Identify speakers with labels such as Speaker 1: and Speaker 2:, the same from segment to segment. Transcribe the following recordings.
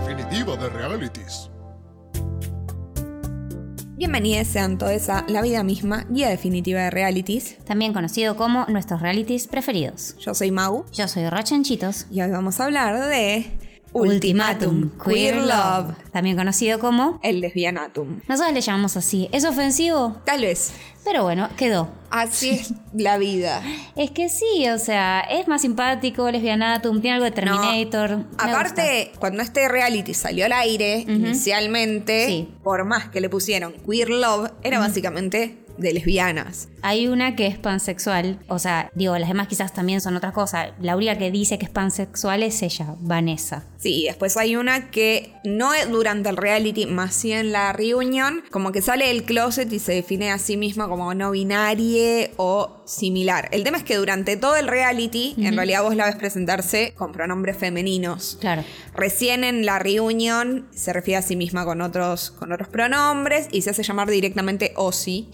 Speaker 1: de realities.
Speaker 2: Bienvenidos sean todos a La Vida Misma, guía definitiva de realities.
Speaker 3: También conocido como nuestros realities preferidos.
Speaker 2: Yo soy Mau
Speaker 3: Yo soy Rochanchitos.
Speaker 2: y hoy vamos a hablar de Ultimatum Queer Love,
Speaker 3: También conocido como...
Speaker 2: el lesbianatum.
Speaker 3: Nosotros le llamamos así. ¿Es ofensivo?
Speaker 2: Tal vez,
Speaker 3: Pero bueno, quedó.
Speaker 2: así es la vida.
Speaker 3: Es que sí, o sea, es más simpático, lesbianatum, tiene algo de
Speaker 2: No,
Speaker 3: Terminator. me gusta.
Speaker 2: Aparte, cuando este reality salió al aire, inicialmente,
Speaker 3: Sí.
Speaker 2: por más que le pusieron Queer Love, era básicamente de lesbianas.
Speaker 3: Hay una que es pansexual, o sea, digo, las demás quizás también son otra cosa. La única que dice que es pansexual es ella, Vanessa.
Speaker 2: Sí, y después hay una que no es durante el reality, más sí en la reunión, como que sale del closet y se define a sí misma como no binaria o similar. El tema es que durante todo el reality, en realidad vos la ves presentarse con pronombres femeninos.
Speaker 3: Claro.
Speaker 2: Recién en la reunión se refiere a sí misma con otros, con otros pronombres y se hace llamar directamente Ozzy,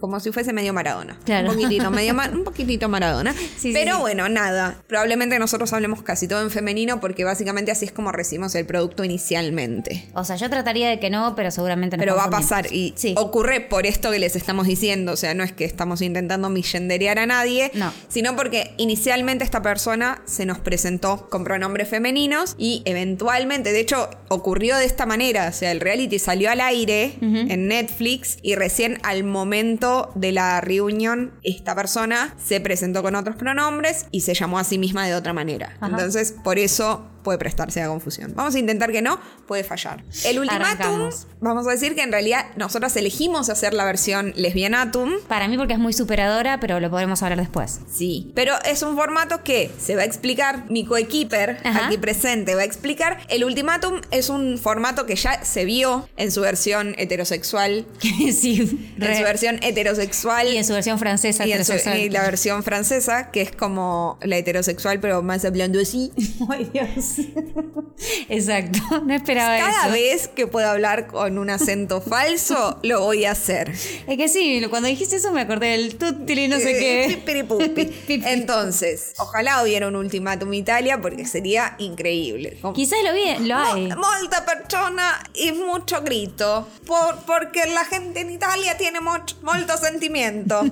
Speaker 2: como si fuese medio Maradona.
Speaker 3: Claro.
Speaker 2: Un poquitito, medio ma- un poquitito Maradona.
Speaker 3: sí,
Speaker 2: Pero
Speaker 3: sí.
Speaker 2: bueno, nada. Probablemente nosotros hablemos casi todo en femenino porque básicamente así es como recibimos el producto inicialmente.
Speaker 3: O sea, yo trataría de que no, pero seguramente no.
Speaker 2: Pero va a pasar y
Speaker 3: Sí.
Speaker 2: ocurre por esto que les estamos diciendo. O sea, no es que estamos intentando millenderear a nadie,
Speaker 3: No.
Speaker 2: sino porque inicialmente esta persona se nos presentó con pronombres femeninos y eventualmente, de hecho, ocurrió de esta manera. O sea, el reality salió al aire en Netflix y recién al momento de la reunión, esta persona se presentó con otros pronombres y se llamó a sí misma de otra manera.
Speaker 3: Ajá.
Speaker 2: Entonces, por eso puede prestarse a confusión. Vamos a intentar que no, puede fallar. El ultimátum,
Speaker 3: Arrancamos.
Speaker 2: vamos a decir que en realidad nosotras elegimos hacer la versión lesbianatum.
Speaker 3: Para mí porque es muy superadora, pero lo podremos hablar después.
Speaker 2: Sí. Pero es un formato que se va a explicar, mi coequiper
Speaker 3: Ajá.
Speaker 2: aquí presente va a explicar. El ultimátum es un formato que ya se vio en su versión heterosexual,
Speaker 3: sí, re.
Speaker 2: en su versión heterosexual
Speaker 3: Y en su versión francesa.
Speaker 2: y en su-
Speaker 3: heterosexual.
Speaker 2: y la versión francesa, que es como la heterosexual, pero más hablando así.
Speaker 3: Ay, Dios. Exacto, no esperaba
Speaker 2: Cada
Speaker 3: eso.
Speaker 2: vez que pueda hablar con un acento falso, lo voy a hacer.
Speaker 3: Es que sí, cuando dijiste eso me acordé del tutili, no sé
Speaker 2: Eh,
Speaker 3: qué.
Speaker 2: pipiripupi.
Speaker 3: Pipiripupi.
Speaker 2: Entonces, ojalá hubiera un ultimátum Italia porque sería increíble. Como-
Speaker 3: Quizás lo vi, lo hay.
Speaker 2: Mo- Molta persona y mucho grito. Por- porque la gente en Italia tiene mucho, molto sentimiento.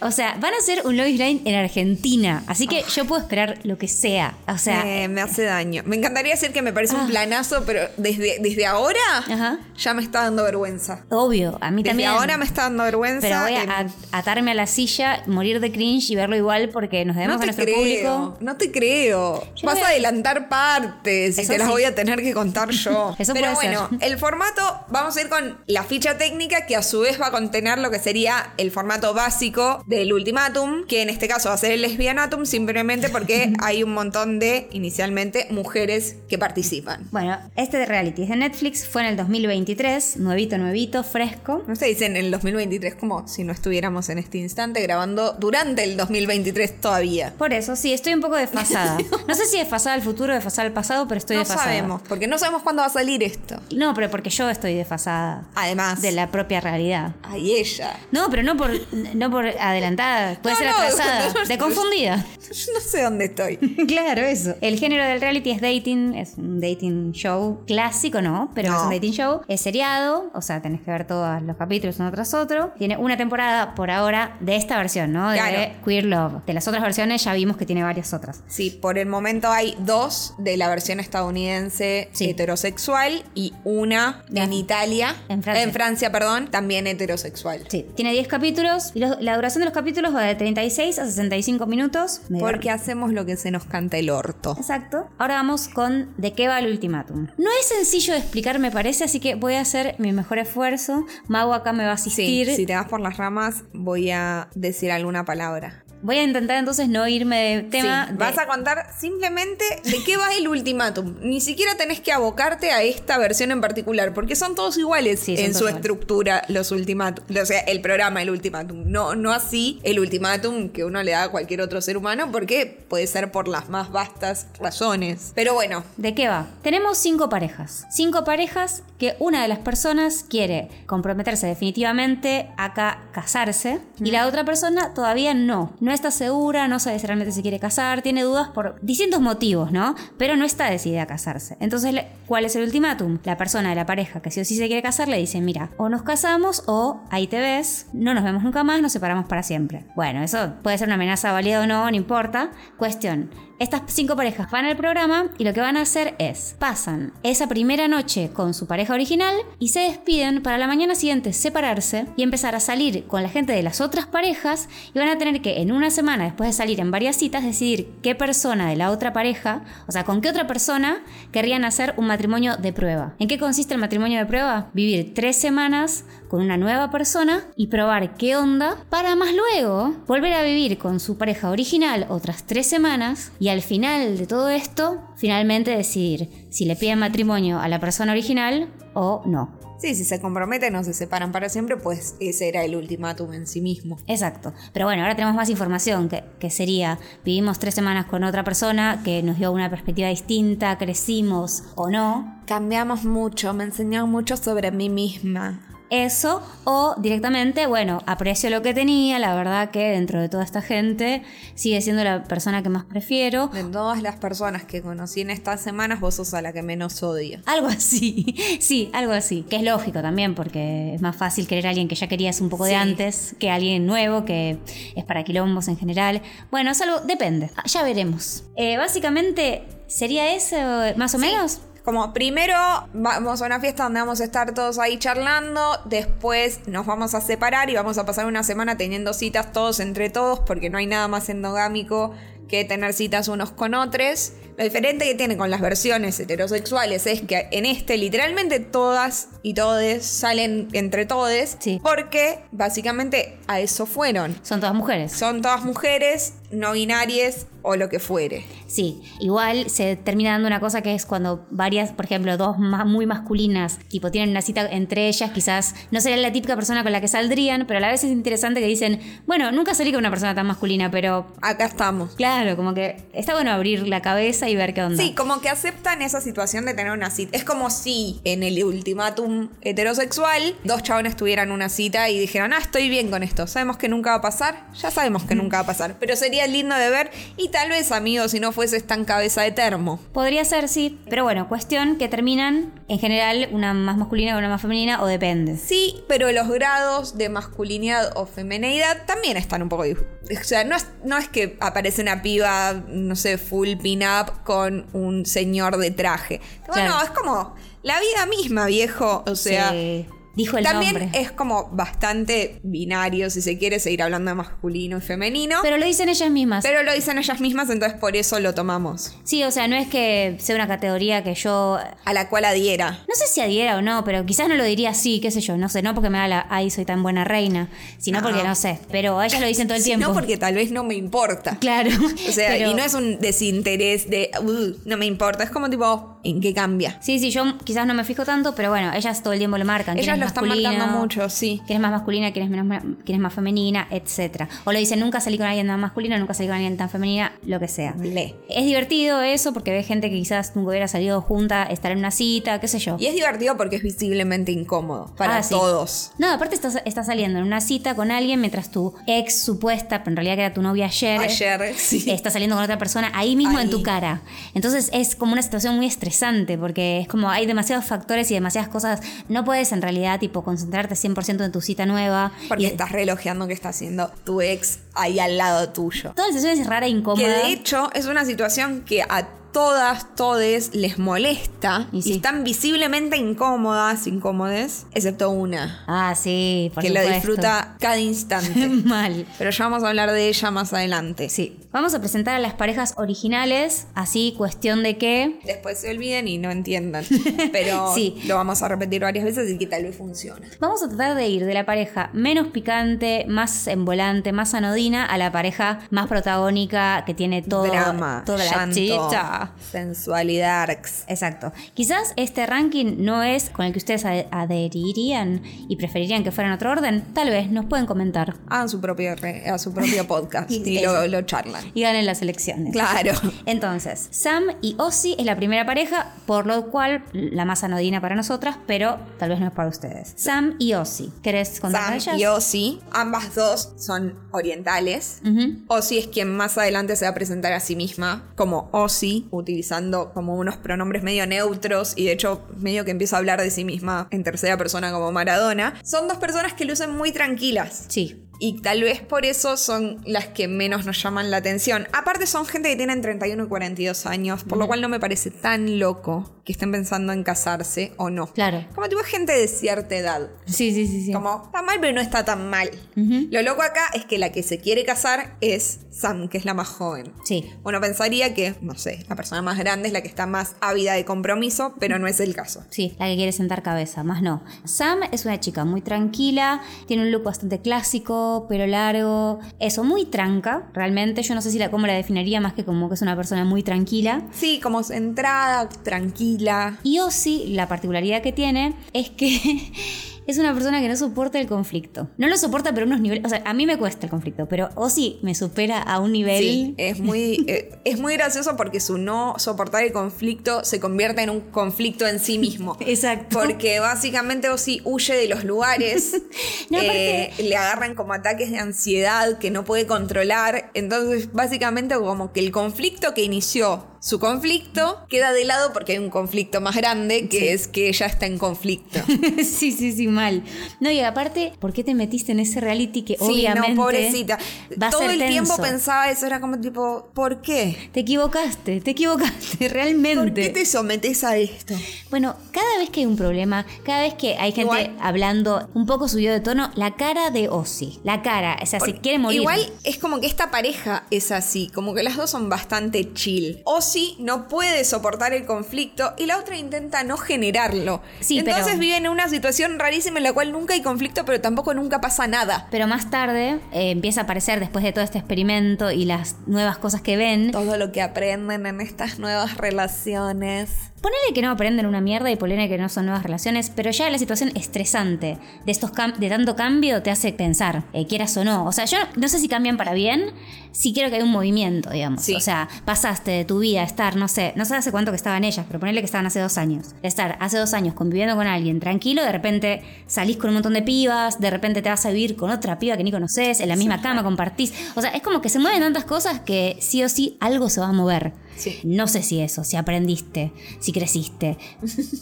Speaker 3: O sea, van a hacer un Lois Lane en Argentina, así que yo puedo esperar lo que sea. O sea,
Speaker 2: Ah.
Speaker 3: Ah.
Speaker 2: Eh, me hace daño. Me encantaría decir que me parece un planazo, pero desde, desde ahora
Speaker 3: Ajá.
Speaker 2: ya me está dando vergüenza.
Speaker 3: obvio, a mí
Speaker 2: Desde
Speaker 3: también.
Speaker 2: ahora me está dando vergüenza.
Speaker 3: pero voy a
Speaker 2: en-
Speaker 3: a- atarme a la silla, morir de cringe y verlo igual porque nos debemos
Speaker 2: No te
Speaker 3: a nuestro
Speaker 2: creo,
Speaker 3: público.
Speaker 2: no te creo.
Speaker 3: Yo
Speaker 2: Vas
Speaker 3: voy
Speaker 2: a
Speaker 3: a-
Speaker 2: adelantar partes y
Speaker 3: Eso
Speaker 2: te las
Speaker 3: sí.
Speaker 2: voy a tener que contar yo.
Speaker 3: Eso
Speaker 2: Pero
Speaker 3: puede
Speaker 2: bueno, el formato, vamos a ir con la ficha técnica que a su vez va a contener lo que sería el formato básico del ultimátum, que en este caso va a ser el lesbianatum simplemente porque hay un montón de, inicialmente, mujeres que participan.
Speaker 3: Bueno, este de reality es de Netflix, fue en el 2023, nuevito, nuevito, fresco.
Speaker 2: No se dicen en el 2023 como si no estuviéramos en este instante grabando durante el 2023 todavía.
Speaker 3: Por eso, sí, estoy un poco desfasada. No sé si desfasada al futuro o desfasada al pasado, pero estoy
Speaker 2: no
Speaker 3: desfasada.
Speaker 2: sabemos, porque no sabemos cuándo va a salir esto.
Speaker 3: No, pero porque yo estoy desfasada
Speaker 2: Además,
Speaker 3: de la propia realidad.
Speaker 2: Ay, ella.
Speaker 3: No, pero no por, no por adelantada, puede
Speaker 2: No,
Speaker 3: ser
Speaker 2: no,
Speaker 3: atrasada,
Speaker 2: no, no,
Speaker 3: de
Speaker 2: no.
Speaker 3: confundida.
Speaker 2: Yo no sé dónde estoy.
Speaker 3: Claro, eso. El género del reality es dating, es un dating show clásico, no, pero
Speaker 2: No.
Speaker 3: es un dating show. Es seriado, o sea, tenés que ver todos los capítulos uno tras otro. Tiene una temporada por ahora de esta versión, ¿no? De
Speaker 2: Claro.
Speaker 3: Queer Love. De las otras versiones ya vimos que tiene varias otras.
Speaker 2: Sí, por el momento hay dos de la versión estadounidense
Speaker 3: Sí.
Speaker 2: heterosexual y una
Speaker 3: De-
Speaker 2: en Italia.
Speaker 3: en Francia.
Speaker 2: En Francia, perdón, también heterosexual.
Speaker 3: Sí, tiene 10 capítulos y los- la duración de los capítulos va de 36 a 65 minutos. Me
Speaker 2: Porque hacemos lo que se nos canta el orto.
Speaker 3: Exacto. Ahora vamos con de qué va el ultimátum. No es sencillo de explicar, me parece, así que voy a hacer mi mejor esfuerzo. Mau acá me va a
Speaker 2: Sí,
Speaker 3: asistir.
Speaker 2: si te vas por las ramas, voy a decir alguna palabra.
Speaker 3: Voy a intentar entonces no irme de tema.
Speaker 2: Sí,
Speaker 3: de-
Speaker 2: Vas a contar simplemente de qué va el ultimátum. Ni siquiera tenés que abocarte a esta versión en particular, porque son todos iguales
Speaker 3: Sí, son
Speaker 2: en
Speaker 3: todos
Speaker 2: su
Speaker 3: iguales.
Speaker 2: estructura los ultimátum. O sea, el programa, el ultimátum. No, no así el ultimátum que uno le da a cualquier otro ser humano, porque puede ser por las más vastas razones. Pero bueno,
Speaker 3: ¿De qué va? Tenemos cinco parejas. Cinco parejas que una de las personas quiere comprometerse definitivamente, acá casarse, y la otra persona todavía no. No No está segura, no sabe si realmente se quiere casar, tiene dudas por distintos motivos, ¿no? Pero no está decidida a casarse. Entonces, le- ¿cuál es el ultimátum? La persona de la pareja que sí o sí se quiere casar le dice, mira, o nos casamos o ahí te ves, no nos vemos nunca más, nos separamos para siempre. Bueno, eso puede ser una amenaza válida o no, no importa. Cuestión. Estas cinco parejas van al programa y lo que van a hacer es, pasan esa primera noche con su pareja original y se despiden para la mañana siguiente separarse y empezar a salir con la gente de las otras parejas y van a tener que en una semana después de salir en varias citas decidir qué persona de la otra pareja, o sea, con qué otra persona querrían hacer un matrimonio de prueba. ¿En qué consiste el matrimonio de prueba? Vivir tres semanas con una nueva persona y probar qué onda para más luego volver a vivir con su pareja original otras tres semanas y al final de todo esto finalmente decidir si le piden matrimonio a la persona original o no.
Speaker 2: Sí, si se comprometen o se separan para siempre, pues ese era el ultimátum en sí mismo.
Speaker 3: Exacto. Pero bueno, ahora tenemos más información, que, que sería, vivimos tres semanas con otra persona que nos dio una perspectiva distinta, crecimos o no.
Speaker 2: Cambiamos mucho, me enseñaron mucho sobre mí misma.
Speaker 3: Eso, o directamente, bueno, aprecio lo que tenía, la verdad que dentro de toda esta gente sigue siendo la persona que más prefiero.
Speaker 2: De todas las personas que conocí en estas semanas, vos sos a la que menos odio.
Speaker 3: Algo así, sí, algo así. Que es lógico también, porque es más fácil querer a alguien que ya querías un poco de
Speaker 2: Sí.
Speaker 3: antes que a alguien nuevo, que es para quilombos en general. Bueno, es algo, depende. Ah, Ya veremos. Eh, básicamente, ¿sería eso más o menos?
Speaker 2: Como primero vamos a una fiesta donde vamos a estar todos ahí charlando, después nos vamos a separar y vamos a pasar una semana teniendo citas todos entre todos porque no hay nada más endogámico que tener citas unos con otros. Lo diferente que tiene con las versiones heterosexuales es que en este literalmente todas y todes salen entre todes
Speaker 3: Sí.
Speaker 2: porque básicamente a eso fueron.
Speaker 3: Son todas mujeres.
Speaker 2: Son todas mujeres, no binarias o lo que fuere.
Speaker 3: Sí, igual se termina dando una cosa que es cuando varias, por ejemplo, dos ma- muy masculinas, tipo, tienen una cita entre ellas, quizás no será la típica persona con la que saldrían, pero a la vez es interesante que dicen, bueno, nunca salí con una persona tan masculina, pero
Speaker 2: Acá estamos.
Speaker 3: claro, como que está bueno abrir la cabeza y ver qué onda.
Speaker 2: Sí, como que aceptan esa situación de tener una cita. Es como si en el ultimátum heterosexual dos chabones tuvieran una cita y dijeran, ah, estoy bien con esto. Sabemos que nunca va a pasar. Ya sabemos que nunca va a pasar. Pero sería lindo de ver y tal vez, amigo, si no fueses tan cabeza de termo.
Speaker 3: Podría ser, sí, pero bueno, cuestión que terminan en general una más masculina o una más femenina, o depende.
Speaker 2: Sí, pero los grados de masculinidad o femineidad también están un poco... dif- O sea, no es, no es que aparece una piba, no sé, full pin-up con un señor de traje. Bueno,
Speaker 3: Claro.
Speaker 2: es como la vida misma, viejo. O sea...
Speaker 3: Sí, dijo el
Speaker 2: También
Speaker 3: nombre.
Speaker 2: es como bastante binario, si se quiere seguir hablando de masculino y femenino. Pero,
Speaker 3: Pero lo dicen ellas mismas.
Speaker 2: lo dicen ellas mismas, entonces por eso lo tomamos.
Speaker 3: Sí, o sea, no es que sea una categoría que yo
Speaker 2: A la cual adhiera.
Speaker 3: No sé si adhiera o no, pero quizás no lo diría así, qué sé yo. No sé, no porque me da la, ay, soy tan buena reina, sino
Speaker 2: No.
Speaker 3: porque no sé. Pero ellas lo dicen todo el tiempo.
Speaker 2: No porque tal vez no me importa.
Speaker 3: Claro.
Speaker 2: O sea,
Speaker 3: pero-
Speaker 2: y no es un desinterés de "Uh, no me importa. Es como tipo, ¿en qué cambia?
Speaker 3: Sí, sí, yo quizás no me fijo tanto, pero bueno, ellas todo el tiempo lo marcan. quién
Speaker 2: Ellas
Speaker 3: es
Speaker 2: lo están
Speaker 3: masculino,
Speaker 2: marcando mucho, sí.
Speaker 3: Quién es más masculina, quién es, menos, quién es más femenina, etcétera. O lo dicen, nunca salí con alguien tan masculina, nunca salí con alguien tan femenina, lo que sea.
Speaker 2: Ble.
Speaker 3: Es divertido eso porque ves gente que quizás nunca hubiera salido junta, estar en una cita, qué sé yo.
Speaker 2: Y es divertido porque es visiblemente incómodo para
Speaker 3: Ah, sí.
Speaker 2: todos.
Speaker 3: No, aparte estás, estás saliendo en una cita con alguien mientras tu ex supuesta, pero en realidad que era tu novia ayer,
Speaker 2: Ayer, sí.
Speaker 3: está saliendo con otra persona ahí mismo en
Speaker 2: Ahí.
Speaker 3: tu cara. Entonces es como una situación muy estresante porque es como hay demasiados factores y demasiadas cosas. No puedes en realidad tipo concentrarte 100% en tu cita nueva.
Speaker 2: Porque
Speaker 3: Y
Speaker 2: estás relojeando que está haciendo tu ex ahí al lado tuyo.
Speaker 3: Toda la situación es rara e
Speaker 2: Que
Speaker 3: incómoda.
Speaker 2: de hecho es una situación que a todas, todes les molesta y,
Speaker 3: Y sí.
Speaker 2: están visiblemente incómodas, incómodes, excepto una,
Speaker 3: ah, sí, por
Speaker 2: que
Speaker 3: supuesto.
Speaker 2: la disfruta cada instante.
Speaker 3: mal.
Speaker 2: Pero ya vamos a hablar de ella más adelante.
Speaker 3: Sí. Vamos a presentar a las parejas originales, así cuestión de que
Speaker 2: Después se olviden y no entiendan. Pero
Speaker 3: Sí.
Speaker 2: lo vamos a repetir varias veces y que tal vez funcione.
Speaker 3: Vamos a tratar de ir de la pareja menos picante, más embolante, más anodina, a la pareja más protagónica que tiene todo
Speaker 2: Drama,
Speaker 3: toda la
Speaker 2: llanto,
Speaker 3: chicha. esa.
Speaker 2: Sensualidad.
Speaker 3: Exacto. Quizás este ranking no es con el que ustedes ade- adherirían y preferirían que fuera en otro orden. Tal vez nos pueden comentar
Speaker 2: Hagan su propio, re- a su propio podcast
Speaker 3: Y-
Speaker 2: y lo, lo charlan.
Speaker 3: y ganen las elecciones.
Speaker 2: Claro.
Speaker 3: Entonces, Sam y Ozzy es la primera pareja, por lo cual la más anodina para nosotras, pero tal vez no es para ustedes. Sam y Ozzy. ¿Querés contar de
Speaker 2: Sam
Speaker 3: ellas?
Speaker 2: y Ozzy, ambas dos son orientales.
Speaker 3: Ujú.
Speaker 2: Ozzy es quien más adelante se va a presentar a sí misma como Ozzy, utilizando como unos pronombres medio neutros y de hecho medio que empieza a hablar de sí misma en tercera persona como Maradona. Son dos personas que lucen muy tranquilas.
Speaker 3: Sí.
Speaker 2: Y tal vez por eso son las que menos nos llaman la atención. Aparte son gente que tienen 31 y 42 años, por lo cual no me parece tan loco que estén pensando en casarse o no.
Speaker 3: Claro.
Speaker 2: Como tipo gente de cierta edad.
Speaker 3: Sí, sí, sí, sí.
Speaker 2: Como está mal, pero no está tan mal.
Speaker 3: Ujú.
Speaker 2: Lo loco acá es que la que se quiere casar es Sam, que es la más joven.
Speaker 3: Sí.
Speaker 2: Uno pensaría que, no sé, la persona más grande es la que está más ávida de compromiso, pero no es el caso.
Speaker 3: Sí, la que quiere sentar cabeza, más no. Sam es una chica muy tranquila, tiene un look bastante clásico, pelo largo, eso, muy tranca, realmente. Yo no sé si la, cómo la definiría más que como que es una persona muy tranquila.
Speaker 2: Sí, como centrada, tranquila.
Speaker 3: Y Ozzy, la particularidad que tiene es que es una persona que no soporta el conflicto. No lo soporta, pero unos niveles. O sea, a mí me cuesta el conflicto, pero Ozzy me supera a un nivel.
Speaker 2: Sí, es muy, eh, es muy gracioso porque su no soportar el conflicto se convierte en un conflicto en sí mismo.
Speaker 3: Exacto.
Speaker 2: Porque básicamente Ozzy huye de los lugares,
Speaker 3: No,
Speaker 2: eh, le agarran como ataques de ansiedad que no puede controlar. Entonces, básicamente, como que el conflicto que inició su conflicto queda de lado porque hay un conflicto más grande que
Speaker 3: Sí.
Speaker 2: es que ella está en conflicto.
Speaker 3: sí, sí, sí, mal. No, y aparte, ¿por qué te metiste en ese reality que
Speaker 2: Sí,
Speaker 3: obviamente.
Speaker 2: no, pobrecita.
Speaker 3: Va a
Speaker 2: Todo
Speaker 3: ser
Speaker 2: el tiempo
Speaker 3: tenso?
Speaker 2: pensaba eso, era como tipo, ¿por qué?
Speaker 3: Te equivocaste, te equivocaste, realmente.
Speaker 2: ¿Por qué te sometes a esto?
Speaker 3: Bueno, cada vez que hay un problema, cada vez que hay gente
Speaker 2: Igual-
Speaker 3: hablando un poco subido de tono, la cara de Ozzy, la cara, o sea, se
Speaker 2: Porque
Speaker 3: quiere morir.
Speaker 2: Igual es como que esta pareja es así, como que las dos son bastante chill. Ozzy no puede soportar el conflicto y la otra intenta no generarlo.
Speaker 3: Sí, pero-
Speaker 2: Entonces viven en una situación rarísima en la cual nunca hay conflicto, pero tampoco nunca pasa nada.
Speaker 3: Pero más tarde eh, empieza a aparecer, después de todo este experimento y las nuevas cosas que ven,
Speaker 2: Todo lo que aprenden en estas nuevas relaciones.
Speaker 3: ponele que no aprenden una mierda y ponele que no son nuevas relaciones, pero ya la situación estresante de, estos cam- de tanto cambio te hace pensar, eh, quieras o no. O sea, yo no, no sé si cambian para bien, si quiero que haya un movimiento, digamos.
Speaker 2: Sí.
Speaker 3: O sea, pasaste de tu vida a estar, no sé, no sé hace cuánto que estaban ellas, pero ponele que estaban hace dos años. De estar hace dos años conviviendo con alguien tranquilo, de repente salís con un montón de pibas, de repente te vas a vivir con otra piba que ni conoces, en la misma cama compartís. O sea, es como que se mueven tantas cosas que sí o sí algo se va a mover.
Speaker 2: Sí.
Speaker 3: No sé si eso, si aprendiste, si creciste,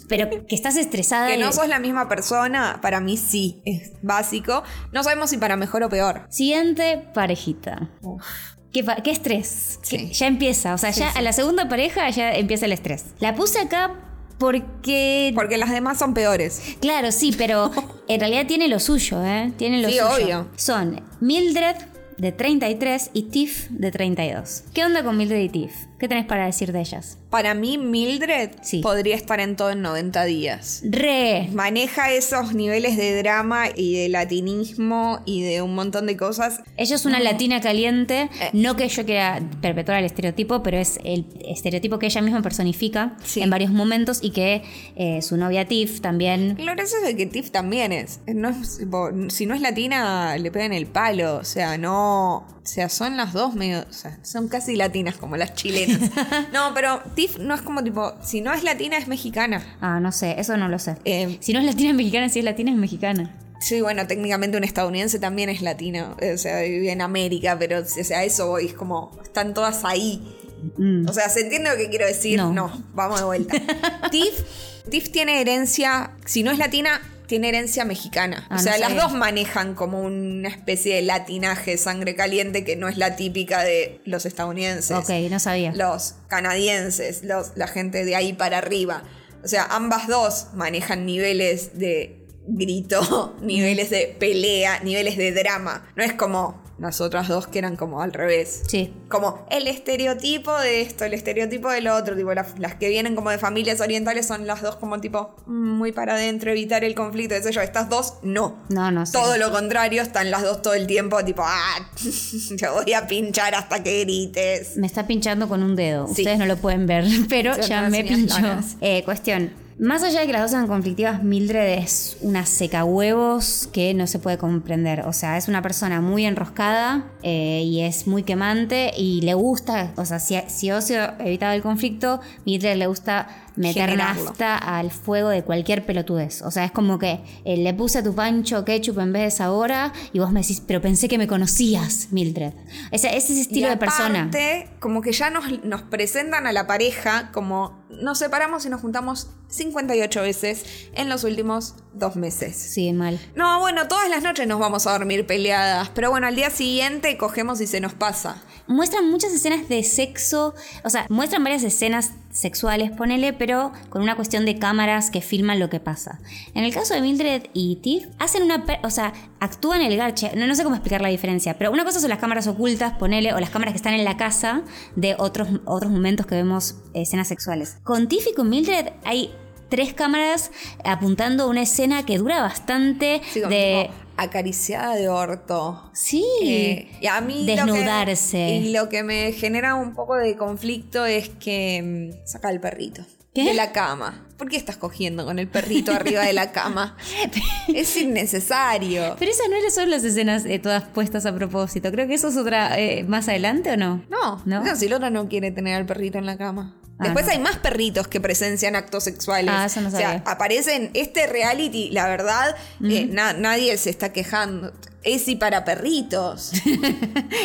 Speaker 3: pero que estás estresada.
Speaker 2: Que no
Speaker 3: y-
Speaker 2: sos la misma persona, para mí sí, es básico. No sabemos si para mejor o peor.
Speaker 3: Siguiente parejita. ¿Qué, pa- qué estrés?
Speaker 2: Sí.
Speaker 3: Que ya empieza, o sea, ya a la segunda pareja ya empieza el estrés. La puse acá porque...
Speaker 2: Porque las demás son peores.
Speaker 3: Claro, sí, pero en realidad tiene lo suyo, ¿eh? Tiene lo
Speaker 2: Sí,
Speaker 3: suyo.
Speaker 2: obvio.
Speaker 3: Son Mildred de 33 y Tiff de 32. ¿Qué onda con Mildred y Tiff? ¿Qué tenés para decir de ellas?
Speaker 2: Para mí, Mildred
Speaker 3: Sí.
Speaker 2: podría estar en todo en 90 días.
Speaker 3: Re.
Speaker 2: maneja esos niveles de drama y de latinismo y de un montón de cosas.
Speaker 3: Ella es una latina caliente,
Speaker 2: Eh.
Speaker 3: no que yo quiera perpetuar el estereotipo, pero es el estereotipo que ella misma personifica
Speaker 2: Sí.
Speaker 3: en varios momentos y que eh, su novia Tiff también...
Speaker 2: Lo gracioso es que Tiff también es. No es- tipo, si no es latina, le pegan el palo. O sea, no. O sea, son las dos medio. O sea, son casi latinas como las chilenas. No, pero Tiff no es como tipo. Si no es latina, es mexicana.
Speaker 3: Ah, no sé, eso no lo sé.
Speaker 2: Eh,
Speaker 3: si no es latina es mexicana, si es latina es mexicana.
Speaker 2: Sí, bueno, técnicamente un estadounidense también es latino. O sea, vive en América, pero o sea, a eso voy. Es como. Están todas ahí.
Speaker 3: Mm.
Speaker 2: O sea, ¿se entiende lo que quiero decir?
Speaker 3: No.
Speaker 2: No, vamos de vuelta. Tiff, Tiff tiene herencia, si no es latina, tiene herencia mexicana.
Speaker 3: Ah,
Speaker 2: o sea,
Speaker 3: no
Speaker 2: las
Speaker 3: sabía.
Speaker 2: dos manejan como una especie de latinaje, sangre caliente, que no es la típica de los estadounidenses,
Speaker 3: Ok, no sabía.
Speaker 2: los canadienses, los, la gente de ahí para arriba. O sea, ambas dos manejan niveles de grito, niveles de pelea, niveles de drama. No es como las otras dos que eran como al revés.
Speaker 3: Sí.
Speaker 2: Como el estereotipo de esto, el estereotipo del otro, tipo las, las que vienen como de familias orientales son las dos como tipo mm, muy para adentro, evitar el conflicto, qué sé yo. Estas dos no.
Speaker 3: No, no sé.
Speaker 2: Todo lo contrario, están las dos todo el tiempo tipo, ah, te voy a pinchar hasta que grites.
Speaker 3: Me está pinchando con un dedo.
Speaker 2: Sí.
Speaker 3: Ustedes no lo pueden ver, pero
Speaker 2: Son
Speaker 3: ya
Speaker 2: unas
Speaker 3: me
Speaker 2: uñas
Speaker 3: pinchó.
Speaker 2: largas.
Speaker 3: Eh, cuestión. Más allá de que las dos sean conflictivas, Mildred es una seca huevos que no se puede comprender. O sea, es una persona muy enroscada eh, y es muy quemante y le gusta, o sea, si, si Ocio evitaba el conflicto, Mildred le gusta meter
Speaker 2: Generarlo.
Speaker 3: nafta al fuego de cualquier pelotudez. O sea, es como que eh, le puse a tu pancho ketchup en vez de sabora y vos me decís, pero pensé que me conocías, Mildred. Ese, ese es ese estilo
Speaker 2: Y
Speaker 3: de persona.
Speaker 2: aparte, Como que ya nos, nos presentan a la pareja como nos separamos y nos juntamos 58 veces en los últimos dos meses.
Speaker 3: Sí, mal.
Speaker 2: No, bueno, todas las noches nos vamos a dormir peleadas, pero bueno, al día siguiente cogemos y se nos pasa.
Speaker 3: Muestran muchas escenas de sexo, o sea, muestran varias escenas sexuales, ponele, pero con una cuestión de cámaras que filman lo que pasa. En el caso de Mildred y Tiff, hacen una, per- o sea, actúan el garche, no, no sé cómo explicar la diferencia, pero una cosa son las cámaras ocultas, ponele, o las cámaras que están en la casa de otros, otros momentos que vemos escenas sexuales. Con Tiff y con Mildred hay tres cámaras apuntando a una escena que dura bastante
Speaker 2: Sí, como
Speaker 3: de...
Speaker 2: tipo, acariciada de orto.
Speaker 3: Sí,
Speaker 2: Eh, y a mí lo que-
Speaker 3: desnudarse.
Speaker 2: y lo que me genera un poco de conflicto es que mm, saca al perrito
Speaker 3: ¿Qué?
Speaker 2: de la cama. ¿Por qué estás cogiendo con el perrito arriba de la cama? es innecesario.
Speaker 3: Pero esas no eran solo las escenas eh, todas puestas a propósito. Creo que eso es otra eh, más adelante o no.
Speaker 2: No,
Speaker 3: ¿No?
Speaker 2: no, si Lola no quiere tener al perrito en la cama.
Speaker 3: Ah,
Speaker 2: Después
Speaker 3: no.
Speaker 2: hay más perritos que presencian actos sexuales.
Speaker 3: Ah, eso no sabía.
Speaker 2: O sea, aparecen este reality, la verdad, eh, na- nadie se está quejando. Es y para perritos.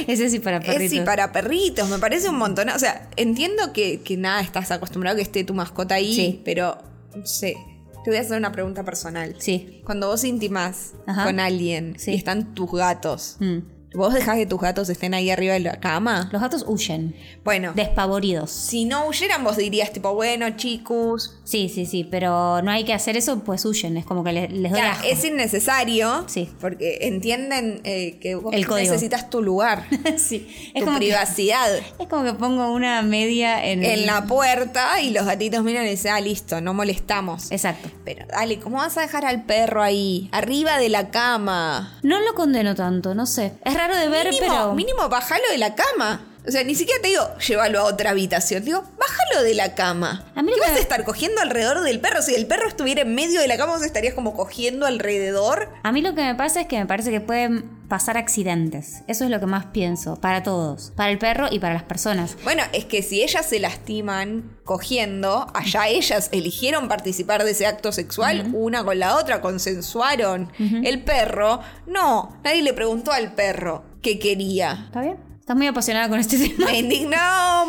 Speaker 3: Ese sí para perritos.
Speaker 2: Es y para perritos. Me parece un montón. O sea, entiendo que, que nada estás acostumbrado a que esté tu mascota ahí,
Speaker 3: Sí.
Speaker 2: pero no sé. Te voy a hacer una pregunta personal.
Speaker 3: Sí.
Speaker 2: Cuando vos intimás
Speaker 3: Ajá.
Speaker 2: con alguien
Speaker 3: Sí.
Speaker 2: y están tus gatos,
Speaker 3: Mm.
Speaker 2: ¿vos dejás que tus gatos estén ahí arriba de la cama?
Speaker 3: Los gatos huyen,
Speaker 2: Bueno,
Speaker 3: despavoridos.
Speaker 2: si no huyeran, vos dirías, tipo, bueno, chicos.
Speaker 3: Sí, sí, sí, pero no hay que hacer eso, pues huyen. Es como que le- les, doy
Speaker 2: Claro,
Speaker 3: asco.
Speaker 2: es innecesario.
Speaker 3: Sí.
Speaker 2: Porque entienden eh, que vos
Speaker 3: El código.
Speaker 2: necesitas tu lugar,
Speaker 3: sí. Es
Speaker 2: tu
Speaker 3: como, que,
Speaker 2: privacidad.
Speaker 3: es como que pongo una media en,
Speaker 2: En la puerta y los gatitos miran y dicen, ah, listo, no molestamos.
Speaker 3: Exacto.
Speaker 2: Pero dale, ¿cómo vas a dejar al perro ahí? Arriba de la cama.
Speaker 3: No lo condeno tanto, no sé. Es raro de ver,
Speaker 2: mínimo,
Speaker 3: pero.
Speaker 2: mínimo, bájalo de la cama. O sea, ni siquiera te digo, llévalo a otra habitación. Digo, bájalo de la cama.
Speaker 3: A mí lo
Speaker 2: ¿Qué
Speaker 3: que-
Speaker 2: vas a estar cogiendo alrededor del perro? Si el perro estuviera en medio de la cama, vos estarías como cogiendo alrededor.
Speaker 3: A mí lo que me pasa es que me parece que pueden pasar accidentes. Eso es lo que más pienso. Para todos. Para el perro y para las personas.
Speaker 2: Bueno, es que si ellas se lastiman cogiendo, allá ellas eligieron participar de ese acto sexual una con la otra, consensuaron. El perro, no, nadie le preguntó al perro qué quería.
Speaker 3: ¿Está bien? Estás muy apasionada con este tema.
Speaker 2: Me indignó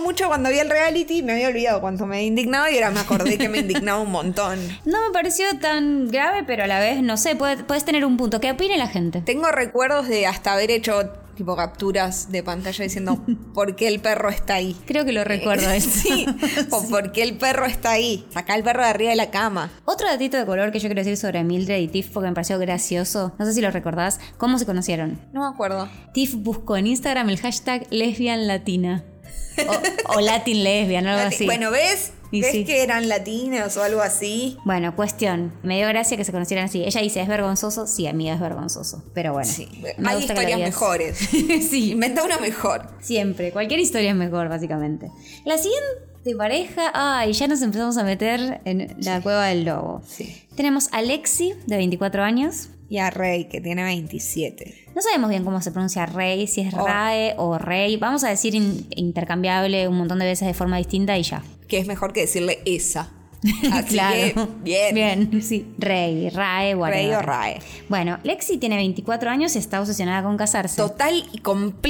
Speaker 2: mucho cuando vi el reality, me había olvidado cuánto me indignaba y ahora me acordé que me indignaba un montón.
Speaker 3: No me pareció tan grave, pero a la vez, no sé, puede- puedes tener un punto. ¿Qué opine la gente?
Speaker 2: Tengo recuerdos de hasta haber hecho tipo capturas de pantalla diciendo por qué el perro está ahí.
Speaker 3: Creo que lo recuerdo eso.
Speaker 2: Eh, Sí, o por qué el perro está ahí. Sacá el perro de arriba de la cama.
Speaker 3: Otro datito de color que yo quiero decir sobre Mildred y Tiff, porque me pareció gracioso, no sé si lo recordás, ¿cómo se conocieron?
Speaker 2: No me acuerdo.
Speaker 3: Tiff buscó en Instagram el hashtag lesbianlatina. O, o latin lesbian, algo
Speaker 2: Lati-
Speaker 3: así.
Speaker 2: Bueno, ¿ves?
Speaker 3: Y
Speaker 2: ¿Ves
Speaker 3: sí.
Speaker 2: que eran latinas o algo así?
Speaker 3: Bueno, cuestión. Me dio gracia que se conocieran así. Ella dice, ¿es vergonzoso? Sí, amiga, es vergonzoso. Pero bueno.
Speaker 2: Sí.
Speaker 3: me
Speaker 2: Hay
Speaker 3: gusta que lo
Speaker 2: historias
Speaker 3: digas.
Speaker 2: mejores.
Speaker 3: sí.
Speaker 2: Inventa una mejor.
Speaker 3: Siempre, cualquier historia es mejor, básicamente. La siguiente pareja, ay, ya nos empezamos a meter en la cueva del lobo.
Speaker 2: Sí.
Speaker 3: Tenemos a Lexi, de 24 años.
Speaker 2: Y a Rey, que tiene 27.
Speaker 3: No sabemos bien cómo se pronuncia Rey, si es
Speaker 2: Oh.
Speaker 3: Rae o Rey. Vamos a decir in- intercambiable un montón de veces de forma distinta y ya.
Speaker 2: Que es mejor que decirle esa. Así que,
Speaker 3: claro.
Speaker 2: bien.
Speaker 3: Bien, sí. Rey, Rae, whatever.
Speaker 2: Rey o Rae.
Speaker 3: Bueno, Lexi tiene 24 años y está obsesionada con casarse.
Speaker 2: Total y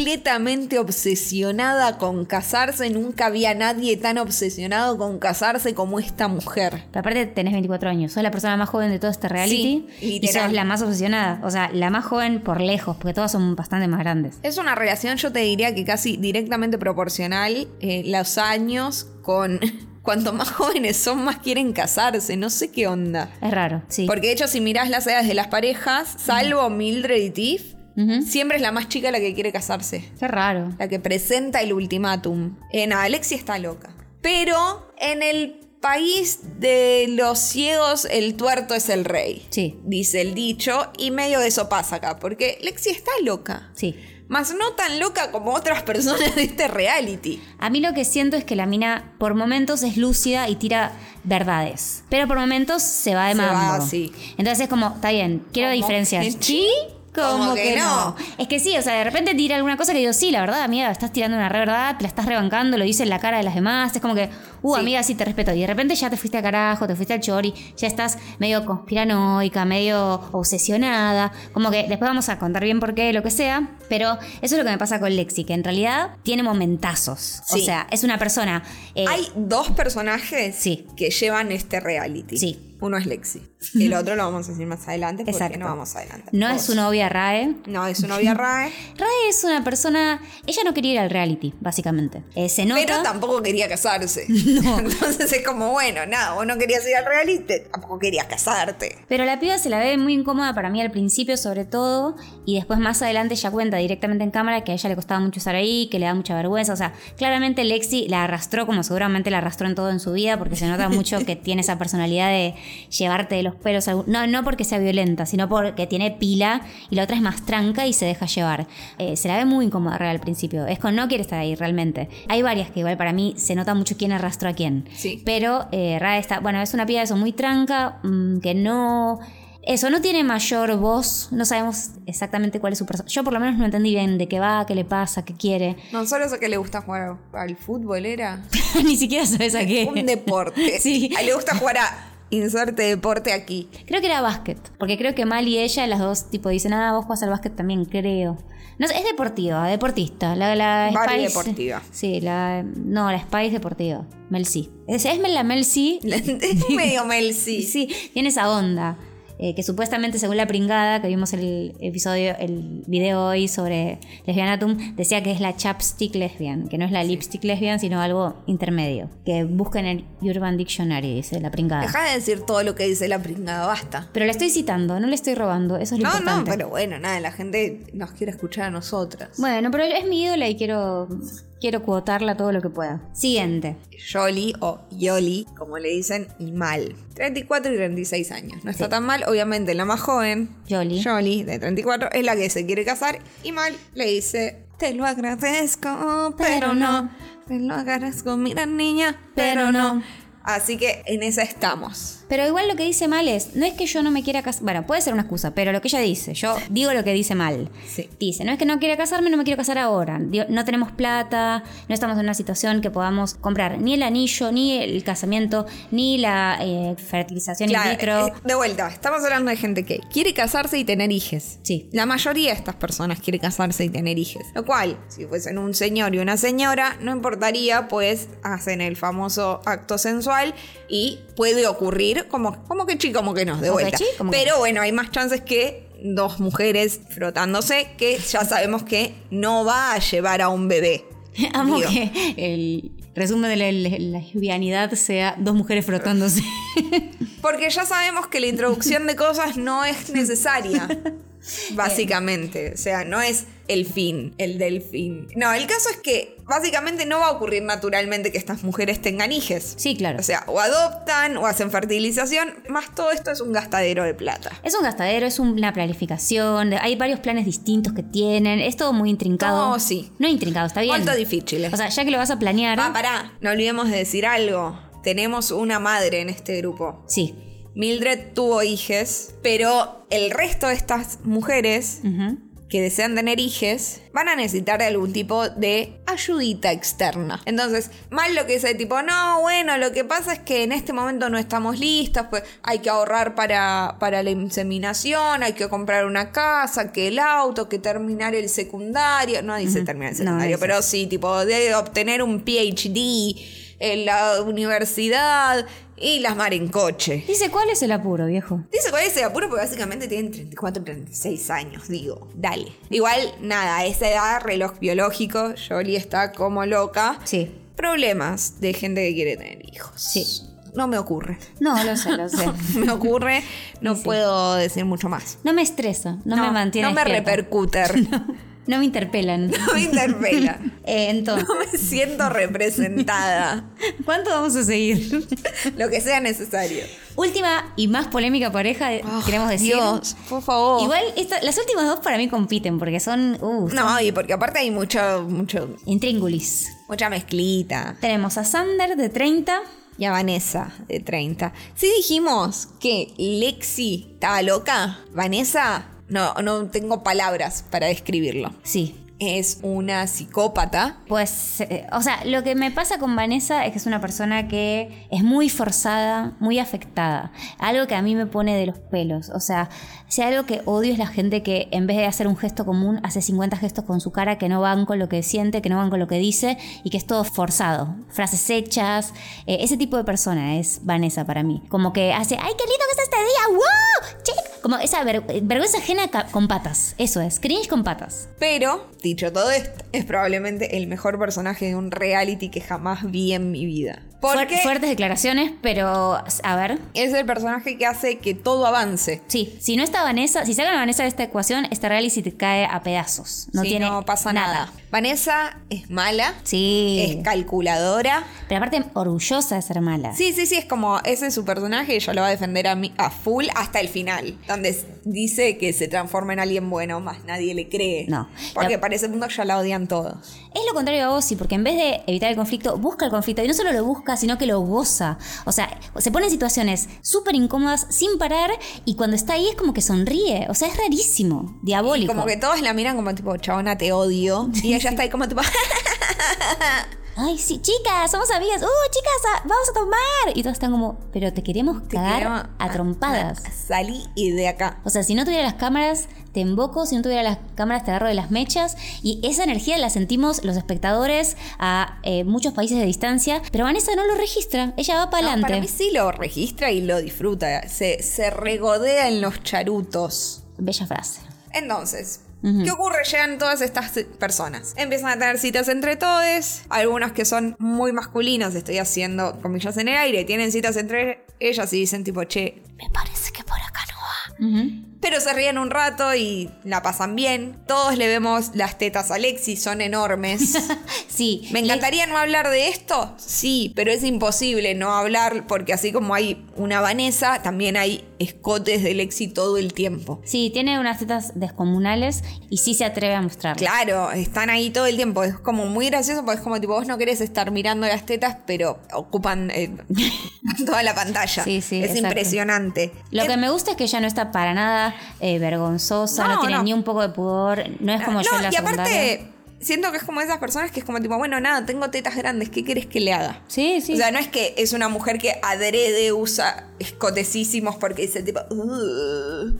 Speaker 2: completamente obsesionada con casarse. Nunca había nadie tan obsesionado con casarse como esta mujer.
Speaker 3: Pero aparte tenés 24 años, sos la persona más joven de todo este reality
Speaker 2: Sí,
Speaker 3: y
Speaker 2: literal.
Speaker 3: sos la más obsesionada, o sea, la más joven por lejos, porque todas son bastante más grandes.
Speaker 2: Es una relación, yo te diría que casi directamente proporcional eh, los años con cuanto más jóvenes son, más quieren casarse, no sé qué onda.
Speaker 3: Es raro, sí.
Speaker 2: Porque de hecho, si mirás las edades de las parejas, salvo Mildred y Tiff,
Speaker 3: Ujú.
Speaker 2: Siempre es la más chica la que quiere casarse.
Speaker 3: Qué raro.
Speaker 2: La que presenta el ultimátum. En Alexi está loca. Pero en el país de los ciegos, el tuerto es el rey.
Speaker 3: Sí.
Speaker 2: Dice el dicho. Y medio de eso pasa acá. Porque Lexi está loca.
Speaker 3: Sí.
Speaker 2: Más no tan loca como otras personas de este reality.
Speaker 3: A mí lo que siento es que la mina por momentos es lúcida y tira verdades. Pero por momentos se va de
Speaker 2: Se va,
Speaker 3: mambo.
Speaker 2: sí.
Speaker 3: Entonces es como, está bien, quiero
Speaker 2: Como
Speaker 3: diferenciar.
Speaker 2: que
Speaker 3: ¿Sí? Como que, no. Es que sí, o sea, de repente tira alguna cosa que digo, sí, la verdad, amiga, estás tirando una re verdad, te la estás rebancando, lo dice en la cara de las demás. Es como que, uh,
Speaker 2: Sí.
Speaker 3: amiga, sí te respeto. Y de repente ya te fuiste a carajo, te fuiste al chori, ya estás medio conspiranoica, medio obsesionada. Como que después vamos a contar bien por qué, lo que sea. Pero eso es lo que me pasa con Lexi, que en realidad tiene momentazos. O
Speaker 2: Sí.
Speaker 3: sea, es una persona. eh,
Speaker 2: Hay dos personajes
Speaker 3: Sí.
Speaker 2: que llevan este reality.
Speaker 3: Sí.
Speaker 2: Uno es Lexi. El otro lo vamos a decir más adelante porque
Speaker 3: Exacto.
Speaker 2: no vamos adelante.
Speaker 3: no es su novia Rae.
Speaker 2: No, es su novia Rae.
Speaker 3: Rae es una persona. Ella no quería ir al reality, básicamente. Eh, se nota.
Speaker 2: Pero tampoco quería casarse. Entonces es como, bueno, nada, vos no querías ir al reality, tampoco querías casarte.
Speaker 3: Pero la piba se la ve muy incómoda para mí al principio, sobre todo, y después más adelante ya cuenta directamente en cámara que a ella le costaba mucho estar ahí, que le da mucha vergüenza. O sea, claramente Lexi la arrastró, como seguramente la arrastró en todo en su vida, porque se nota mucho que tiene esa personalidad de llevarte de los pelos. a algún- No, no porque sea violenta, sino porque tiene pila y la otra es más tranca y se deja llevar. Eh, se la ve muy incómoda real al principio. Es con no quiere estar ahí realmente. Hay varias que igual para mí se nota mucho quién arrastró a quién.
Speaker 2: Sí.
Speaker 3: Pero eh, Rae está, bueno, es una piba eso muy tranca, mm, que no... Eso, no tiene mayor voz, no sabemos exactamente cuál es su persona. Yo por lo menos no entendí bien de qué va, qué le pasa, qué quiere.
Speaker 2: No solo eso que le gusta jugar al fútbol, era
Speaker 3: Ni siquiera sabes a qué.
Speaker 2: un deporte.
Speaker 3: Sí.
Speaker 2: A él Le gusta jugar a inserte deporte aquí.
Speaker 3: Creo que era básquet, porque creo que Mal y ella, las dos, tipo, dicen, ah, vos jugás al básquet también, creo. No sé, es deportiva, deportista. La, la
Speaker 2: Barbie
Speaker 3: Spice-
Speaker 2: deportiva.
Speaker 3: Sí, la... No, la Spice deportiva. Mel C. Es, es la Mel C
Speaker 2: Es medio Mel C.
Speaker 3: Sí, tiene esa onda. eh, que supuestamente, según la pringada que vimos el episodio, el video hoy sobre Lesbianatum, decía que es la chapstick lesbian, que no es la lipstick lesbian, sino algo intermedio. Que busquen en el Urban Dictionary, dice la pringada.
Speaker 2: Deja de decir todo lo que dice la pringada, basta.
Speaker 3: Pero la estoy citando, no le estoy robando, eso es lo
Speaker 2: No, no,
Speaker 3: importante.
Speaker 2: pero bueno, nada, la gente nos quiere escuchar a nosotras.
Speaker 3: Bueno, pero es mi ídola y quiero, quiero cuotarla todo lo que pueda. Siguiente.
Speaker 2: Yoli o Yoli, como le dicen, y mal. 34 y 36 años. No está tan mal, obviamente la más joven,
Speaker 3: Yoli.
Speaker 2: Yoli, de 34, es la que se quiere casar y mal le dice, te lo agradezco, pero
Speaker 3: Pero
Speaker 2: no.
Speaker 3: no.
Speaker 2: Te lo agradezco, mira niña, pero
Speaker 3: Pero
Speaker 2: no.
Speaker 3: no.
Speaker 2: Así que en esa estamos.
Speaker 3: Pero igual lo que dice mal es, no es que yo no me quiera casar, bueno, puede ser una excusa, pero lo que ella dice, yo digo lo que dice mal.
Speaker 2: Sí.
Speaker 3: Dice, no es que no quiera casarme, no me quiero casar ahora. Digo, no tenemos plata, no estamos en una situación que podamos comprar ni el anillo, ni el casamiento, ni la eh, fertilización
Speaker 2: Claro,
Speaker 3: in vitro.
Speaker 2: eh, de vuelta, estamos hablando de gente que quiere casarse y tener hijes.
Speaker 3: Sí.
Speaker 2: La mayoría de estas personas quiere casarse y tener hijes. Lo cual, si fuesen un señor y una señora, no importaría, pues hacen el famoso acto sensual y puede ocurrir como, como que sí, como que no, de
Speaker 3: Como que
Speaker 2: vuelta.
Speaker 3: sí, como que
Speaker 2: Pero bueno, hay más chances que dos mujeres frotándose que ya sabemos que no va a llevar a un bebé.
Speaker 3: Amo
Speaker 2: Digo,
Speaker 3: que el resumen de la, la lesbianidad sea dos mujeres frotándose.
Speaker 2: Porque ya sabemos que la introducción de cosas no es necesaria. Básicamente, o sea, no es el fin, el del fin. No, el caso es que básicamente no va a ocurrir naturalmente que estas mujeres tengan hijes.
Speaker 3: Sí, claro.
Speaker 2: O sea, o adoptan o hacen fertilización, más todo esto es un gastadero de plata.
Speaker 3: Es un gastadero, es una planificación, de- hay varios planes distintos que tienen, es todo muy intrincado.
Speaker 2: No, sí.
Speaker 3: No intrincado, está bien.
Speaker 2: Cuánto difícil. es.
Speaker 3: O sea, ya que lo vas a planear.
Speaker 2: Ah, pará, no olvidemos de decir algo. Tenemos una madre en este grupo.
Speaker 3: Sí.
Speaker 2: Mildred tuvo hijes, pero el resto de estas mujeres
Speaker 3: Ujú.
Speaker 2: que desean tener hijes van a necesitar de algún tipo de ayudita externa. Entonces, mal lo que dice tipo, no, bueno, lo que pasa es que en este momento no estamos listas, pues hay que ahorrar para, para la inseminación, hay que comprar una casa, que el auto, que terminar el secundario, no dice terminar el
Speaker 3: No,
Speaker 2: secundario,
Speaker 3: dice.
Speaker 2: pero sí, tipo, de obtener un PhD en la universidad y las mar en coche.
Speaker 3: Dice, ¿cuál es el apuro, viejo?
Speaker 2: Dice cuál es el apuro porque básicamente tienen 34, 36 años, digo. Dale. Igual, nada, a esa edad, reloj biológico, Jolie está como loca.
Speaker 3: Sí.
Speaker 2: Problemas de gente que quiere tener hijos.
Speaker 3: Sí.
Speaker 2: No me ocurre.
Speaker 3: No, lo sé, lo sé.
Speaker 2: Me ocurre, no
Speaker 3: Sí, sí.
Speaker 2: puedo decir mucho más.
Speaker 3: No me estresa, no, me mantiene
Speaker 2: No me
Speaker 3: despierta.
Speaker 2: repercuter.
Speaker 3: No me interpelan.
Speaker 2: No me interpela.
Speaker 3: Eh, entonces,
Speaker 2: No me siento representada.
Speaker 3: ¿cuánto vamos a seguir?
Speaker 2: Lo que sea necesario.
Speaker 3: Última y más polémica pareja, de- Oh, queremos decir.
Speaker 2: Oh, Dios, por favor.
Speaker 3: Igual, esta- las últimas dos para mí compiten porque son. Uh,
Speaker 2: no, y porque aparte hay mucho, mucho,
Speaker 3: intríngulis.
Speaker 2: mucha mezclita.
Speaker 3: Tenemos a Sander de 30.
Speaker 2: Y a Vanessa, de 30. Si dijimos que Lexi estaba loca, Vanessa, no, no tengo palabras para describirlo.
Speaker 3: Sí.
Speaker 2: Es una psicópata.
Speaker 3: Pues, eh, o sea, lo que me pasa con Vanessa es que es una persona que es muy forzada, muy afectada. Algo que a mí me pone de los pelos. O sea, si hay algo que odio es la gente que en vez de hacer un gesto común, hace 50 gestos con su cara que no van con lo que siente, que no van con lo que dice y que es todo forzado. Frases hechas. eh, ese tipo de persona es Vanessa para mí. Como que hace, ¡ay, qué lindo que está este día! ¡Wow! Che", Como esa ver- vergüenza ajena ca- con patas. Eso es, cringe con patas.
Speaker 2: Pero, dicho todo esto, es probablemente el mejor personaje de un reality que jamás vi en mi vida.
Speaker 3: Fuer-
Speaker 2: Porque
Speaker 3: Fuertes declaraciones, pero a ver.
Speaker 2: es el personaje que hace que todo avance.
Speaker 3: Sí, si no está Vanessa, si sacan a Vanessa de esta ecuación, esta reality te cae a pedazos. No
Speaker 2: Si
Speaker 3: tiene
Speaker 2: no pasa nada. Vanessa es mala,
Speaker 3: Sí.
Speaker 2: es calculadora.
Speaker 3: Pero aparte, orgullosa de ser mala.
Speaker 2: Sí, sí, sí, es como ese es su personaje y ella lo va a defender a, mí, a full hasta el final, donde s- dice que se transforma en alguien bueno, más nadie le cree.
Speaker 3: No.
Speaker 2: Porque
Speaker 3: La-
Speaker 2: para ese punto ya la odian todos.
Speaker 3: Es lo contrario a Ozzy, porque en vez de evitar el conflicto, busca el conflicto. Y no solo lo busca, sino que lo goza. O sea, se pone en situaciones súper incómodas sin parar. Y cuando está ahí es como que sonríe. O sea, es rarísimo. Diabólico.
Speaker 2: Como que todos la miran como tipo, chabona, te odio. Y ella está ahí como tipo, "Ah,
Speaker 3: Ay, sí, chicas, somos amigas. Uh, chicas, ah, vamos a tomar. Y todas están como, pero te queremos cagar
Speaker 2: queremos- ah,
Speaker 3: a trompadas.
Speaker 2: salí y de acá.
Speaker 3: O sea, si no tuviera las cámaras, te emboco. Si no tuviera las cámaras, te agarro de las mechas. Y esa energía la sentimos los espectadores a eh, muchos países de distancia. Pero Vanessa no lo registra. Ella va para
Speaker 2: No,
Speaker 3: adelante.
Speaker 2: para mí sí lo registra y lo disfruta. Se, se regodea en los charutos.
Speaker 3: Bella frase.
Speaker 2: Entonces, ¿qué ocurre? Llegan todas estas personas. Empiezan a tener citas entre todos. Algunos que son muy masculinos, estoy haciendo comillas en el aire, tienen citas entre ellas y dicen tipo, che,
Speaker 3: Me parece que por acá no va.
Speaker 2: pero se ríen un rato y la pasan bien. Todos le vemos las tetas a Lexi, son enormes.
Speaker 3: Sí.
Speaker 2: ¿Me
Speaker 3: Y-
Speaker 2: encantaría no hablar de esto? Sí, pero es imposible no hablar porque así como hay una Vanessa, también hay escotes de Lexi todo el tiempo.
Speaker 3: Sí, tiene unas tetas descomunales y sí se atreve a mostrarlas.
Speaker 2: Claro, están ahí todo el tiempo. Es como muy gracioso porque es como tipo, vos no querés estar mirando las tetas, pero ocupan eh, toda la pantalla.
Speaker 3: Sí, sí,
Speaker 2: es
Speaker 3: exacto.
Speaker 2: impresionante.
Speaker 3: Lo
Speaker 2: Es-
Speaker 3: que me gusta es que ella no está para nada eh, vergonzosa, no,
Speaker 2: No,
Speaker 3: tiene
Speaker 2: no. Ah,
Speaker 3: ni un poco de pudor, no es como
Speaker 2: no,
Speaker 3: yo en la
Speaker 2: y aparte,
Speaker 3: secundaria.
Speaker 2: siento que es como esas personas que es como tipo, bueno, nada, tengo tetas grandes, ¿qué querés que le haga?
Speaker 3: Sí, sí.
Speaker 2: O sea, no es que es una mujer que adrede usa escotecísimos porque dice tipo. "Ugh".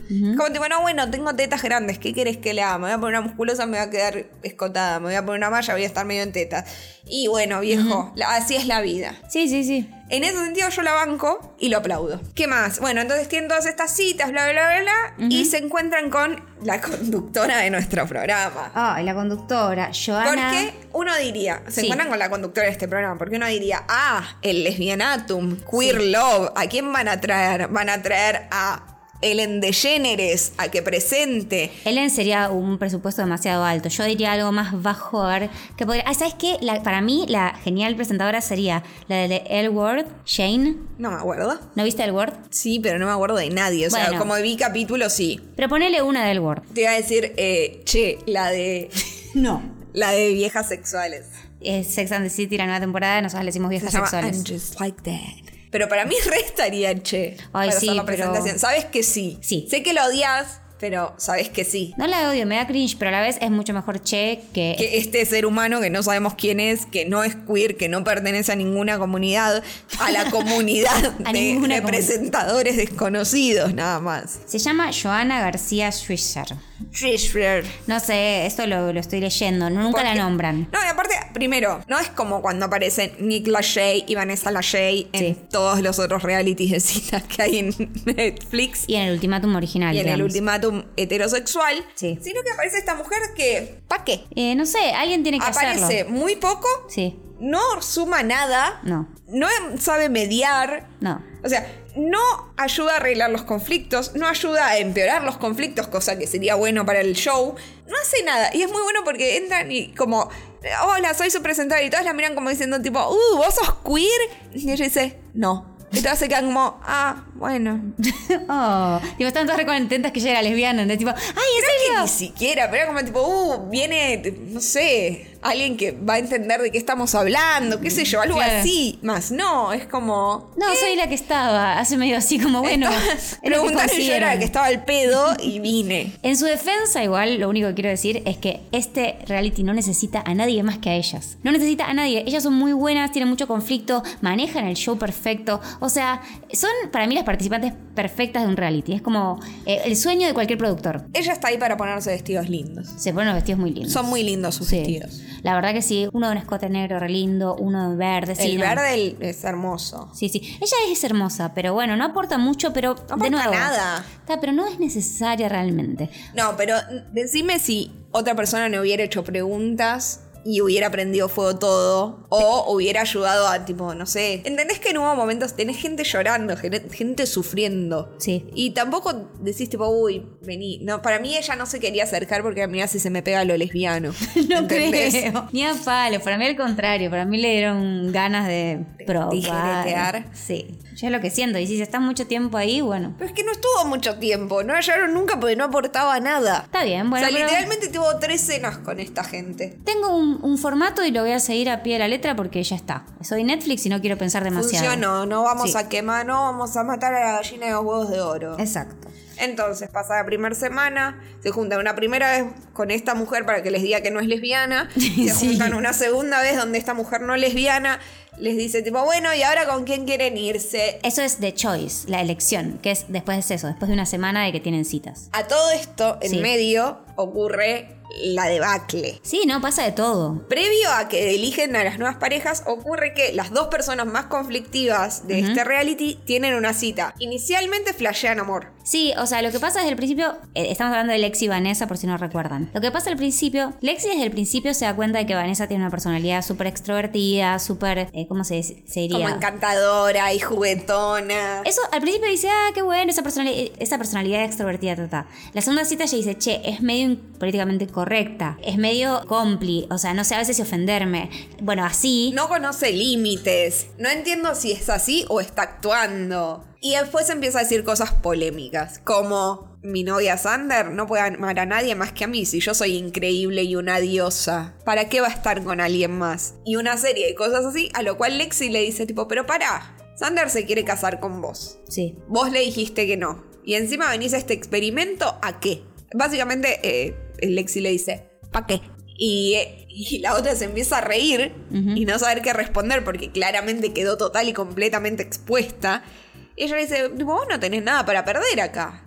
Speaker 2: Es Como tipo, no, bueno, tengo tetas grandes, ¿qué querés que le haga? Me voy a poner una musculosa, me va a quedar escotada, me voy a poner una malla, voy a estar medio en tetas. Y bueno, viejo, la- así es la vida.
Speaker 3: sí, sí, sí.
Speaker 2: En ese sentido yo la banco y lo aplaudo. ¿Qué más? Bueno, entonces tienen todas estas citas, bla, bla, bla, bla, y se encuentran con la conductora de nuestro programa.
Speaker 3: Ah, y la conductora, Joana.
Speaker 2: Porque uno diría, se
Speaker 3: Sí.
Speaker 2: encuentran con la conductora de este programa, porque uno diría, ah, el lesbianatum, queer love, ¿a quién van a traer? Van a traer a Ellen DeGeneres a que presente.
Speaker 3: Ellen sería un presupuesto demasiado alto. Yo diría algo más bajo. A ver, que podría- Ah, ¿sabes qué? La- para mí, la genial presentadora sería la de El Word, Shane.
Speaker 2: No me acuerdo.
Speaker 3: ¿No viste El Word?
Speaker 2: Sí, pero no me acuerdo de nadie. O sea,
Speaker 3: Bueno.
Speaker 2: como vi capítulos, sí.
Speaker 3: Pero ponele una de El Word.
Speaker 2: Te iba a decir, eh, che, la de.
Speaker 3: No.
Speaker 2: La de viejas sexuales.
Speaker 3: Sex and the City, la nueva temporada, nosotros le decimos
Speaker 2: Se
Speaker 3: viejas
Speaker 2: llama
Speaker 3: sexuales.
Speaker 2: I'm Just Like That. Pero para mí restaría che. para
Speaker 3: sí,
Speaker 2: hacer la
Speaker 3: pero-
Speaker 2: presentación. Sabes que sí.
Speaker 3: Sí.
Speaker 2: Sé que lo odias, pero sabes que sí.
Speaker 3: No la odio, me da cringe, pero a la vez es mucho mejor che que.
Speaker 2: que este ser humano que no sabemos quién es, que no es queer, que no pertenece a ninguna comunidad, a la comunidad
Speaker 3: A
Speaker 2: de
Speaker 3: ninguna
Speaker 2: de
Speaker 3: comunidad.
Speaker 2: presentadores desconocidos nada más.
Speaker 3: Se llama Joana García Schwisser.
Speaker 2: Treasure.
Speaker 3: No sé, esto lo, lo estoy leyendo, nunca la
Speaker 2: Porque-
Speaker 3: nombran.
Speaker 2: No, y aparte, primero, no es como cuando aparecen Nick Lachey y Vanessa Lachey en
Speaker 3: Sí.
Speaker 2: todos los otros realities de citas que hay en Netflix.
Speaker 3: Y en el ultimátum original.
Speaker 2: Y en el
Speaker 3: digamos.
Speaker 2: ultimátum heterosexual,
Speaker 3: Sí.
Speaker 2: sino que aparece esta mujer que, ¿pa' qué?
Speaker 3: Eh, no sé, alguien tiene que
Speaker 2: Aparece
Speaker 3: hacerlo.
Speaker 2: muy poco
Speaker 3: Sí.
Speaker 2: no suma nada,
Speaker 3: No.
Speaker 2: no sabe mediar,
Speaker 3: No.
Speaker 2: o sea, no ayuda a arreglar los conflictos, no ayuda a empeorar los conflictos, cosa que sería bueno para el show. No hace nada. Y es muy bueno porque entran y como, hola, soy su presentadora. Y todas la miran como diciendo tipo, uh, vos sos queer. Y ella dice, no. Y todas se quedan como, ah, bueno.
Speaker 3: oh. Tipo, están todas recontentas que yo era lesbiana. ¿entendés? Tipo, ¡ay,
Speaker 2: Creo que ni
Speaker 3: en serio!
Speaker 2: siquiera, pero era como tipo, uh, viene, no sé, alguien que va a entender de qué estamos hablando, qué sé yo, algo
Speaker 3: Claro.
Speaker 2: así. Más no, es como... "Eh,
Speaker 3: No, soy la que estaba. Hace medio así como, bueno. era lo que
Speaker 2: Preguntaron y yo era
Speaker 3: consiguieron.
Speaker 2: la que estaba al pedo y vine.
Speaker 3: En su defensa, igual, lo único que quiero decir es que este reality no necesita a nadie más que a ellas. No necesita a nadie. Ellas son muy buenas, tienen mucho conflicto, manejan el show perfecto. O sea, son para mí las participantes perfectas de un reality. Es como eh, el sueño de cualquier productor.
Speaker 2: Ella está ahí para ponerse vestidos lindos.
Speaker 3: Se ponen los vestidos muy lindos.
Speaker 2: Son muy lindos sus
Speaker 3: Sí.
Speaker 2: vestidos.
Speaker 3: La verdad que sí. Uno de un escote negro re lindo, uno de verde. sí,
Speaker 2: el
Speaker 3: no.
Speaker 2: verde el- es hermoso.
Speaker 3: Sí, sí. Ella es hermosa, pero bueno, no aporta mucho, pero
Speaker 2: No
Speaker 3: de
Speaker 2: aporta
Speaker 3: nuevo.
Speaker 2: nada.
Speaker 3: Está, pero no es necesaria realmente.
Speaker 2: No, pero decime si otra persona no hubiera hecho preguntas y hubiera prendido fuego todo o hubiera ayudado a tipo, no sé. ¿Entendés que en hubo momentos tenés gente llorando, gen- gente sufriendo?
Speaker 3: Sí.
Speaker 2: Y tampoco decís tipo, uy, vení. No, para mí ella no se quería acercar porque mira si se me pega lo lesbiano.
Speaker 3: No
Speaker 2: ¿Entendés?
Speaker 3: creo. Ni a palo. Para mí al contrario. Para mí le dieron ganas de probar.
Speaker 2: tijeretear.
Speaker 3: Sí. Yo es lo que siento. Y si se está mucho tiempo ahí, bueno.
Speaker 2: Pero es que no estuvo mucho tiempo, no llegaron nunca porque no aportaba nada.
Speaker 3: Está bien, bueno.
Speaker 2: o sea,
Speaker 3: pero
Speaker 2: literalmente tuvo tres cenas con esta gente.
Speaker 3: Tengo un, un formato y lo voy a seguir a pie de la letra porque ya está. Soy Netflix y no quiero pensar demasiado.
Speaker 2: Funcionó, no vamos
Speaker 3: Sí.
Speaker 2: a quemar, no vamos a matar a la gallina de los huevos de oro.
Speaker 3: Exacto.
Speaker 2: Entonces pasa la primera semana, se juntan una primera vez con esta mujer para que les diga que no es lesbiana, se
Speaker 3: Sí.
Speaker 2: juntan una segunda vez donde esta mujer no es lesbiana, les dice tipo, bueno, ¿y ahora con quién quieren irse?
Speaker 3: Eso es The Choice, la elección, que es después de eso, después de una semana de que tienen citas.
Speaker 2: A todo esto, en
Speaker 3: Sí.
Speaker 2: medio, ocurre la debacle.
Speaker 3: Sí, no, pasa de todo.
Speaker 2: Previo a que eligen a las nuevas parejas, ocurre que las dos personas más conflictivas de este reality tienen una cita. Inicialmente flashean amor.
Speaker 3: Sí, o sea, lo que pasa desde el principio, eh, estamos hablando de Lexi y Vanessa por si no recuerdan. Lo que pasa al principio, Lexi desde el principio se da cuenta de que Vanessa tiene una personalidad súper extrovertida, súper, eh, ¿cómo se, dice- se diría?
Speaker 2: Como encantadora y juguetona.
Speaker 3: Eso al principio dice, ah, qué bueno, esa personalidad, esa personalidad extrovertida, ta, ta. La segunda cita ya dice, che, es medio in- políticamente incorrecta, es medio compli, o sea, no sé a veces si ofenderme. Bueno, así.
Speaker 2: No conoce límites. No entiendo si es así o está actuando. Y después empieza a decir cosas polémicas, como mi novia Sander no puede amar a nadie más que a mí si yo soy increíble y una diosa. ¿Para qué va a estar con alguien más? Y una serie de cosas así, a lo cual Lexi le dice tipo, pero pará, Sander se quiere casar con vos.
Speaker 3: Sí.
Speaker 2: Vos le dijiste que no. Y encima venís a este experimento, ¿a qué? Básicamente, eh, Lexi le dice, ¿pa' qué? Y, eh, y la otra se empieza a reír y no saber qué responder porque claramente quedó total y completamente expuesta. Y ella le dice, tipo, vos no tenés nada para perder acá.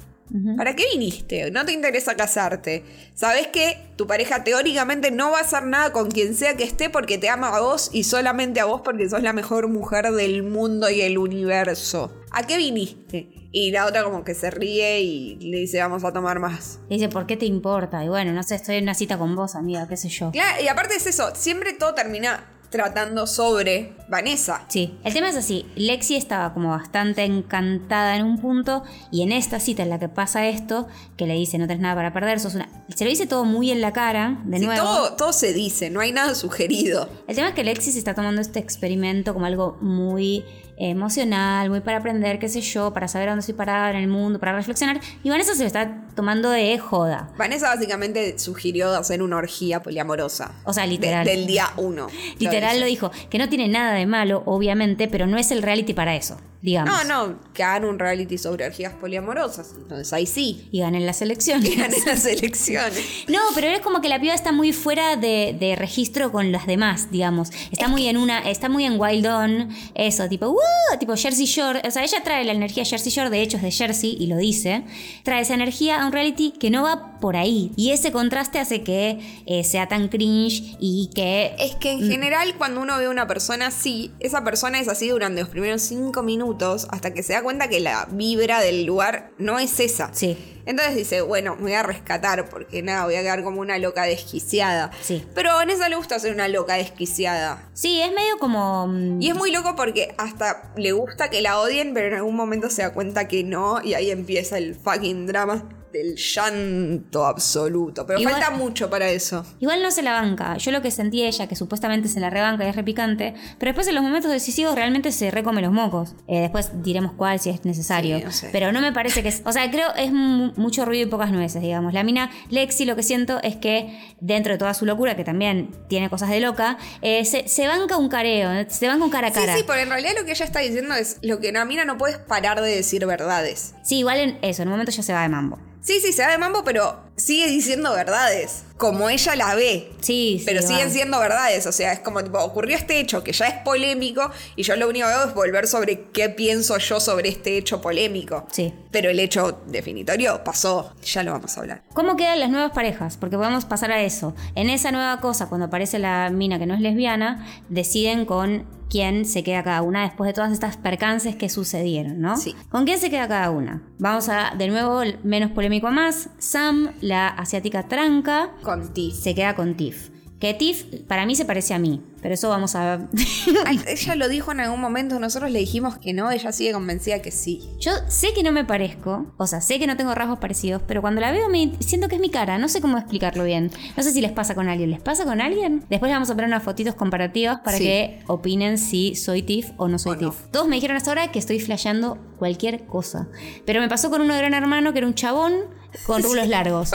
Speaker 2: ¿Para qué viniste? No te interesa casarte. Sabes que tu pareja teóricamente no va a hacer nada con quien sea que esté porque te ama a vos y solamente a vos porque sos la mejor mujer del mundo y el universo. ¿A qué viniste? Y la otra como que se ríe y le dice vamos a tomar más.
Speaker 3: Le dice, ¿por qué te importa? Y bueno, no sé, estoy en una cita con vos, amiga, qué sé yo.
Speaker 2: Claro, y aparte es eso, siempre todo termina tratando sobre Vanessa.
Speaker 3: Sí, el tema es así, Lexi estaba como bastante encantada en un punto y en esta cita en la que pasa esto, que le dice no tenés nada para perder, sos una... Se lo dice todo muy en la cara, de
Speaker 2: Sí,
Speaker 3: nuevo.
Speaker 2: todo, todo se dice, no hay nada sugerido.
Speaker 3: El tema es que Lexi se está tomando este experimento como algo muy emocional, muy para aprender, qué sé yo, para saber dónde estoy parada en el mundo, para reflexionar. Y Vanessa se lo está tomando de joda.
Speaker 2: Vanessa básicamente sugirió hacer una orgía poliamorosa.
Speaker 3: O sea, literal.
Speaker 2: De- del día uno.
Speaker 3: Literal
Speaker 2: Lo
Speaker 3: lo dijo, que no tiene nada de malo, obviamente, pero no es el reality para eso, digamos.
Speaker 2: No, no, que hagan un reality sobre orgías poliamorosas. Entonces ahí sí.
Speaker 3: Y ganen las elecciones.
Speaker 2: Ganan las elecciones.
Speaker 3: No, pero es como que la piba está muy fuera de, de registro con las demás, digamos. Está muy en una, está muy en Wild On, eso, tipo, "Uh", tipo Jersey Shore. O sea, ella trae la energía Jersey Shore, de hecho es de Jersey y lo dice. Trae esa energía a un reality que no va por ahí. Y ese contraste hace que eh, sea tan cringe y que. Mm.
Speaker 2: Es que en general, cuando uno ve a una persona así, esa persona es así durante los primeros cinco minutos hasta que se da cuenta que la vibra del lugar no es esa.
Speaker 3: Sí.
Speaker 2: Entonces dice, bueno, me voy a rescatar porque nada, voy a quedar como una loca desquiciada.
Speaker 3: Sí.
Speaker 2: Pero a Vanessa le gusta ser una loca desquiciada.
Speaker 3: Sí, es medio como. mm,
Speaker 2: Y es muy loco porque hasta le gusta que la odien, pero en algún momento se da cuenta que no y ahí empieza el fucking drama del llanto absoluto. Pero
Speaker 3: Igual-
Speaker 2: falta mucho para eso.
Speaker 3: Igual no se la banca. Yo lo que sentí ella, que supuestamente se la rebanca y es repicante, pero después en los momentos decisivos realmente se recome los mocos. Eh, después diremos cuál si es necesario.
Speaker 2: Sí, no sé.
Speaker 3: Pero no me parece que es. O sea, creo es mu- mucho ruido y pocas nueces, digamos. La mina Lexi, lo que siento es que dentro de toda su locura, que también tiene cosas de loca, eh, se, se banca un careo, eh, se banca un cara a
Speaker 2: Sí,
Speaker 3: cara.
Speaker 2: sí, pero en realidad lo que ella está diciendo es lo que Namina no puedes parar de decir verdades.
Speaker 3: Sí, igual en eso, en un momento ya se va de mambo.
Speaker 2: Sí, sí, se da de mambo, pero sigue diciendo verdades, como ella las ve.
Speaker 3: Sí, sí.
Speaker 2: Pero
Speaker 3: va.
Speaker 2: siguen siendo verdades, o sea, es como tipo, ocurrió este hecho que ya es polémico y yo lo único que hago es volver sobre qué pienso yo sobre este hecho polémico.
Speaker 3: Sí.
Speaker 2: Pero el hecho definitorio pasó, ya lo vamos a hablar.
Speaker 3: ¿Cómo quedan las nuevas parejas? Porque podemos pasar a eso. En esa nueva cosa, cuando aparece la mina que no es lesbiana, deciden con quién se queda cada una después de todas estas percances que sucedieron, ¿no?
Speaker 2: Sí.
Speaker 3: ¿Con quién se queda cada una? Vamos a, de nuevo, el menos polémico a más. Sam, la asiática tranca,
Speaker 2: Con ti.
Speaker 3: se queda con Tiff. Que Tiff, para mí, se parece a mí. Pero eso vamos a...
Speaker 2: Ay, ella lo dijo en algún momento, nosotros le dijimos que no, ella sigue convencida que sí.
Speaker 3: Yo sé que no me parezco, o sea, sé que no tengo rasgos parecidos, pero cuando la veo me siento que es mi cara, no sé cómo explicarlo bien. No sé si les pasa con alguien, ¿les pasa con alguien? Después les vamos a poner unas fotitos comparativas para
Speaker 2: Sí.
Speaker 3: que opinen si soy TIF o no soy
Speaker 2: O no.
Speaker 3: TIF. Todos me dijeron hasta ahora que estoy flasheando cualquier cosa, pero me pasó con uno de gran hermano que era un chabón con rulos largos.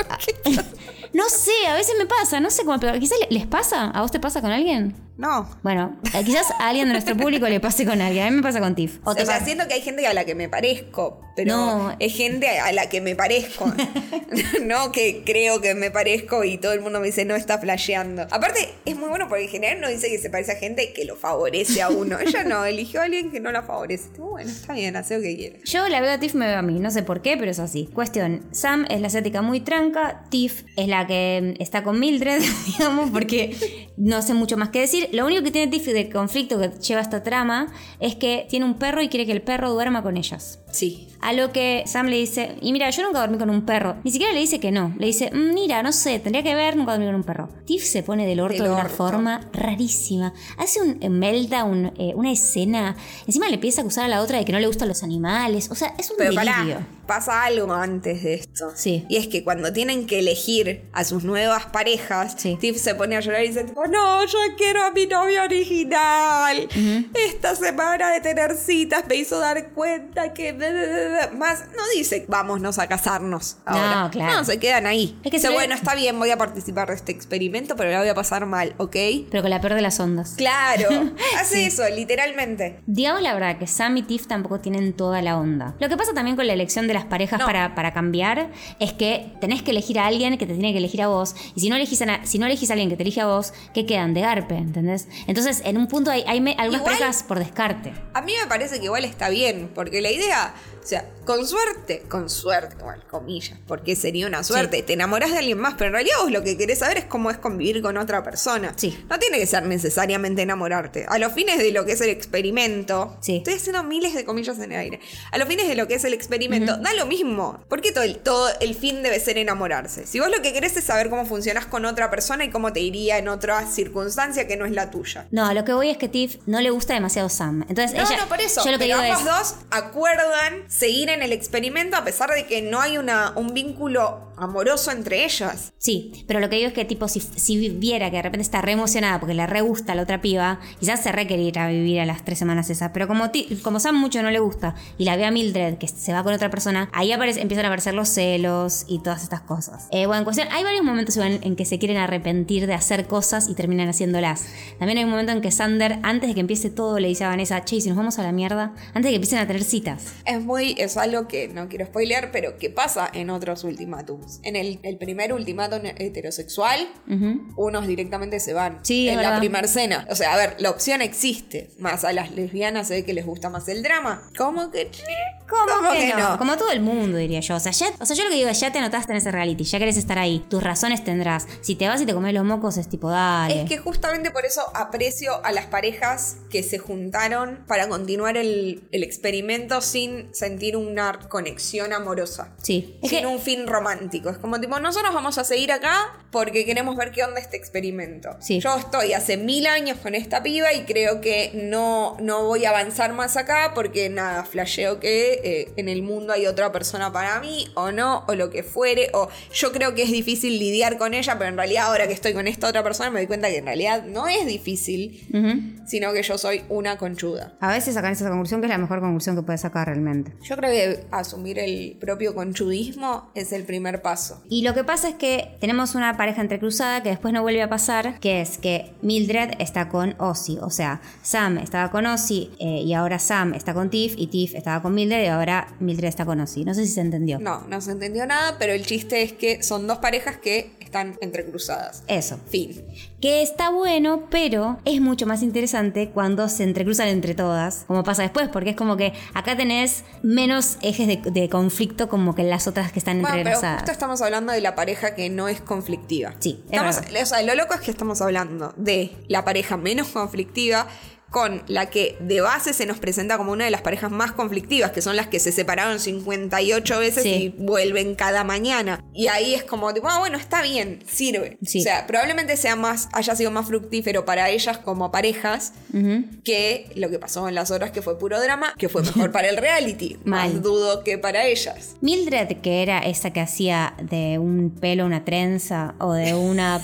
Speaker 3: no sé, a veces me pasa, no sé cómo, pero quizás le- les pasa, ¿a vos te pasa con alguien?
Speaker 2: No.
Speaker 3: Bueno, eh, quizás a alguien de nuestro público le pase con alguien, a mí me pasa con TIF.
Speaker 2: O,
Speaker 3: te
Speaker 2: sea,
Speaker 3: pasa.
Speaker 2: siento que hay gente a la que me parezco, pero
Speaker 3: No.
Speaker 2: es gente a la que me parezco. no que creo que me parezco y todo el mundo me dice, no está flasheando. Aparte, es muy bueno porque en general no dice que se parece a gente que lo favorece a uno. Ella no, eligió a alguien que no la favorece. Bueno, está bien, hace lo que quiera.
Speaker 3: Yo la veo a Tiff, me veo a mí. No sé por qué, pero es así. Cuestión: Sam es la asiática muy tranca. Tiff es la que mm, está con Mildred, digamos, porque no sé mucho más que decir. Lo único que tiene Tiff del conflicto que lleva esta trama es que tiene un perro y quiere que el perro duerma con ellas.
Speaker 2: Sí.
Speaker 3: A lo que Sam le dice, y mira, yo nunca dormí con un perro. Ni siquiera le dice que no. Le dice, "Mm, mira, no sé, tendría que ver, nunca dormí con un perro. Tiff se pone del orto
Speaker 2: Del
Speaker 3: de una
Speaker 2: orto.
Speaker 3: forma rarísima. Hace un eh, meltdown, eh, una escena. Encima le empieza a acusar a la otra de que no le gustan los animales. O sea, es un
Speaker 2: Pero
Speaker 3: delirio.
Speaker 2: pará, pasa algo antes de esto.
Speaker 3: Sí.
Speaker 2: Y es que cuando tienen que elegir a sus nuevas parejas,
Speaker 3: Sí.
Speaker 2: Tiff se pone a llorar y dice, tipo, no, yo quiero a mi novio original. Esta semana de tener citas me hizo dar cuenta que... bla, bla, bla, bla". Más, no dice, vámonos a casarnos.
Speaker 3: No,
Speaker 2: Ahora.
Speaker 3: claro.
Speaker 2: No, se quedan ahí.
Speaker 3: Es que
Speaker 2: Dice,
Speaker 3: se le-
Speaker 2: bueno, está bien, voy a participar de este experimento, pero la voy a pasar mal, ¿ok?
Speaker 3: Pero con la peor de las ondas.
Speaker 2: Claro. Hace eso, literalmente.
Speaker 3: Digamos la verdad que Sam y Tiff tampoco tienen toda la onda. Lo que pasa también con la elección de las parejas
Speaker 2: No.
Speaker 3: para, para cambiar es que tenés que elegir a alguien que te tiene que elegir a vos. Y si no elegís a, na- si no elegís a alguien que te elige a vos, ¿qué quedan? De garpe, ¿entendés? Entonces, en un punto hay, hay me- algunas
Speaker 2: Igual-
Speaker 3: parejas por descarte.
Speaker 2: A mí me parece que igual está bien, porque la idea, o sea, con suerte, con suerte, igual, comillas, porque sería una suerte, te enamorás de alguien más, pero en realidad vos lo que querés saber es cómo es convivir con otra persona.
Speaker 3: Sí.
Speaker 2: No tiene que ser necesariamente enamorarte. A los fines de lo que es el experimento,
Speaker 3: Sí.
Speaker 2: estoy haciendo miles de comillas en el aire. A los fines de lo que es el experimento, da lo mismo. Porque todo el, todo el fin debe ser enamorarse. Si vos lo que querés es saber cómo funcionás con otra persona y cómo te iría en otra circunstancia que no es la tuya.
Speaker 3: No, lo que voy es que Tiff no le gusta demasiado Sam. Entonces,
Speaker 2: No,
Speaker 3: ella,
Speaker 2: no, por eso.
Speaker 3: Yo lo que
Speaker 2: pero
Speaker 3: digo es.
Speaker 2: ambos dos acuerdan seguir en el experimento a pesar de que no hay una, un vínculo amoroso entre ellas.
Speaker 3: Sí, pero lo que digo es que, tipo, si, si viera que de repente está re emocionada porque le re gusta la otra piba, quizás se re quería ir a vivir a las tres semanas esas. Pero como, ti- como Sam mucho no le gusta y la ve a Mildred, que se va con otra persona, ahí aparece, empiezan a aparecer los celos y todas estas cosas. Eh, bueno, en cuestión, hay varios momentos igual en, que se quieren arrepentir de hacer cosas y terminan haciéndolas. También hay un momento en que Sander, antes de que empiece todo, le dice a Vanessa, che, ¿y si nos vamos a la mierda, antes de que empiecen a tener citas.
Speaker 2: Es muy, es algo que no quiero spoilear, pero que pasa en otros ultimátum. en el, el primer ultimátum heterosexual,
Speaker 3: Ujú.
Speaker 2: unos directamente se van.
Speaker 3: Sí, es
Speaker 2: en la
Speaker 3: verdad.
Speaker 2: primera cena. O sea, a ver, la opción existe. Más a las lesbianas se ve que les gusta más el drama. ¿Cómo que?
Speaker 3: ¿Cómo, que, no? Como todo el mundo, diría yo. O sea, ya, o sea, yo lo que digo es, ya te anotaste en ese reality, ya querés estar ahí, tus razones tendrás. Si te vas y te comes los mocos, es tipo, dale.
Speaker 2: Es que justamente por eso aprecio a las parejas que se juntaron para continuar el, el experimento sin sentir una conexión amorosa.
Speaker 3: Sí. Es
Speaker 2: sin
Speaker 3: que-
Speaker 2: un fin romántico. Es como tipo, nosotros vamos a seguir acá porque queremos ver qué onda este experimento.
Speaker 3: Sí.
Speaker 2: Yo estoy hace mil años con esta piba y creo que no, no voy a avanzar más acá porque nada, flasheo que eh, en el mundo hay otra persona para mí o no, o lo que fuere, o yo creo que es difícil lidiar con ella, pero en realidad ahora que estoy con esta otra persona me doy cuenta que en realidad no es difícil,
Speaker 3: Ujú.
Speaker 2: sino que yo soy una conchuda.
Speaker 3: A veces sacan esa conclusión que es la mejor conclusión que puedes sacar realmente.
Speaker 2: Yo creo que asumir el propio conchudismo es el primer paso.
Speaker 3: Y lo que pasa es que tenemos una pareja entrecruzada que después no vuelve a pasar, que es que Mildred está con Ozzy. O sea, Sam estaba con Ozzy eh, y ahora Sam está con Tiff y Tiff estaba con Mildred y ahora Mildred está con Ozzy. No sé si se entendió.
Speaker 2: No, no se entendió nada, pero el chiste es que son dos parejas que están entrecruzadas.
Speaker 3: Eso.
Speaker 2: Fin.
Speaker 3: Que está bueno, pero es mucho más interesante cuando se entrecruzan entre todas, como pasa después, porque es como que acá tenés menos ejes de, de conflicto como que las otras que están
Speaker 2: Bueno, pero
Speaker 3: entrelazadas.
Speaker 2: justo estamos hablando de la pareja que no es conflictiva.
Speaker 3: Sí, es
Speaker 2: Estamos- o sea, lo loco es que estamos hablando de la pareja menos conflictiva con la que de base se nos presenta como una de las parejas más conflictivas, que son las que se separaron 58 veces
Speaker 3: Sí.
Speaker 2: y vuelven cada mañana. Y ahí es como, tipo, ah, bueno, está bien, sirve.
Speaker 3: Sí.
Speaker 2: O sea, probablemente sea más, haya sido más fructífero para ellas como parejas
Speaker 3: Ujú.
Speaker 2: que lo que pasó en las horas que fue puro drama, que fue mejor para el reality. Más
Speaker 3: Mal.
Speaker 2: dudo que para ellas.
Speaker 3: Mildred, que era esa que hacía de un pelo una trenza o de una...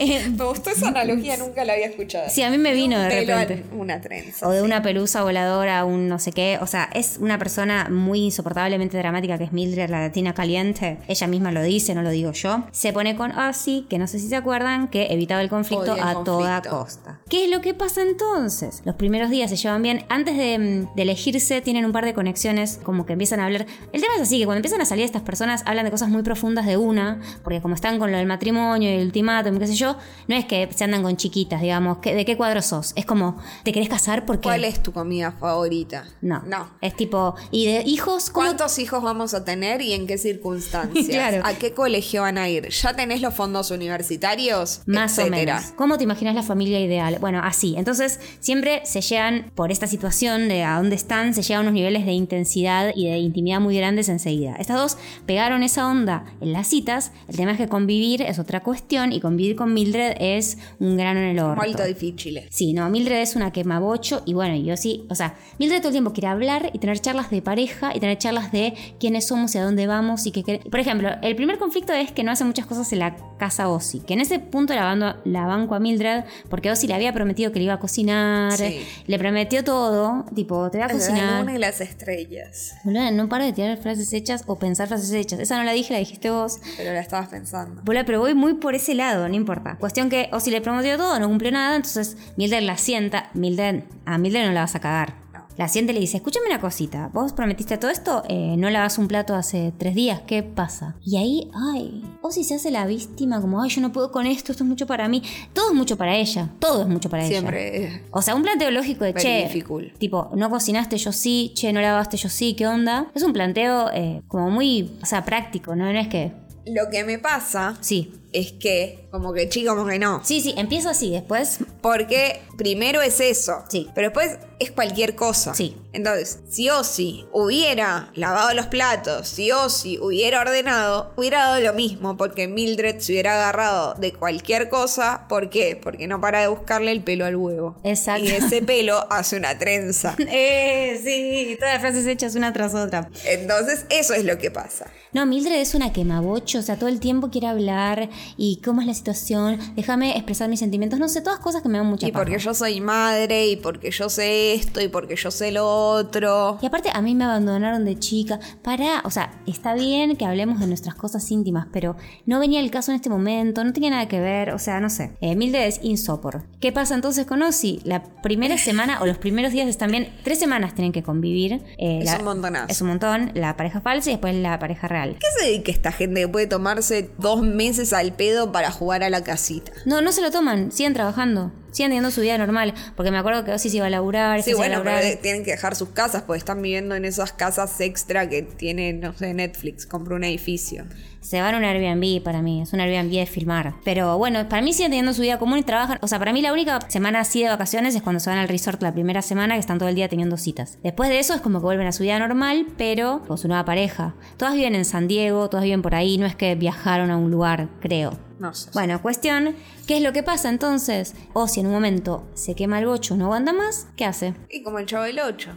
Speaker 3: Eh,
Speaker 2: Me gustó esa analogía, nunca la había escuchado.
Speaker 3: sí, a mí me vino de
Speaker 2: Pelo
Speaker 3: repente.
Speaker 2: en una trenza.
Speaker 3: O de una pelusa voladora, un no sé qué. O sea, es una persona muy insoportablemente dramática que es Mildred, la latina caliente. Ella misma lo dice, no lo digo yo. Se pone con Ozzy, que no sé si se acuerdan, que evitaba el conflicto
Speaker 2: Odia el
Speaker 3: a toda
Speaker 2: conflicto.
Speaker 3: costa. ¿Qué es lo que pasa entonces? Los primeros días se llevan bien. Antes de, mm, de elegirse, tienen un par de conexiones, como que empiezan a hablar. El tema es así, que cuando empiezan a salir estas personas, hablan de cosas muy profundas de una, porque como están con lo del matrimonio y el ultimátum, y qué sé yo, no es que se andan con chiquitas, digamos. ¿qué- ¿De qué cuadro sos? Es como, ¿te querés casar porque
Speaker 2: ¿Cuál es tu comida favorita?
Speaker 3: no.
Speaker 2: No.
Speaker 3: Es tipo, ¿y de hijos? ¿Cómo-
Speaker 2: ¿Cuántos hijos vamos a tener y en qué circunstancias?
Speaker 3: Claro.
Speaker 2: ¿A qué colegio van a ir? ¿Ya tenés los fondos universitarios?
Speaker 3: Más
Speaker 2: Etcétera.
Speaker 3: o menos. ¿Cómo te imaginas la familia ideal? Bueno, así. Entonces, siempre se llegan por esta situación de a dónde están, se llegan a unos niveles de intensidad y de intimidad muy grandes enseguida. Estas dos pegaron esa onda en las citas. El tema es que convivir es otra cuestión y convivir con Mildred es un grano en el horno.
Speaker 2: Molto difíciles.
Speaker 3: Sí, no, Mildred es una quemabocho y bueno, yo sí, o sea, Mildred todo el tiempo quiere hablar y tener charlas de pareja y tener charlas de quiénes somos y a dónde vamos y qué quer- Por ejemplo, el primer conflicto es que no hace muchas cosas en la casa Ozzy, que en ese punto la, bando- la banco a Mildred porque Ozzy le había prometido que le iba a cocinar,
Speaker 2: Sí.
Speaker 3: le prometió todo, tipo, te voy a
Speaker 2: La luna
Speaker 3: cocinar.
Speaker 2: y las estrellas.
Speaker 3: Boluda, no para de tirar frases hechas o pensar frases hechas. Esa no la dije, la dijiste vos.
Speaker 2: Pero la estabas pensando.
Speaker 3: Bola, pero voy muy por ese lado, no importa. Cuestión que o si le prometió todo, no cumplió nada, entonces Mildred la sienta. Mildred, a Mildred no la vas a cagar.
Speaker 2: No.
Speaker 3: La sienta y le dice, escúchame una cosita, vos prometiste todo esto, Eh, no lavas un plato hace tres días, ¿qué pasa? Y ahí, ay, o si se hace la víctima, como, ay, yo no puedo con esto, esto es mucho para mí. Todo es mucho para ella, todo es mucho para ella.
Speaker 2: Siempre. eh,
Speaker 3: O sea, un planteo lógico de, che,
Speaker 2: Verificul.
Speaker 3: tipo, no cocinaste yo sí, che, no lavaste yo sí, ¿qué onda? Es un planteo eh, como muy, o sea, práctico, ¿no? No es que,
Speaker 2: Lo que me pasa
Speaker 3: sí,
Speaker 2: es que, como que chico, como que no.
Speaker 3: Sí, sí, empieza así, después.
Speaker 2: Porque primero es eso.
Speaker 3: Sí.
Speaker 2: Pero después es cualquier cosa.
Speaker 3: Sí.
Speaker 2: Entonces, si Ozzy hubiera lavado los platos, si Ozzy hubiera ordenado, hubiera dado lo mismo, porque Mildred se hubiera agarrado de cualquier cosa. ¿Por qué? Porque no para de buscarle el pelo al huevo.
Speaker 3: Exacto.
Speaker 2: Y ese pelo hace una trenza.
Speaker 3: Eh, sí, todas las frases hechas una tras otra.
Speaker 2: Entonces, eso es lo que pasa.
Speaker 3: No, Mildred es una quemabocho, o sea, todo el tiempo quiere hablar y cómo es la situación, déjame expresar mis sentimientos, no sé, todas cosas que me dan mucha
Speaker 2: Y
Speaker 3: paja.
Speaker 2: porque yo soy madre, y porque yo sé sé esto y porque yo sé lo otro.
Speaker 3: Y aparte a mí me abandonaron de chica. Para, o sea, está bien que hablemos de nuestras cosas íntimas, pero no venía el caso en este momento, no tenía nada que ver, o sea, no sé. Eh, Milde es insopor. ¿Qué pasa entonces con Ozzy? La primera semana o los primeros días están bien, tres semanas tienen que convivir. eh,
Speaker 2: Es
Speaker 3: la-
Speaker 2: un montonazo.
Speaker 3: Es un montón, la pareja falsa y después la pareja real.
Speaker 2: ¿Qué se dedica esta gente que puede tomarse dos meses al pedo para jugar a la casita?
Speaker 3: No, no se lo toman, siguen trabajando, siguen teniendo su vida normal, porque me acuerdo que Ozzy se iba a laburar,
Speaker 2: Sí,
Speaker 3: se iba a
Speaker 2: bueno, pero eh,
Speaker 3: laburar.
Speaker 2: de- tienen que dejar sus casas porque están viviendo en esas casas extra que tiene, no sé, Netflix. Compró un edificio.
Speaker 3: Se van a un Airbnb para mí, es un Airbnb de filmar. Pero bueno, para mí siguen teniendo su vida común y trabajan. O sea, para mí la única semana así de vacaciones es cuando se van al resort la primera semana que están todo el día teniendo citas. Después de eso es como que vuelven a su vida normal, pero con su nueva pareja. Todas viven en San Diego, todas viven por ahí, no es que viajaron a un lugar, creo.
Speaker 2: No sé.
Speaker 3: Bueno, cuestión, ¿qué es lo que pasa entonces? O si en un momento se quema el bocho, no aguanta más, ¿qué hace?
Speaker 2: Y como el chavo del 8.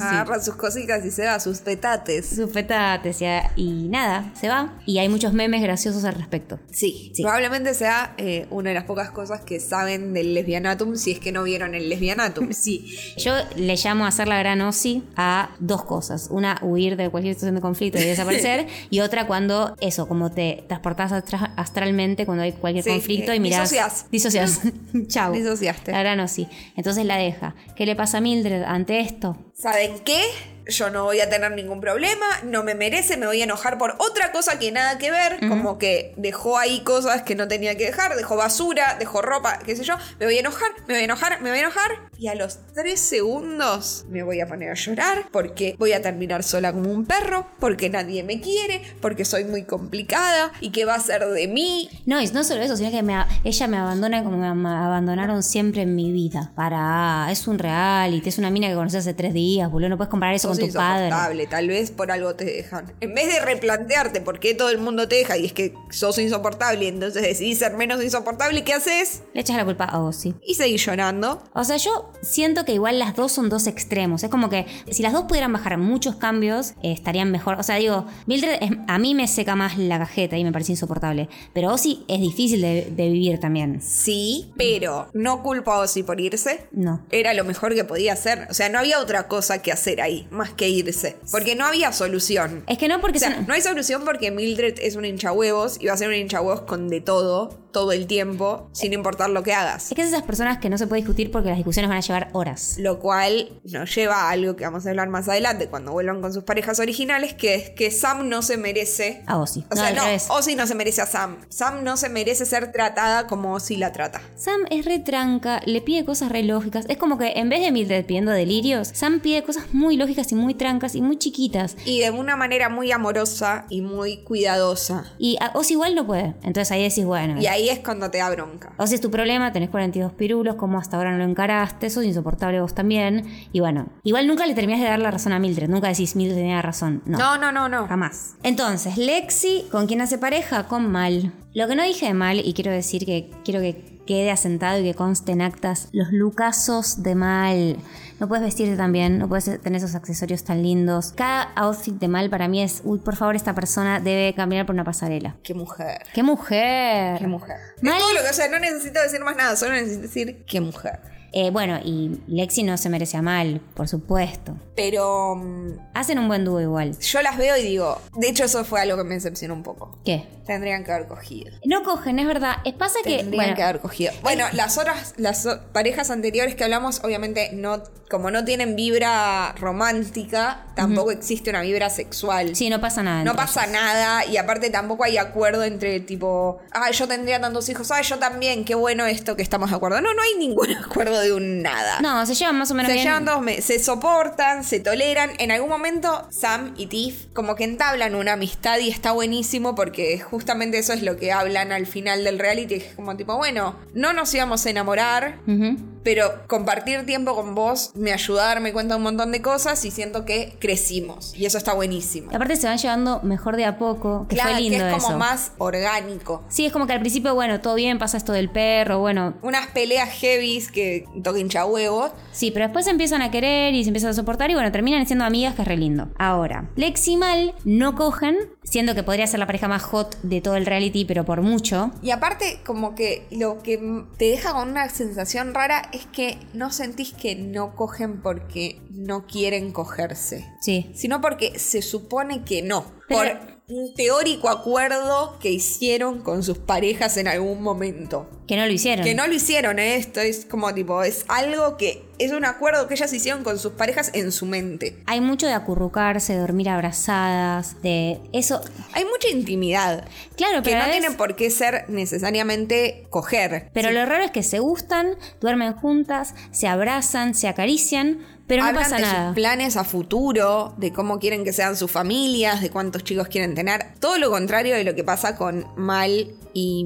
Speaker 2: Agarra sus cositas y se va, sus petates.
Speaker 3: Sus petates y, y nada, se va. Y hay muchos memes graciosos al respecto.
Speaker 2: Sí,
Speaker 3: Sí.
Speaker 2: probablemente sea eh, una de las pocas cosas que saben del lesbianatum si es que no vieron el lesbianatum.
Speaker 3: Sí. Yo le llamo a hacer la gran OSI a dos cosas. Una, huir de cualquier situación de conflicto y desaparecer. y otra, cuando eso, como te transportás astra- astralmente cuando hay cualquier
Speaker 2: Sí,
Speaker 3: conflicto
Speaker 2: eh,
Speaker 3: y mirás.
Speaker 2: disociás.
Speaker 3: Disociás. Chau.
Speaker 2: Disociaste.
Speaker 3: La gran OSI. Entonces la deja. ¿Qué le pasa a Mildred ante esto?
Speaker 2: ¿Saben qué? Yo no voy a tener ningún problema, no me merece, me voy a enojar por otra cosa que nada que ver, como que dejó ahí cosas que no tenía que dejar, dejó basura, dejó ropa, qué sé yo, me voy a enojar, me voy a enojar, me voy a enojar, y a los tres segundos me voy a poner a llorar porque voy a terminar sola como un perro, porque nadie me quiere, porque soy muy complicada, y qué va a ser de mí,
Speaker 3: No, y no solo eso, sino que me a- ella me abandona como me am- abandonaron siempre en mi vida. Para, ah, es un reality, es una mina que conocí hace tres días, boludo. No puedes comparar eso con
Speaker 2: sos
Speaker 3: tu padre.
Speaker 2: insoportable, tal vez por algo te dejan. En vez de replantearte por qué todo el mundo te deja y es que sos insoportable y entonces decidís ser menos insoportable, ¿qué haces?
Speaker 3: Le echas la culpa a Ozzy.
Speaker 2: Y seguís llorando.
Speaker 3: O sea, yo siento que igual las dos son dos extremos. Es como que si las dos pudieran bajar muchos cambios, eh, estarían mejor. O sea, digo, Mildred es- a mí me seca más la cajeta y me parece insoportable. Pero Ozzy es difícil de, de vivir también.
Speaker 2: Sí, pero no culpo a Ozzy por irse.
Speaker 3: No.
Speaker 2: Era lo mejor que podía hacer. O sea, no había otra cosa que hacer ahí, más que irse. Porque no había solución.
Speaker 3: Es que no porque
Speaker 2: O sea,
Speaker 3: son-
Speaker 2: no hay solución porque Mildred es un hinchahuevos y va a ser un hinchahuevos con de todo, todo el tiempo, sin importar lo que hagas.
Speaker 3: Es que es esas personas que no se puede discutir porque las discusiones van a llevar horas.
Speaker 2: Lo cual nos lleva a algo que vamos a hablar más adelante cuando vuelvan con sus parejas originales, que es que Sam no se merece.
Speaker 3: A Ozzy.
Speaker 2: O
Speaker 3: No,
Speaker 2: sea,
Speaker 3: al
Speaker 2: no,
Speaker 3: revés.
Speaker 2: Ozzy no se merece a Sam. Sam no se merece ser tratada como Ozzy la trata.
Speaker 3: Sam es retranca, le pide cosas re lógicas. Es como que en vez de Mildred pidiendo delirios, Sam pide cosas muy lógicas y muy trancas y muy chiquitas.
Speaker 2: Y de una manera muy amorosa y muy cuidadosa.
Speaker 3: Y a- Ozzy igual no puede. Entonces ahí decís, bueno.
Speaker 2: Y ahí es cuando te da bronca.
Speaker 3: O sea, es tu problema, tenés 42 pirulos, como hasta ahora no lo encaraste, sos insoportable vos también. Y bueno, igual nunca le terminás de dar la razón a Mildred, nunca decís Mildred tenía razón. No,
Speaker 2: No, no, no, no.
Speaker 3: jamás. Entonces, Lexi, ¿con quién hace pareja? Con Mal. Lo que no dije de Mal, y quiero decir que quiero que quede asentado y que conste en actas, los lucasos de Mal. No puedes vestirte tan bien, no puedes tener esos accesorios tan lindos. Cada outfit de Mal para mí es, uy, por favor, esta persona debe caminar por una pasarela.
Speaker 2: Qué mujer.
Speaker 3: ¡Qué mujer!
Speaker 2: Qué mujer.
Speaker 3: Mal-
Speaker 2: Es todo lo que, o sea, no necesito decir más nada, solo necesito decir qué mujer.
Speaker 3: Eh, bueno, y Lexi no se merece a mal, por supuesto.
Speaker 2: Pero mm,
Speaker 3: Hacen un buen dúo igual.
Speaker 2: yo las veo y digo, de hecho eso fue algo que me decepcionó un poco.
Speaker 3: ¿Qué?
Speaker 2: Tendrían que haber cogido.
Speaker 3: No cogen, es verdad. Es pasa que.
Speaker 2: Tendrían
Speaker 3: bueno,
Speaker 2: que haber cogido. Bueno, las otras, las o- parejas anteriores que hablamos, obviamente, no, como no tienen vibra romántica, tampoco existe una vibra sexual.
Speaker 3: Sí, no pasa nada.
Speaker 2: No
Speaker 3: entre
Speaker 2: pasa nada y aparte tampoco hay acuerdo entre tipo, ah, yo tendría tantos hijos, ah, yo también, qué bueno esto que estamos de acuerdo. No, no hay ningún acuerdo de un nada.
Speaker 3: ellos. No, se llevan más o menos
Speaker 2: Se
Speaker 3: bien.
Speaker 2: llevan dos meses, se soportan, se toleran. En algún momento Sam y Tiff como que entablan una amistad y está buenísimo porque justamente eso es lo que hablan al final del reality. que Es como tipo, bueno, no nos íbamos a enamorar,
Speaker 3: Ujú.
Speaker 2: pero compartir tiempo con vos me ayuda a darme cuenta de un montón de cosas y siento que crecimos. Y eso está buenísimo.
Speaker 3: Aparte, se van llevando mejor de a poco. Que
Speaker 2: Claro,
Speaker 3: fue lindo
Speaker 2: que es como
Speaker 3: eso.
Speaker 2: más orgánico.
Speaker 3: Sí, es como que al principio, bueno, todo bien, pasa esto del perro, bueno.
Speaker 2: Unas peleas heavies que toquen chahuevos.
Speaker 3: Sí, pero después se empiezan a querer y se empiezan a soportar y bueno, terminan siendo amigas, que es re lindo. Ahora, Lexi y Mal no cogen, siendo que podría ser la pareja más hot de todo el reality, pero por mucho.
Speaker 2: Y aparte, como que lo que m- te deja con una sensación rara es que no sentís que no cogen porque no quieren cogerse,
Speaker 3: Sí.
Speaker 2: sino porque se supone que no.
Speaker 3: Pero-
Speaker 2: por un teórico acuerdo que hicieron con sus parejas en algún momento.
Speaker 3: Que no lo hicieron.
Speaker 2: Que no lo hicieron, ¿eh? esto es como tipo, es algo que es un acuerdo que ellas hicieron con sus parejas en su mente.
Speaker 3: Hay mucho de acurrucarse, de dormir abrazadas, de eso.
Speaker 2: Hay mucha intimidad,
Speaker 3: Claro,
Speaker 2: que
Speaker 3: pero a
Speaker 2: no
Speaker 3: la vez-
Speaker 2: tiene por qué ser necesariamente coger.
Speaker 3: Pero lo raro es que se gustan, duermen juntas, se abrazan, se acarician, pero no
Speaker 2: Hablan
Speaker 3: pasa
Speaker 2: de
Speaker 3: nada.
Speaker 2: sus planes a futuro, de cómo quieren que sean sus familias, de cuántos chicos quieren tener. Todo lo contrario de lo que pasa con Mal y...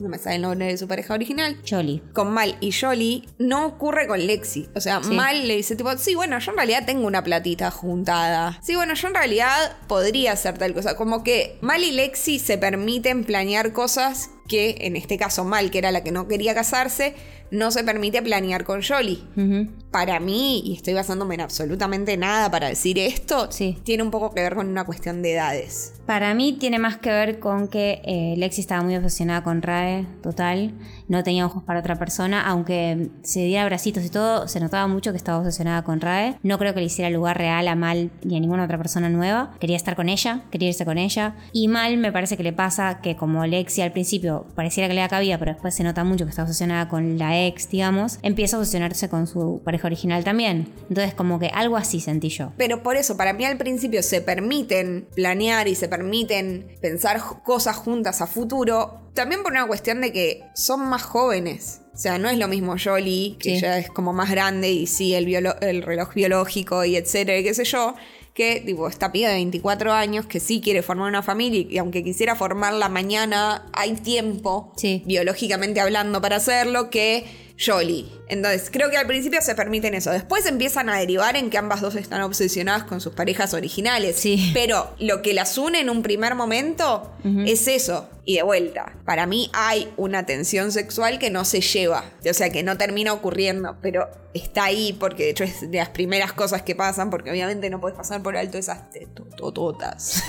Speaker 2: No me sale el nombre de su pareja original.
Speaker 3: Choli.
Speaker 2: con Mal y Jolly no ocurre con Lexi. O sea,
Speaker 3: Sí.
Speaker 2: Mal le dice tipo, sí, bueno, yo en realidad tengo una platita juntada. Sí, bueno, yo en realidad podría hacer tal cosa. Como que Mal y Lexi se permiten planear cosas que en este caso Mal, que era la que no quería casarse, no se permite planear con Jolly.
Speaker 3: Ujú.
Speaker 2: Para mí, y estoy basándome en absolutamente nada para decir esto,
Speaker 3: Sí.
Speaker 2: tiene un poco que ver con una cuestión de edades.
Speaker 3: Para mí tiene más que ver con que eh, Lexi estaba muy obsesionada con Rae, total. No tenía ojos para otra persona, aunque se diera abracitos y todo, se notaba mucho que estaba obsesionada con Rae. No creo que le hiciera lugar real a Mal ni a ninguna otra persona nueva. Quería estar con ella, quería irse con ella. Y Mal me parece que le pasa que como Lexi al principio pareciera que le da cabida, pero después se nota mucho que está obsesionada con la ex, digamos, empieza a obsesionarse con su pareja original también. Entonces como que algo así sentí yo.
Speaker 2: Pero por eso, para mí al principio se permiten planear y se permiten pensar ju- cosas juntas a futuro. También por una cuestión de que son más jóvenes. O sea, no es lo mismo Jolie, que
Speaker 3: Sí.
Speaker 2: ya es como más grande y sí, el, biolo- el reloj biológico y etcétera, y qué sé yo. Que, tipo, esta piba de 24 años que sí quiere formar una familia y aunque quisiera formarla mañana, hay tiempo,
Speaker 3: Sí.
Speaker 2: biológicamente hablando, para hacerlo, que Jolie. Entonces, creo que al principio se permiten eso. Después empiezan a derivar en que ambas dos están obsesionadas con sus parejas originales.
Speaker 3: Sí.
Speaker 2: Pero lo que las une en un primer momento es eso. Y de vuelta, para mí hay una tensión sexual que no se lleva. O sea, que no termina ocurriendo, pero está ahí porque de hecho es de las primeras cosas que pasan, porque obviamente no puedes pasar por alto esas tetototas.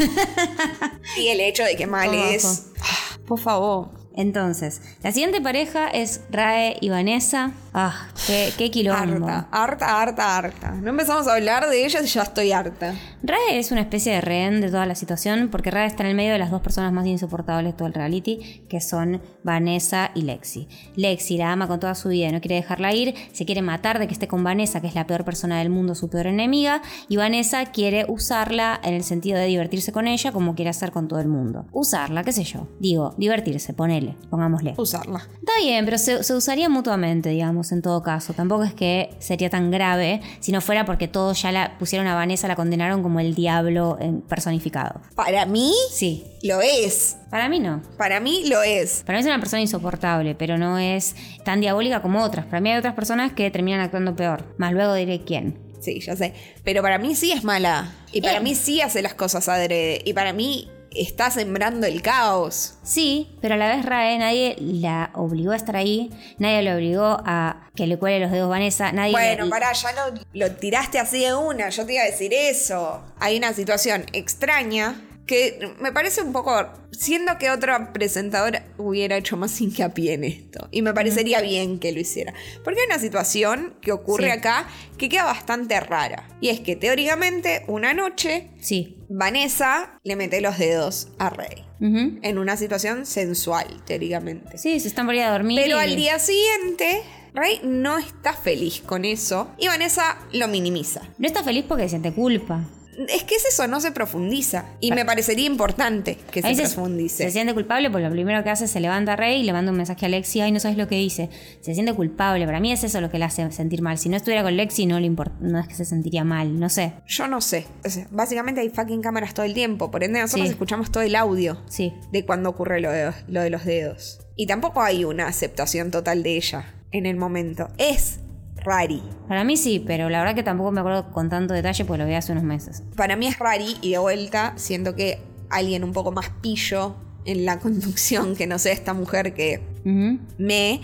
Speaker 2: y el hecho de que mal
Speaker 3: Abajo.
Speaker 2: es... Ah, Por favor.
Speaker 3: Entonces, la siguiente pareja es Rae y Vanessa. Ah, qué, qué quilombo.
Speaker 2: Harta, harta, harta, harta. No empezamos a hablar de ellas y ya estoy harta.
Speaker 3: Rae es una especie de rehén de toda la situación porque Rae está en el medio de las dos personas más insoportables de todo el reality, que son Vanessa y Lexi. Lexi la ama con toda su vida, no quiere dejarla ir, se quiere matar de que esté con Vanessa, que es la peor persona del mundo, su peor enemiga, y Vanessa quiere usarla en el sentido de divertirse con ella como quiere hacer con todo el mundo. Usarla, qué sé yo. Digo, divertirse, ponele, pongámosle.
Speaker 2: Usarla.
Speaker 3: Está bien, pero se, se usaría mutuamente, digamos, en todo caso. Tampoco es que sería tan grave si no fuera porque todos ya la pusieron a Vanessa, la condenaron como el diablo en- personificado.
Speaker 2: Para mí,
Speaker 3: Sí,
Speaker 2: lo es.
Speaker 3: para mí no.
Speaker 2: Para mí, lo es.
Speaker 3: Para mí es una persona insoportable, pero no es tan diabólica como otras. Para mí hay otras personas que terminan actuando peor. Más luego diré quién.
Speaker 2: Sí, ya sé. Pero para mí sí es mala. Y para
Speaker 3: Eh.
Speaker 2: mí sí hace las cosas adrede. Y para mí está sembrando el caos.
Speaker 3: Sí, pero a la vez Rae nadie la obligó a estar ahí, nadie la obligó a que le cuele los dedos Vanessa, nadie...
Speaker 2: Bueno,
Speaker 3: le-
Speaker 2: pará, ya lo, lo tiraste así de una. Yo te iba a decir eso. Hay una situación extraña que me parece un poco. Siendo que otra presentadora hubiera hecho más hincapié en esto. Y me parecería bien que lo hiciera. Porque hay una situación que ocurre
Speaker 3: Sí.
Speaker 2: acá que queda bastante rara. Y es que teóricamente, una noche,
Speaker 3: Sí.
Speaker 2: Vanessa le mete los dedos a Rey.
Speaker 3: Ujú.
Speaker 2: En una situación sensual, teóricamente.
Speaker 3: Sí, se están por ir a dormir.
Speaker 2: Pero
Speaker 3: y-
Speaker 2: al día siguiente, Ray no está feliz con eso y Vanessa lo minimiza.
Speaker 3: No está feliz porque siente culpa.
Speaker 2: Es que es eso, no se profundiza. Y me parecería importante que
Speaker 3: Ah. Ahí
Speaker 2: se profundice.
Speaker 3: Se siente culpable porque lo primero que hace es se levanta Rey y le manda un mensaje a Lexi, ay, no sabes lo que hice. Se siente culpable, para mí es eso lo que le hace sentir mal. Si no estuviera con Lexi no le import- no es que se sentiría mal, no sé.
Speaker 2: Yo no sé. O sea, básicamente hay fucking cámaras todo el tiempo. Por ende, nosotros
Speaker 3: Sí.
Speaker 2: escuchamos todo el audio
Speaker 3: Sí.
Speaker 2: de cuando ocurre lo de, lo de los dedos. Y tampoco hay una aceptación total de ella en el momento. Es Rari.
Speaker 3: Para mí sí, pero la verdad que tampoco me acuerdo con tanto detalle porque lo vi hace unos meses.
Speaker 2: Para mí es Rari y de vuelta siento que alguien un poco más pillo en la conducción que no sea esta mujer que
Speaker 3: Ujú.
Speaker 2: me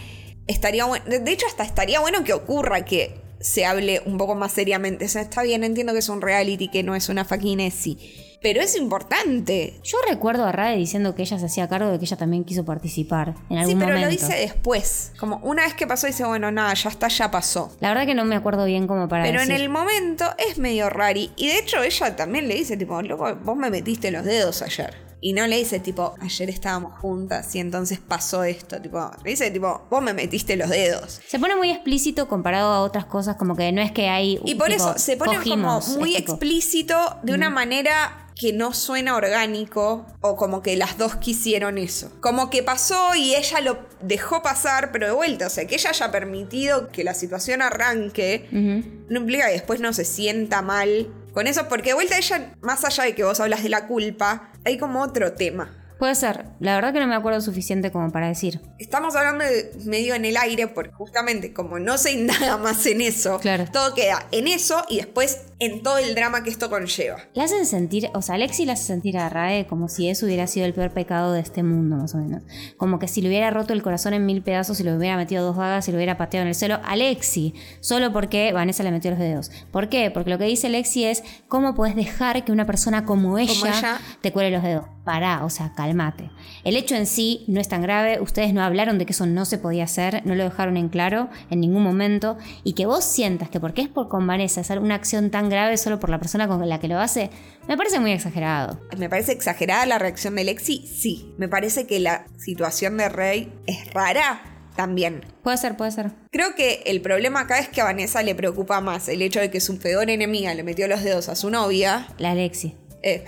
Speaker 2: estaría bueno. De de hecho, hasta estaría bueno que ocurra que se hable un poco más seriamente. O sea, está bien, entiendo que es un reality, que no es una fucking sí. Pero es importante.
Speaker 3: Yo recuerdo a Rade diciendo que ella se hacía cargo de que ella también quiso participar en algún
Speaker 2: sí, pero
Speaker 3: momento.
Speaker 2: lo dice después. Como una vez que pasó, dice, bueno, nada, ya está, ya pasó.
Speaker 3: La verdad que no me acuerdo bien cómo para
Speaker 2: Pero en
Speaker 3: decir.
Speaker 2: el momento es medio rari. Y de hecho, ella también le dice, tipo, loco, vos me metiste los dedos ayer. Y no le dice, tipo, ayer estábamos juntas y entonces pasó esto. Tipo, le dice, tipo, vos me metiste los dedos.
Speaker 3: Se pone muy explícito comparado a otras cosas, como que no es que hay...
Speaker 2: Y por
Speaker 3: tipo,
Speaker 2: eso se pone
Speaker 3: cogimos, este,
Speaker 2: como muy
Speaker 3: es tipo, Mm.
Speaker 2: explícito de una manera que no suena orgánico o como que las dos quisieron eso. Como que pasó y ella lo dejó pasar, pero de vuelta, o sea, que ella haya permitido que la situación arranque, no implica que después no se sienta mal con eso, porque de vuelta ella, más allá de que vos hablas de la culpa, hay como otro tema.
Speaker 3: Puede ser. La verdad que no me acuerdo suficiente como para decir.
Speaker 2: Estamos hablando de medio en el aire porque justamente como no se indaga más en eso,
Speaker 3: Claro.
Speaker 2: todo queda en eso y después en todo el drama que esto conlleva.
Speaker 3: La hacen sentir, o sea, Alexi la hace sentir a Rae como si eso hubiera sido el peor pecado de este mundo, más o menos. Como que si le hubiera roto el corazón en mil pedazos, si le hubiera metido dos vagas, si le hubiera pateado en el suelo. Alexi, solo porque Vanessa le metió los dedos. ¿Por qué? Porque lo que dice Alexi es, ¿cómo puedes dejar que una persona como ella,
Speaker 2: ella.
Speaker 3: te cuele los dedos? Pará, o sea, calmate. El hecho en sí no es tan grave, ustedes no hablaron de que eso no se podía hacer, no lo dejaron en claro en ningún momento, y que vos sientas que porque es por con Vanessa hacer una acción tan grave solo por la persona con la que lo hace, me parece muy exagerado.
Speaker 2: Me parece exagerada la reacción de Lexi, sí. Me parece que la situación de Rey es rara también.
Speaker 3: Puede ser, puede ser.
Speaker 2: Creo que el problema acá es que a Vanessa le preocupa más el hecho de que su peor enemiga le metió los dedos a su novia.
Speaker 3: La Alexi,
Speaker 2: Eh,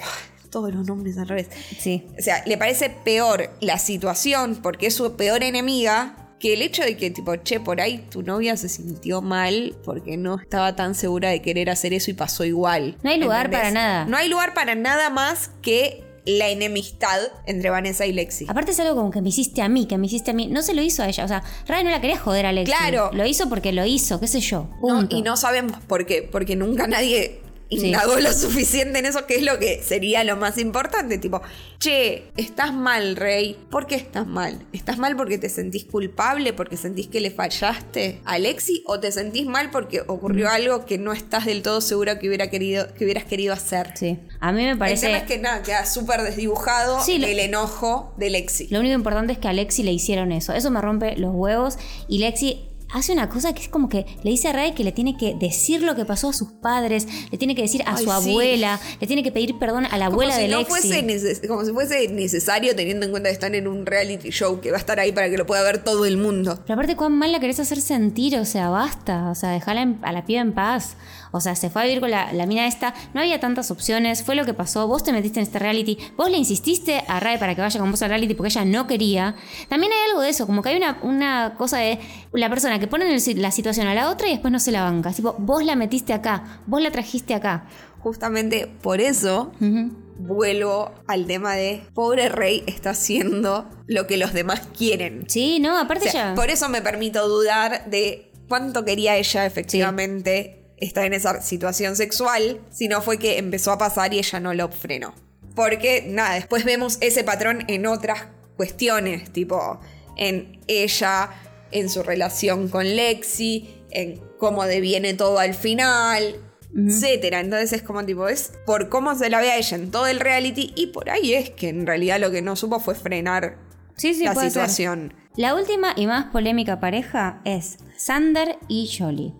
Speaker 2: todos los nombres al revés.
Speaker 3: sí.
Speaker 2: O sea, le parece peor la situación porque es su peor enemiga que el hecho de que, tipo, che, por ahí tu novia se sintió mal porque no estaba tan segura de querer hacer eso y pasó igual.
Speaker 3: No hay lugar para nada.
Speaker 2: No hay lugar para nada más que la enemistad entre Vanessa y Lexi.
Speaker 3: Aparte es algo como que me hiciste a mí, que me hiciste a mí. No se lo hizo a ella, o sea, Ray no la quería joder a Alexi.
Speaker 2: Claro.
Speaker 3: Lo hizo porque lo hizo, qué sé yo.
Speaker 2: No,
Speaker 3: Punto.
Speaker 2: y no sabemos por qué, porque nunca nadie indagó lo suficiente en eso, que es lo que sería lo más importante. Tipo, che, estás mal, Rey. ¿Por qué estás mal? ¿Estás mal porque te sentís culpable, porque sentís que le fallaste a Lexi? ¿O te sentís mal porque
Speaker 3: Mm.
Speaker 2: ocurrió algo que no estás del todo segura que, hubiera querido, que hubieras querido hacer?
Speaker 3: Sí. A mí me
Speaker 2: El
Speaker 3: parece...
Speaker 2: tema es que nada, queda súper desdibujado
Speaker 3: Sí, lo-
Speaker 2: el enojo de Lexi.
Speaker 3: Lo único importante es que a Lexi le hicieron eso. Eso me rompe los huevos. Y Lexi hace una cosa que es como que le dice a Ray que le tiene que decir lo que pasó a sus padres, le tiene que decir a
Speaker 2: Ay,
Speaker 3: su
Speaker 2: sí.
Speaker 3: abuela, le tiene que pedir perdón a la abuela
Speaker 2: como
Speaker 3: de
Speaker 2: si no
Speaker 3: Lexi.
Speaker 2: fuese neces- como si fuese necesario teniendo en cuenta que están en un reality show que va a estar ahí para que lo pueda ver todo el mundo.
Speaker 3: Pero aparte, cuán mal la querés hacer sentir, o sea, basta, o sea, dejala en- a la piba en paz. O sea, se fue a vivir con la, la mina esta, no había tantas opciones, fue lo que pasó, vos te metiste en este reality, vos le insististe a Ray para que vaya con vos al reality porque ella no quería. También hay algo de eso, como que hay una, una cosa de la persona que pone en el si- la situación a la otra y después no se la banca. Es Tipo, vos la metiste acá, vos la trajiste acá.
Speaker 2: Justamente por eso
Speaker 3: Ujú.
Speaker 2: vuelvo al tema de pobre rey está haciendo lo que los demás quieren.
Speaker 3: Sí, no, aparte
Speaker 2: O sea,
Speaker 3: ya...
Speaker 2: por eso me permito dudar de cuánto quería ella efectivamente estar en esa situación sexual, si no fue que empezó a pasar y ella no lo frenó. Porque nada, después vemos ese patrón en otras cuestiones, tipo en ella, en su relación con Lexi, en cómo deviene todo al final, etcétera. Entonces es como tipo, es por cómo se la ve a ella en todo el reality y por ahí es que en realidad lo que no supo fue frenar
Speaker 3: Sí, sí,
Speaker 2: la
Speaker 3: puede ser.
Speaker 2: situación.
Speaker 3: La última y más polémica pareja es Sander y Jolly.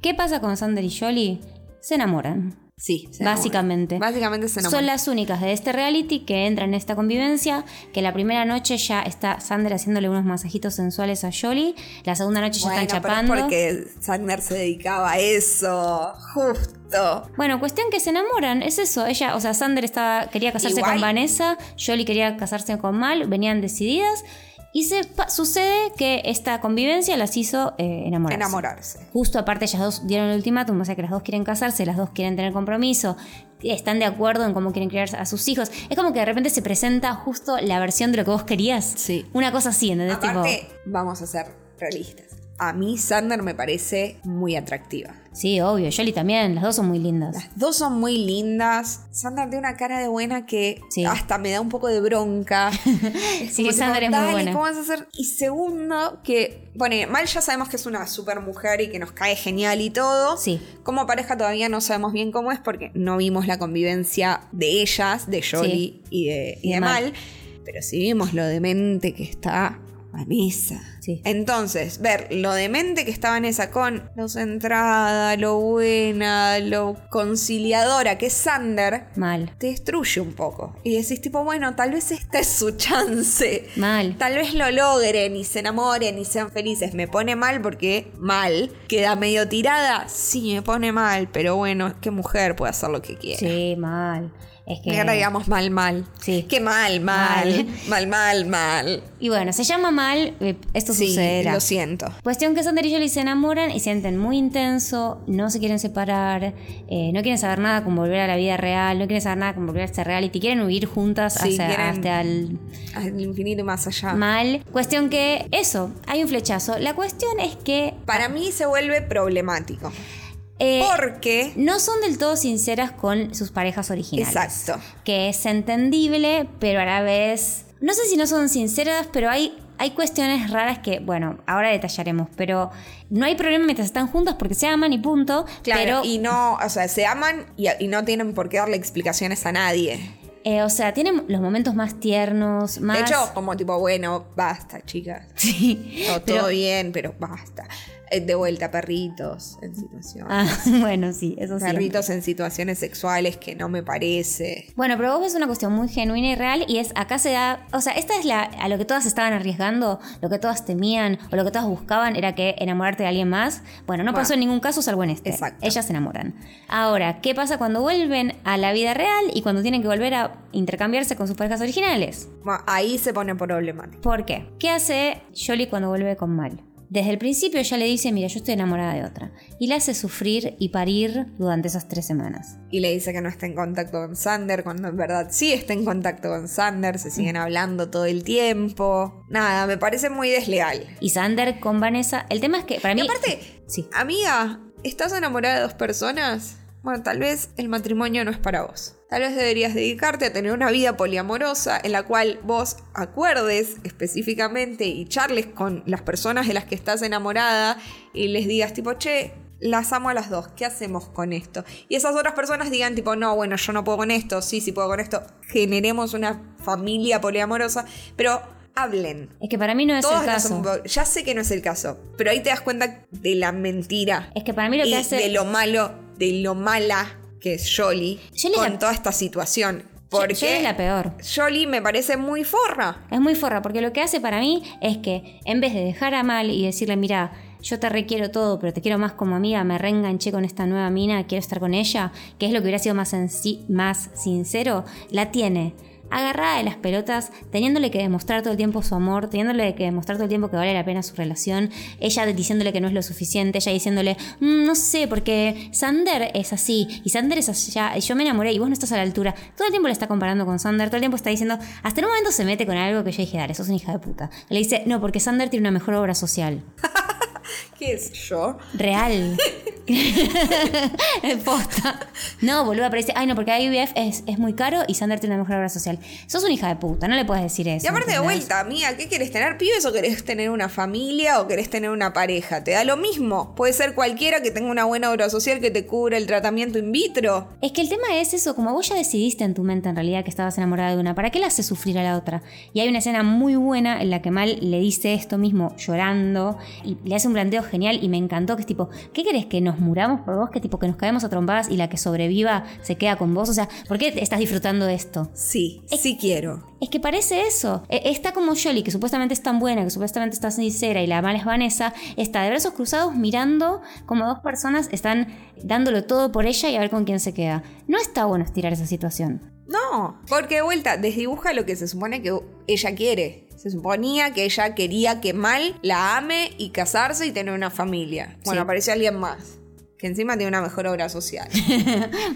Speaker 3: ¿Qué pasa con Sander y Jolly? Se enamoran.
Speaker 2: Sí, se
Speaker 3: Básicamente.
Speaker 2: enamoran. Básicamente se enamoran.
Speaker 3: Son las únicas de este reality que entran en esta convivencia, que la primera noche ya está Sander haciéndole unos masajitos sensuales a Jolly, la segunda noche ya
Speaker 2: Bueno,
Speaker 3: están
Speaker 2: pero es
Speaker 3: chapando.
Speaker 2: porque Sander se dedicaba a eso, justo.
Speaker 3: Bueno, cuestión que se enamoran, es eso. Ella, o sea, Sander estaba, quería casarse
Speaker 2: Igual.
Speaker 3: con Vanessa, Jolie quería casarse con Mal, venían decididas. Y se pa- sucede que esta convivencia las hizo eh, enamorarse.
Speaker 2: Enamorarse.
Speaker 3: Justo aparte ellas dos dieron el ultimátum, o sea que las dos quieren casarse, las dos quieren tener compromiso, están de acuerdo en cómo quieren criar a sus hijos. Es como que de repente se presenta justo la versión de lo que vos querías.
Speaker 2: Sí.
Speaker 3: Una cosa así, ¿entendés? Tipo,
Speaker 2: Aparte, vamos a ser realistas. a mí Sander me parece muy atractiva.
Speaker 3: Sí, obvio. Jolie también. Las dos son muy lindas.
Speaker 2: Las dos son muy lindas. Sandra tiene una cara de buena que
Speaker 3: Sí.
Speaker 2: hasta me da un poco de bronca. Es
Speaker 3: Sí,
Speaker 2: como tipo,
Speaker 3: Sandra es muy
Speaker 2: "Dale,
Speaker 3: buena".
Speaker 2: ¿Cómo vas a hacer? Y segundo, que, bueno, Mal ya sabemos que es una super mujer y que nos cae genial y todo.
Speaker 3: Sí.
Speaker 2: Como pareja todavía no sabemos bien cómo es porque no vimos la convivencia de ellas, de Jolie
Speaker 3: Sí.
Speaker 2: y de, y
Speaker 3: Y
Speaker 2: de
Speaker 3: de Mal.
Speaker 2: Mal. Pero sí vimos lo demente que está Vanessa.
Speaker 3: Sí.
Speaker 2: Entonces, ver lo demente que estaba Vanessa con lo centrada, lo buena, lo conciliadora que es Sander,
Speaker 3: Mal.
Speaker 2: te destruye un poco. Y decís tipo, bueno, tal vez esta es su chance.
Speaker 3: Mal.
Speaker 2: Tal vez lo logren y se enamoren y sean felices. Me pone mal porque mal. Queda medio tirada. Sí, me pone mal, pero bueno, qué mujer puede hacer lo que quiera.
Speaker 3: Sí, mal. Es que.
Speaker 2: Y ahora digamos mal, mal.
Speaker 3: Sí.
Speaker 2: Qué mal, mal. Mal, mal, mal.
Speaker 3: Y bueno, se llama mal. eh, Esto
Speaker 2: Sí,
Speaker 3: sucederá.
Speaker 2: lo siento.
Speaker 3: Cuestión que Sander y Jolie se enamoran y sienten muy intenso, no se quieren separar, eh, no quieren saber nada con volver a la vida real, no quieren saber nada con volver a este reality, quieren huir juntas
Speaker 2: Sí,
Speaker 3: hacia,
Speaker 2: quieren- Ah.
Speaker 3: hasta el
Speaker 2: Al infinito y más allá.
Speaker 3: mal. Cuestión que eso, hay un flechazo. La cuestión es que
Speaker 2: Para mí se vuelve problemático.
Speaker 3: eh,
Speaker 2: porque
Speaker 3: no son del todo sinceras con sus parejas originales.
Speaker 2: Exacto.
Speaker 3: Que es entendible, pero a la vez. No sé si no son sinceras, pero hay, hay cuestiones raras que, bueno, ahora detallaremos, pero no hay problema mientras están juntas porque se aman y punto.
Speaker 2: Claro,
Speaker 3: pero,
Speaker 2: y no, o sea, se aman y, y no tienen por qué darle explicaciones a nadie.
Speaker 3: eh, o sea, tienen los momentos más tiernos, más.
Speaker 2: De hecho, como tipo, bueno, basta, chicas.
Speaker 3: sí.
Speaker 2: Todo,
Speaker 3: pero-
Speaker 2: todo bien, pero basta. Eh, De vuelta, perritos en situación.
Speaker 3: Ah, bueno, sí, eso sí.
Speaker 2: perritos en situaciones sexuales que no me parece.
Speaker 3: Bueno, pero vos ves una cuestión muy genuina y real y es acá se da, o sea, esta es la a lo que todas estaban arriesgando, lo que todas temían o lo que todas buscaban era que enamorarte de alguien más. Bueno, no
Speaker 2: Bueno.
Speaker 3: pasó en ningún caso salvo en este.
Speaker 2: Exacto.
Speaker 3: Ellas se enamoran. Ahora, ¿qué pasa cuando vuelven a la vida real y cuando tienen que volver a intercambiarse con sus parejas originales?
Speaker 2: Bueno, ahí se pone problemático.
Speaker 3: ¿Por qué? ¿Qué hace Jolie cuando vuelve con Mal? Desde el principio ya le dice, mira, yo estoy enamorada de otra. Y la hace sufrir y parir durante esas tres semanas.
Speaker 2: Y le dice que no está en contacto con Sander, cuando en verdad sí está en contacto con Sander, se
Speaker 3: Mm.
Speaker 2: siguen hablando todo el tiempo. Nada, me parece muy desleal.
Speaker 3: Y Sander con Vanessa, el tema es que para
Speaker 2: Y
Speaker 3: mí...
Speaker 2: aparte,
Speaker 3: Sí.
Speaker 2: Amiga, ¿estás enamorada de dos personas? Bueno, tal vez el matrimonio no es para vos. Tal vez deberías dedicarte a tener una vida poliamorosa en la cual vos acuerdes específicamente y charles con las personas de las que estás enamorada y les digas tipo, che, las amo a las dos, ¿qué hacemos con esto? Y esas otras personas digan tipo, no, bueno, yo no puedo con esto, sí, sí puedo con esto. Generemos una familia poliamorosa, pero hablen.
Speaker 3: Es que para mí no es
Speaker 2: Todos
Speaker 3: el
Speaker 2: nos
Speaker 3: caso.
Speaker 2: envol- ya sé que no es el caso, pero ahí te das cuenta de la mentira
Speaker 3: Es que para mí lo
Speaker 2: y
Speaker 3: que hace.
Speaker 2: de lo malo, de lo mala que es Jolie
Speaker 3: Jolie
Speaker 2: con
Speaker 3: la-
Speaker 2: toda esta situación.
Speaker 3: Yo-
Speaker 2: Porque
Speaker 3: yo es la peor.
Speaker 2: Jolie me parece muy forra.
Speaker 3: Es muy forra, porque lo que hace para mí es que en vez de dejar a mal y decirle, mira, yo te requiero todo, pero te quiero más como amiga, me reenganché con esta nueva mina, quiero estar con ella, que es lo que hubiera sido más, senci- más sincero, la tiene. Agarrada de las pelotas, teniéndole que demostrar todo el tiempo su amor, teniéndole que demostrar todo el tiempo que vale la pena su relación, ella diciéndole que no es lo suficiente, ella diciéndole, "Mm, no sé, porque Sander es así, y Sander es allá, y yo me enamoré y vos no estás a la altura. Todo el tiempo la está comparando con Sander, todo el tiempo está diciendo, hasta en un momento se mete con algo que yo dije, dale, sos una hija de puta. Le dice, no, porque Sander tiene una mejor obra social.
Speaker 2: ¿Qué es yo?
Speaker 3: Real. Posta. No, boluda, pero dice, ay no, porque IVF es, es muy caro y Sander tiene una mejor obra social. Sos una hija de puta, no le puedes decir eso.
Speaker 2: Y aparte de
Speaker 3: ¿entendés?
Speaker 2: vuelta, amiga, ¿qué querés tener pibes o querés tener una familia o querés tener una pareja? Te da lo mismo. Puede ser cualquiera que tenga una buena obra social que te cubra el tratamiento in vitro.
Speaker 3: Es que el tema es eso, como vos ya decidiste en tu mente en realidad que estabas enamorada de una, ¿para qué la haces sufrir a la otra? Y hay una escena muy buena en la que Mal le dice esto mismo llorando y le hace un planteo genial y me encantó que es tipo, ¿qué querés que nos muramos por vos? Que tipo que nos caemos a trompadas y la que sobreviva se queda con vos, o sea, ¿por qué estás disfrutando de esto?
Speaker 2: Sí,
Speaker 3: Es-
Speaker 2: sí quiero.
Speaker 3: Es que parece eso. E- Está como Jolie, que supuestamente es tan buena, que supuestamente está sincera, y la mala es Vanessa, está de brazos cruzados mirando como dos personas están dándolo todo por ella y a ver con quién se queda. No está bueno estirar esa situación.
Speaker 2: No, porque de vuelta desdibuja lo que se supone que ella quiere. Se suponía que ella quería que Mal la ame y casarse y tener una familia. Bueno,
Speaker 3: Sí.
Speaker 2: apareció alguien más, que encima tiene una mejor obra social.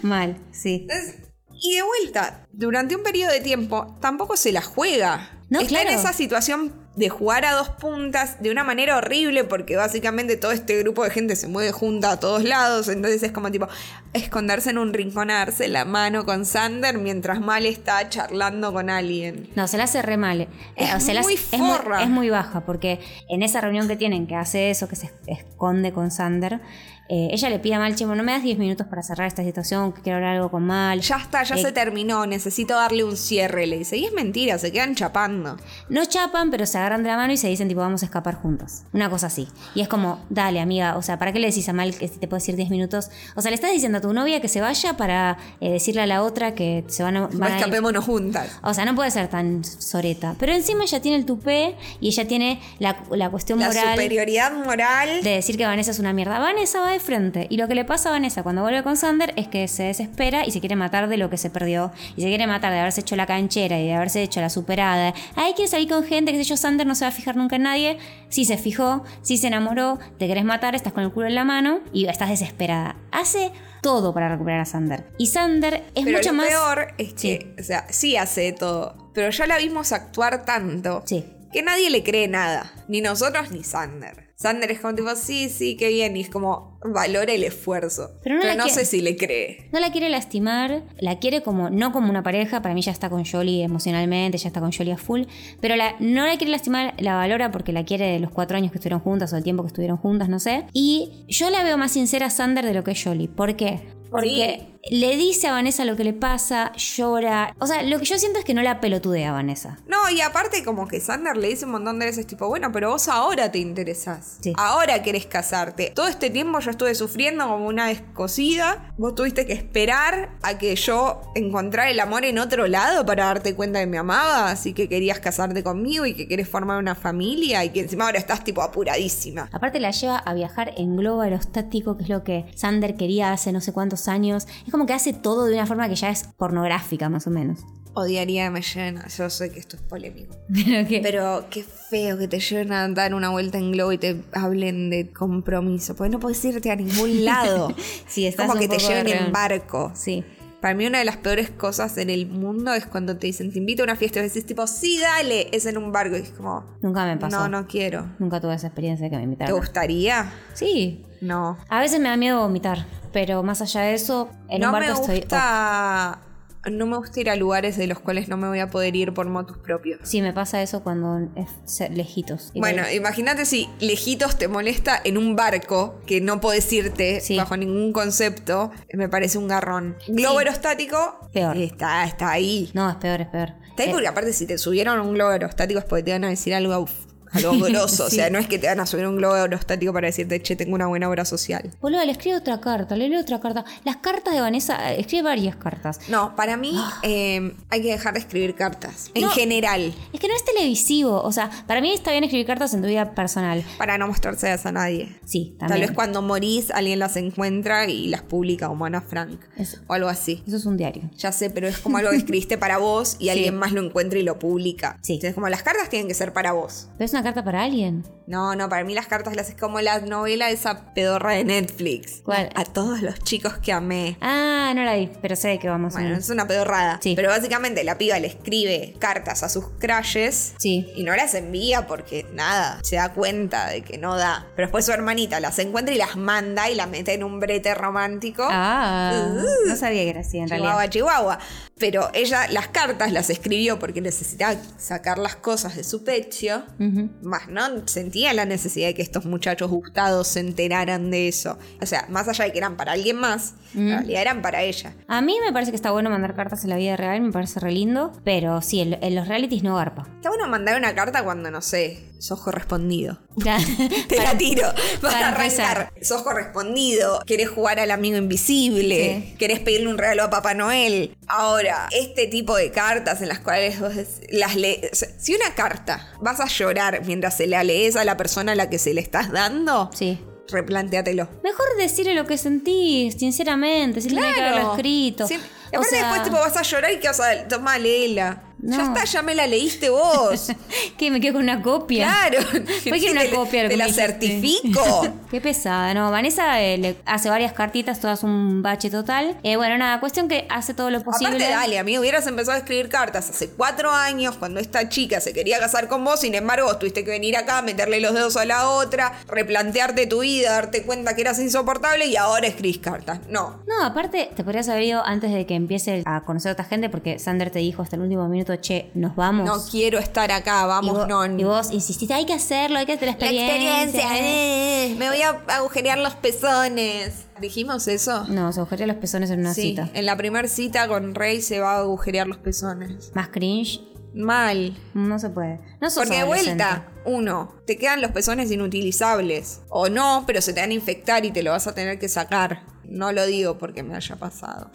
Speaker 3: Mal, sí.
Speaker 2: Entonces, y de vuelta, durante un periodo de tiempo, tampoco se la juega.
Speaker 3: No,
Speaker 2: Está en
Speaker 3: claro.
Speaker 2: esa situación de jugar a dos puntas de una manera horrible porque básicamente todo este grupo de gente se mueve junta a todos lados, entonces es como tipo esconderse en un rincón a darse la mano con Sander mientras Mal está charlando con alguien.
Speaker 3: No, se la hace re mal. Eh,
Speaker 2: Es
Speaker 3: o se la
Speaker 2: muy
Speaker 3: hace- es, muy,
Speaker 2: forra.
Speaker 3: es muy baja, porque en esa reunión que tienen, que hace eso, que se esconde con Sander, eh, ella le pide a Mal, che, no me das 10 minutos para cerrar esta situación, que quiero hablar algo con Mal.
Speaker 2: Ya está, ya
Speaker 3: Eh,
Speaker 2: se terminó, necesito darle un cierre, le dice. Y es mentira, se quedan chapando.
Speaker 3: No chapan, pero se agarran de la mano y se dicen, tipo, vamos a escapar juntos. Una cosa así. Y es como, dale, amiga, o sea, ¿para qué le decís a Mal que si te puedes ir 10 minutos? O sea, le estás diciendo a tu novia que se vaya para eh, decirle a la otra que se van a... van a ir-
Speaker 2: Escapémonos juntas.
Speaker 3: O sea, no puede ser tan soreta. Pero encima ella tiene el tupé y ella tiene la, la cuestión
Speaker 2: La
Speaker 3: moral
Speaker 2: superioridad moral.
Speaker 3: de decir que Vanessa es una mierda. Vanessa va de frente. Y lo que le pasa a Vanessa cuando vuelve con Sander es que se desespera y se quiere matar de lo que se perdió. Y se quiere matar de haberse hecho la canchera y de haberse hecho la superada. Ay, quiere salir con gente, que sé yo, Sander no se va a fijar nunca en nadie. Si se fijó, si se enamoró, te querés matar, estás con el culo en la mano y estás desesperada. Hace todo para recuperar a Sander. Y Sander es
Speaker 2: pero
Speaker 3: mucho
Speaker 2: lo
Speaker 3: más...
Speaker 2: peor es que,
Speaker 3: Sí.
Speaker 2: o sea, sí hace de todo, pero ya la vimos actuar tanto
Speaker 3: Sí.
Speaker 2: que nadie le cree nada, ni nosotros ni Sander. Sander es como tipo, sí, sí, qué bien, y es como, valora el esfuerzo.
Speaker 3: Pero
Speaker 2: Pero
Speaker 3: no
Speaker 2: no,
Speaker 3: la
Speaker 2: sé
Speaker 3: quiere-
Speaker 2: si le cree.
Speaker 3: No la quiere lastimar, la quiere como, no como una pareja, para mí ya está con Jolie emocionalmente, ya está con Jolie a full, pero la, no la quiere lastimar, la valora porque la quiere de los cuatro años que estuvieron juntas o el tiempo que estuvieron juntas, no sé. Y yo la veo más sincera a Sander de lo que es Jolie. ¿Por qué? Porque le dice a Vanessa lo que le pasa, llora. O sea, lo que yo siento es que no la pelotudea a Vanessa.
Speaker 2: No, y aparte como que Sander le dice un montón de veces tipo, bueno, pero vos ahora te interesás.
Speaker 3: Sí.
Speaker 2: Ahora querés casarte. Todo este tiempo yo estuve sufriendo como una descosida. Vos tuviste que esperar a que yo encontrara el amor en otro lado para darte cuenta que me amabas y que querías casarte conmigo y que querés formar una familia y que encima ahora estás tipo apuradísima.
Speaker 3: Aparte la lleva a viajar en globo aerostático, que es lo que Sander quería hace no sé cuántos años. Es como que hace todo de una forma que ya es pornográfica, más o menos.
Speaker 2: Odiaría que me lleven a- Yo sé que esto es polémico.
Speaker 3: Pero que-
Speaker 2: Pero qué feo que te lleven a dar una vuelta en globo y te hablen de compromiso. Porque no puedes irte a ningún lado.
Speaker 3: Sí,
Speaker 2: Es
Speaker 3: estás
Speaker 2: como
Speaker 3: un
Speaker 2: que te
Speaker 3: poco
Speaker 2: lleven
Speaker 3: arreón.
Speaker 2: en barco.
Speaker 3: Sí.
Speaker 2: Para mí una de las peores cosas en el mundo es cuando te dicen, te invito a una fiesta y vos decís tipo, sí, dale, es en un barco. Y es como,
Speaker 3: Nunca me
Speaker 2: no,
Speaker 3: pasó.
Speaker 2: no quiero.
Speaker 3: Nunca tuve esa experiencia de que me
Speaker 2: ¿Te
Speaker 3: invitaron.
Speaker 2: gustaría?
Speaker 3: Sí.
Speaker 2: No.
Speaker 3: A veces me da miedo vomitar, pero más allá de eso, en
Speaker 2: no
Speaker 3: un barco
Speaker 2: me
Speaker 3: estoy.
Speaker 2: gusta... No me gusta ir a lugares de los cuales no me voy a poder ir por motus propios.
Speaker 3: oh, Sí, me pasa eso cuando es ser lejitos. Y
Speaker 2: Bueno,
Speaker 3: voy-
Speaker 2: imagínate si lejitos te molesta en un barco que no podés irte
Speaker 3: Sí.
Speaker 2: bajo ningún concepto. Me parece un garrón. Globo
Speaker 3: Sí.
Speaker 2: aerostático
Speaker 3: Peor.
Speaker 2: Está, está ahí.
Speaker 3: No, es peor, es peor.
Speaker 2: Está ahí
Speaker 3: Eh,
Speaker 2: porque aparte si te subieron a un globo aerostático es porque te van a decir algo, uf, algo grosso. O sea, no es que te van a subir a un globo aerostático para decirte, che, tengo una buena obra social.
Speaker 3: Boludo, le escribe otra carta, le leo otra carta. Las cartas de Vanessa, eh, escribe varias cartas.
Speaker 2: No, para mí eh, hay que dejar de escribir cartas. En
Speaker 3: Ah. No.
Speaker 2: general.
Speaker 3: Es que no es televisivo, o sea, para mí está bien escribir cartas en tu vida personal.
Speaker 2: Para no mostrárselas a nadie.
Speaker 3: Sí,
Speaker 2: Tal
Speaker 3: también.
Speaker 2: vez cuando morís alguien las encuentra y las publica como Ana Frank.
Speaker 3: Eso.
Speaker 2: O algo así.
Speaker 3: Eso es un diario.
Speaker 2: Ya sé, pero es como algo que escribiste para vos y alguien más lo encuentra y lo publica.
Speaker 3: Sí.
Speaker 2: Entonces, como las cartas tienen que ser para vos.
Speaker 3: Pero es una carta para alguien.
Speaker 2: No, no, para mí las cartas las es como la novela de esa pedorra de Netflix.
Speaker 3: ¿Cuál?
Speaker 2: A todos los chicos que amé.
Speaker 3: Ah, no la vi, pero sé de qué vamos a
Speaker 2: Bueno,
Speaker 3: ver.
Speaker 2: es una pedorrada.
Speaker 3: Ah, Sí.
Speaker 2: Pero básicamente la piba le escribe cartas a sus crushes.
Speaker 3: Sí.
Speaker 2: Y no las envía porque nada, se da cuenta de que no da. Pero después su hermanita las encuentra y las manda y la mete en un brete romántico.
Speaker 3: Ah,
Speaker 2: Uh.
Speaker 3: no sabía que era así en realidad.
Speaker 2: Chihuahua, Chihuahua. Pero ella las cartas las escribió porque necesitaba sacar las cosas de su pecho.
Speaker 3: Ujú.
Speaker 2: Más no sentía la necesidad de que estos muchachos gustados se enteraran de eso. O sea, más allá de que eran para alguien más,
Speaker 3: Mm.
Speaker 2: en realidad eran para ella.
Speaker 3: A mí me parece que está bueno mandar cartas en la vida real, me parece re lindo, pero sí, en, en los realities no garpa.
Speaker 2: Está bueno mandar una carta cuando, no sé, sos correspondido.
Speaker 3: Claro.
Speaker 2: Te la tiro, vas
Speaker 3: para
Speaker 2: a arrancar. Sos correspondido, querés jugar al amigo invisible,
Speaker 3: Sí.
Speaker 2: querés pedirle un regalo a Papá Noel. Ahora, este tipo de cartas en las cuales vos des- las lees. Si una carta vas a llorar mientras se la lees a la persona a la que se le estás dando,
Speaker 3: Sí.
Speaker 2: replantéatelo.
Speaker 3: Mejor decirle lo que sentís, sinceramente, sin tener que haberlo escrito.
Speaker 2: Sí. Y
Speaker 3: O
Speaker 2: aparte
Speaker 3: sea,
Speaker 2: después tipo vas a llorar y que vas a tomar leela.
Speaker 3: No.
Speaker 2: Ya está, ya me la leíste vos.
Speaker 3: ¿Qué? ¿Me quedo con una copia?
Speaker 2: claro.
Speaker 3: Fue que una
Speaker 2: Te-
Speaker 3: copia lo
Speaker 2: Te
Speaker 3: que
Speaker 2: la
Speaker 3: me dijiste.
Speaker 2: certifico.
Speaker 3: Qué pesada, no. Vanessa eh, le hace varias cartitas, todas un bache total. Eh, bueno, nada, cuestión que hace todo lo posible.
Speaker 2: Aparte, dale, amigo, hubieras empezado a escribir cartas hace cuatro años cuando esta chica se quería casar con vos, sin embargo, vos tuviste que venir acá, meterle los dedos a la otra, replantearte tu vida, darte cuenta que eras insoportable y ahora escribís cartas. No.
Speaker 3: No, aparte, te podrías haber ido antes de que empiece a conocer a otra gente, porque Sander te dijo hasta el último minuto, che, nos vamos.
Speaker 2: No quiero estar acá,
Speaker 3: y,
Speaker 2: vamos,
Speaker 3: vos,
Speaker 2: no.
Speaker 3: y vos insististe, hay que hacerlo, hay que hacer la
Speaker 2: La
Speaker 3: experiencia.
Speaker 2: experiencia, eh, me voy a agujerear los pezones. ¿Dijimos eso?
Speaker 3: No, se agujerea los pezones en una
Speaker 2: sí, eh.
Speaker 3: cita.
Speaker 2: en la primera cita con Rey se va a agujerear los pezones.
Speaker 3: Más cringe,
Speaker 2: Mal.
Speaker 3: no se puede. No sos
Speaker 2: Porque de
Speaker 3: adolescente.
Speaker 2: vuelta, uno, te quedan los pezones inutilizables. O no, pero se te van a infectar y te lo vas a tener que sacar. No lo digo porque me haya pasado.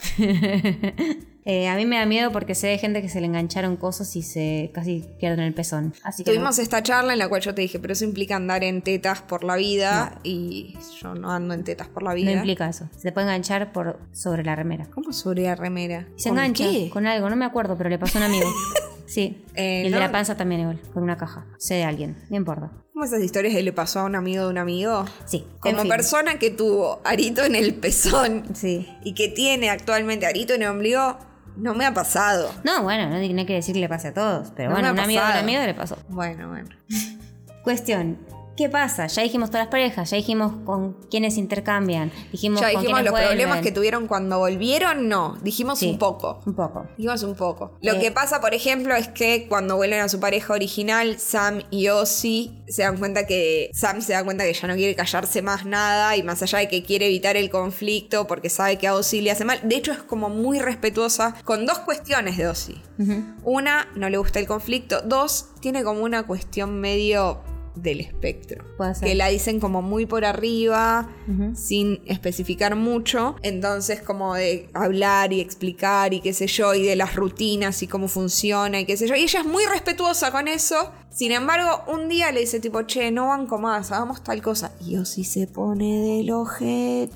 Speaker 3: Eh, a mí me da miedo porque sé de gente que se le engancharon cosas y se casi pierden el pezón. Así que
Speaker 2: Tuvimos esta charla en la cual yo te dije, pero eso implica andar en tetas por la vida. Y yo no ando en tetas por la
Speaker 3: no, no
Speaker 2: vida.
Speaker 3: implica eso. Se te puede enganchar por sobre la remera.
Speaker 2: ¿Cómo sobre la remera?
Speaker 3: Y se
Speaker 2: ¿Con
Speaker 3: engancha
Speaker 2: qué?
Speaker 3: con algo, no me acuerdo, pero le pasó a un amigo. Sí.
Speaker 2: Eh,
Speaker 3: y el de
Speaker 2: no.
Speaker 3: la panza también igual, con una caja. Sé de alguien, no importa.
Speaker 2: ¿Cómo esas historias de le pasó a un amigo de un amigo?
Speaker 3: Sí. en
Speaker 2: Como
Speaker 3: fin.
Speaker 2: persona que tuvo arito en el pezón
Speaker 3: Sí.
Speaker 2: y que tiene actualmente arito en el ombligo, no me ha pasado.
Speaker 3: No, bueno, no, no quiere decir que le pase a todos, pero
Speaker 2: No
Speaker 3: bueno,
Speaker 2: me ha
Speaker 3: un amigo de un
Speaker 2: pasado.
Speaker 3: amigo le pasó.
Speaker 2: Bueno, bueno.
Speaker 3: Cuestión. ¿Qué pasa? Ya dijimos todas las parejas, ya dijimos con quiénes intercambian, dijimos
Speaker 2: Ya
Speaker 3: con
Speaker 2: dijimos
Speaker 3: quiénes
Speaker 2: los problemas
Speaker 3: vuelven.
Speaker 2: que tuvieron cuando volvieron, no. Dijimos
Speaker 3: Sí.
Speaker 2: un poco.
Speaker 3: Un poco.
Speaker 2: Dijimos un poco. Lo
Speaker 3: Eh.
Speaker 2: que pasa, por ejemplo, es que cuando vuelven a su pareja original, Sam y Ozzy se dan cuenta que Sam se da cuenta que ya no quiere callarse más nada y más allá de que quiere evitar el conflicto porque sabe que a Ozzy le hace mal. De hecho, es como muy respetuosa con dos cuestiones de Ozzy.
Speaker 3: Ujú.
Speaker 2: Una, no le gusta el conflicto. Dos, tiene como una cuestión medio del espectro.
Speaker 3: Puede ser.
Speaker 2: Que la dicen como muy por arriba,
Speaker 3: Ujú.
Speaker 2: sin especificar mucho. Entonces, como de hablar y explicar y qué sé yo, y de las rutinas y cómo funciona y qué sé yo. Y ella es muy respetuosa con eso. Sin embargo, un día le dice tipo, che, no banco más, hagamos tal cosa. Y yo sí se pone del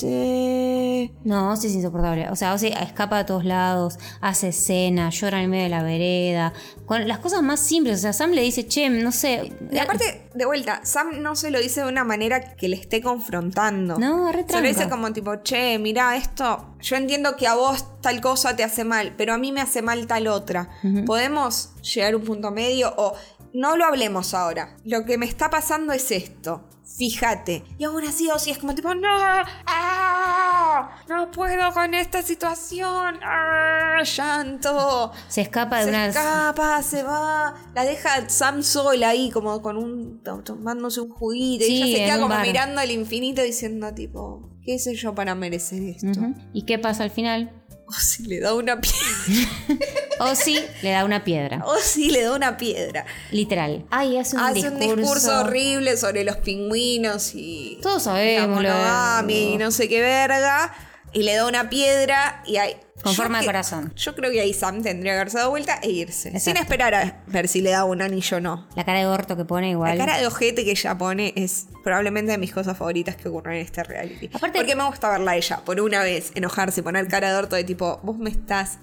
Speaker 2: ojete.
Speaker 3: No, sí es insoportable. O sea, Ozzy escapa a todos lados, hace escena, llora en el medio de la vereda. Con las cosas más simples. O sea, Sam le dice, che, no sé.
Speaker 2: Y aparte, de vuelta, Sam no se lo dice de una manera que le esté confrontando.
Speaker 3: No, re
Speaker 2: Se lo dice
Speaker 3: tranca.
Speaker 2: como tipo, che, mirá esto. Yo entiendo que a vos tal cosa te hace mal, pero a mí me hace mal tal otra. ¿Podemos llegar a un punto medio? O no lo hablemos ahora. Lo que me está pasando es esto. Fíjate. Y aún así, o si es como tipo, no, ah, no puedo con esta situación. ah, llanto
Speaker 3: Se escapa de
Speaker 2: se
Speaker 3: una.
Speaker 2: escapa, se va, la deja Sam sola ahí como con un to- tomándose un juguito
Speaker 3: Sí,
Speaker 2: y ella se
Speaker 3: en
Speaker 2: queda
Speaker 3: un
Speaker 2: como
Speaker 3: bar.
Speaker 2: mirando al infinito diciendo tipo, ¿qué hice yo para merecer esto?
Speaker 3: Ujú. ¿Y qué pasa al final?
Speaker 2: O si le da una piedra,
Speaker 3: Ozzy le da una piedra.
Speaker 2: o si le da una piedra.
Speaker 3: Literal. Ay, hace un
Speaker 2: Hace
Speaker 3: discurso.
Speaker 2: un discurso horrible sobre los pingüinos y
Speaker 3: Todos sabemos
Speaker 2: la
Speaker 3: lo-
Speaker 2: monogamia y no sé qué verga y le da una piedra y ahí
Speaker 3: Con
Speaker 2: yo
Speaker 3: forma de
Speaker 2: que-
Speaker 3: corazón.
Speaker 2: Yo creo que ahí Sam tendría que haberse dado vuelta e irse. Sin
Speaker 3: Exacto.
Speaker 2: esperar a ver si le da un anillo o no.
Speaker 3: La cara de orto que pone igual.
Speaker 2: La cara de ojete que ella pone es probablemente de mis cosas favoritas que ocurren en este reality.
Speaker 3: Aparte-
Speaker 2: Porque me gusta verla a ella, por una vez, enojarse, poner cara de orto de tipo, vos me estás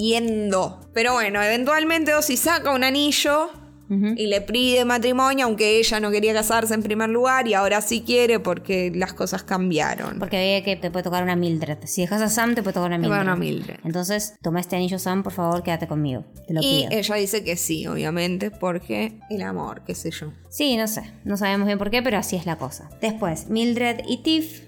Speaker 2: jodiendo. Pero bueno, eventualmente Ozzy saca un anillo
Speaker 3: Ujú.
Speaker 2: y le pide matrimonio, aunque ella no quería casarse en primer lugar y ahora sí quiere porque las cosas cambiaron.
Speaker 3: Porque veía que te puede tocar una Mildred. Si dejas a Sam, te puede tocar una
Speaker 2: Te
Speaker 3: Mildred.
Speaker 2: puede tocar una Mildred.
Speaker 3: Entonces, toma este anillo, Sam, por favor, quédate conmigo. Te lo
Speaker 2: Y
Speaker 3: pido.
Speaker 2: ella dice que sí, obviamente, porque el amor, qué sé yo.
Speaker 3: Sí, no sé, no sabemos bien por qué, pero así es la cosa. Después, Mildred y Tiff.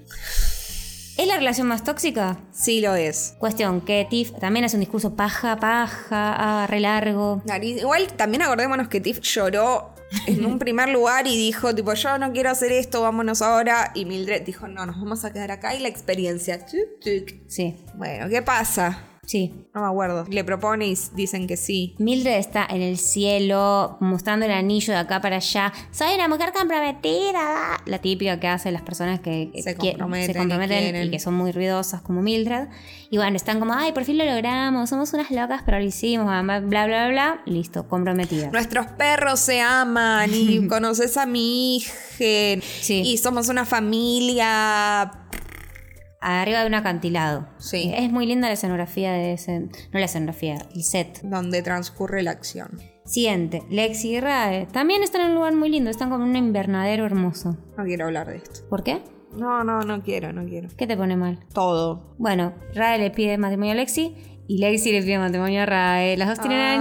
Speaker 3: ¿Es la relación más tóxica?
Speaker 2: Sí lo es.
Speaker 3: Cuestión, que Tiff también hace un discurso paja, paja, ah, re largo.
Speaker 2: Nariz- Igual también acordémonos que Tiff lloró en un primer lugar y dijo, tipo, yo no quiero hacer esto, vámonos ahora. Y Mildred dijo, no, nos vamos a quedar acá y la experiencia. tuc, tuc.
Speaker 3: Sí,
Speaker 2: Bueno, ¿qué pasa?
Speaker 3: sí.
Speaker 2: No me acuerdo. Le propone y s- dicen que sí.
Speaker 3: Mildred está en el cielo, mostrando el anillo de acá para allá. Soy una mujer comprometida. La típica que hacen las personas que que
Speaker 2: Se
Speaker 3: quie-
Speaker 2: comprometen
Speaker 3: se
Speaker 2: y
Speaker 3: comprometen y,
Speaker 2: quieren.
Speaker 3: que son muy ruidosas como Mildred. Y bueno, están como, ay, por fin lo logramos, somos unas locas, pero lo hicimos, bla, bla, bla, bla. Listo, comprometida.
Speaker 2: Nuestros perros se aman y conoces a mi hija.
Speaker 3: Sí.
Speaker 2: Y somos una familia.
Speaker 3: arriba de un acantilado.
Speaker 2: Sí.
Speaker 3: Eh, Es muy linda la escenografía de ese. No la escenografía, el set.
Speaker 2: donde transcurre la acción.
Speaker 3: Siguiente, Lexi y Rae. También están en un lugar muy lindo, están como en un invernadero hermoso.
Speaker 2: No quiero hablar de esto.
Speaker 3: ¿Por qué?
Speaker 2: No, no, no quiero, no quiero.
Speaker 3: ¿Qué te pone mal?
Speaker 2: Todo.
Speaker 3: Bueno, Rae le pide matrimonio a Lexi y Lexi le pide matrimonio a Rae. Las dos tienen
Speaker 2: Ah.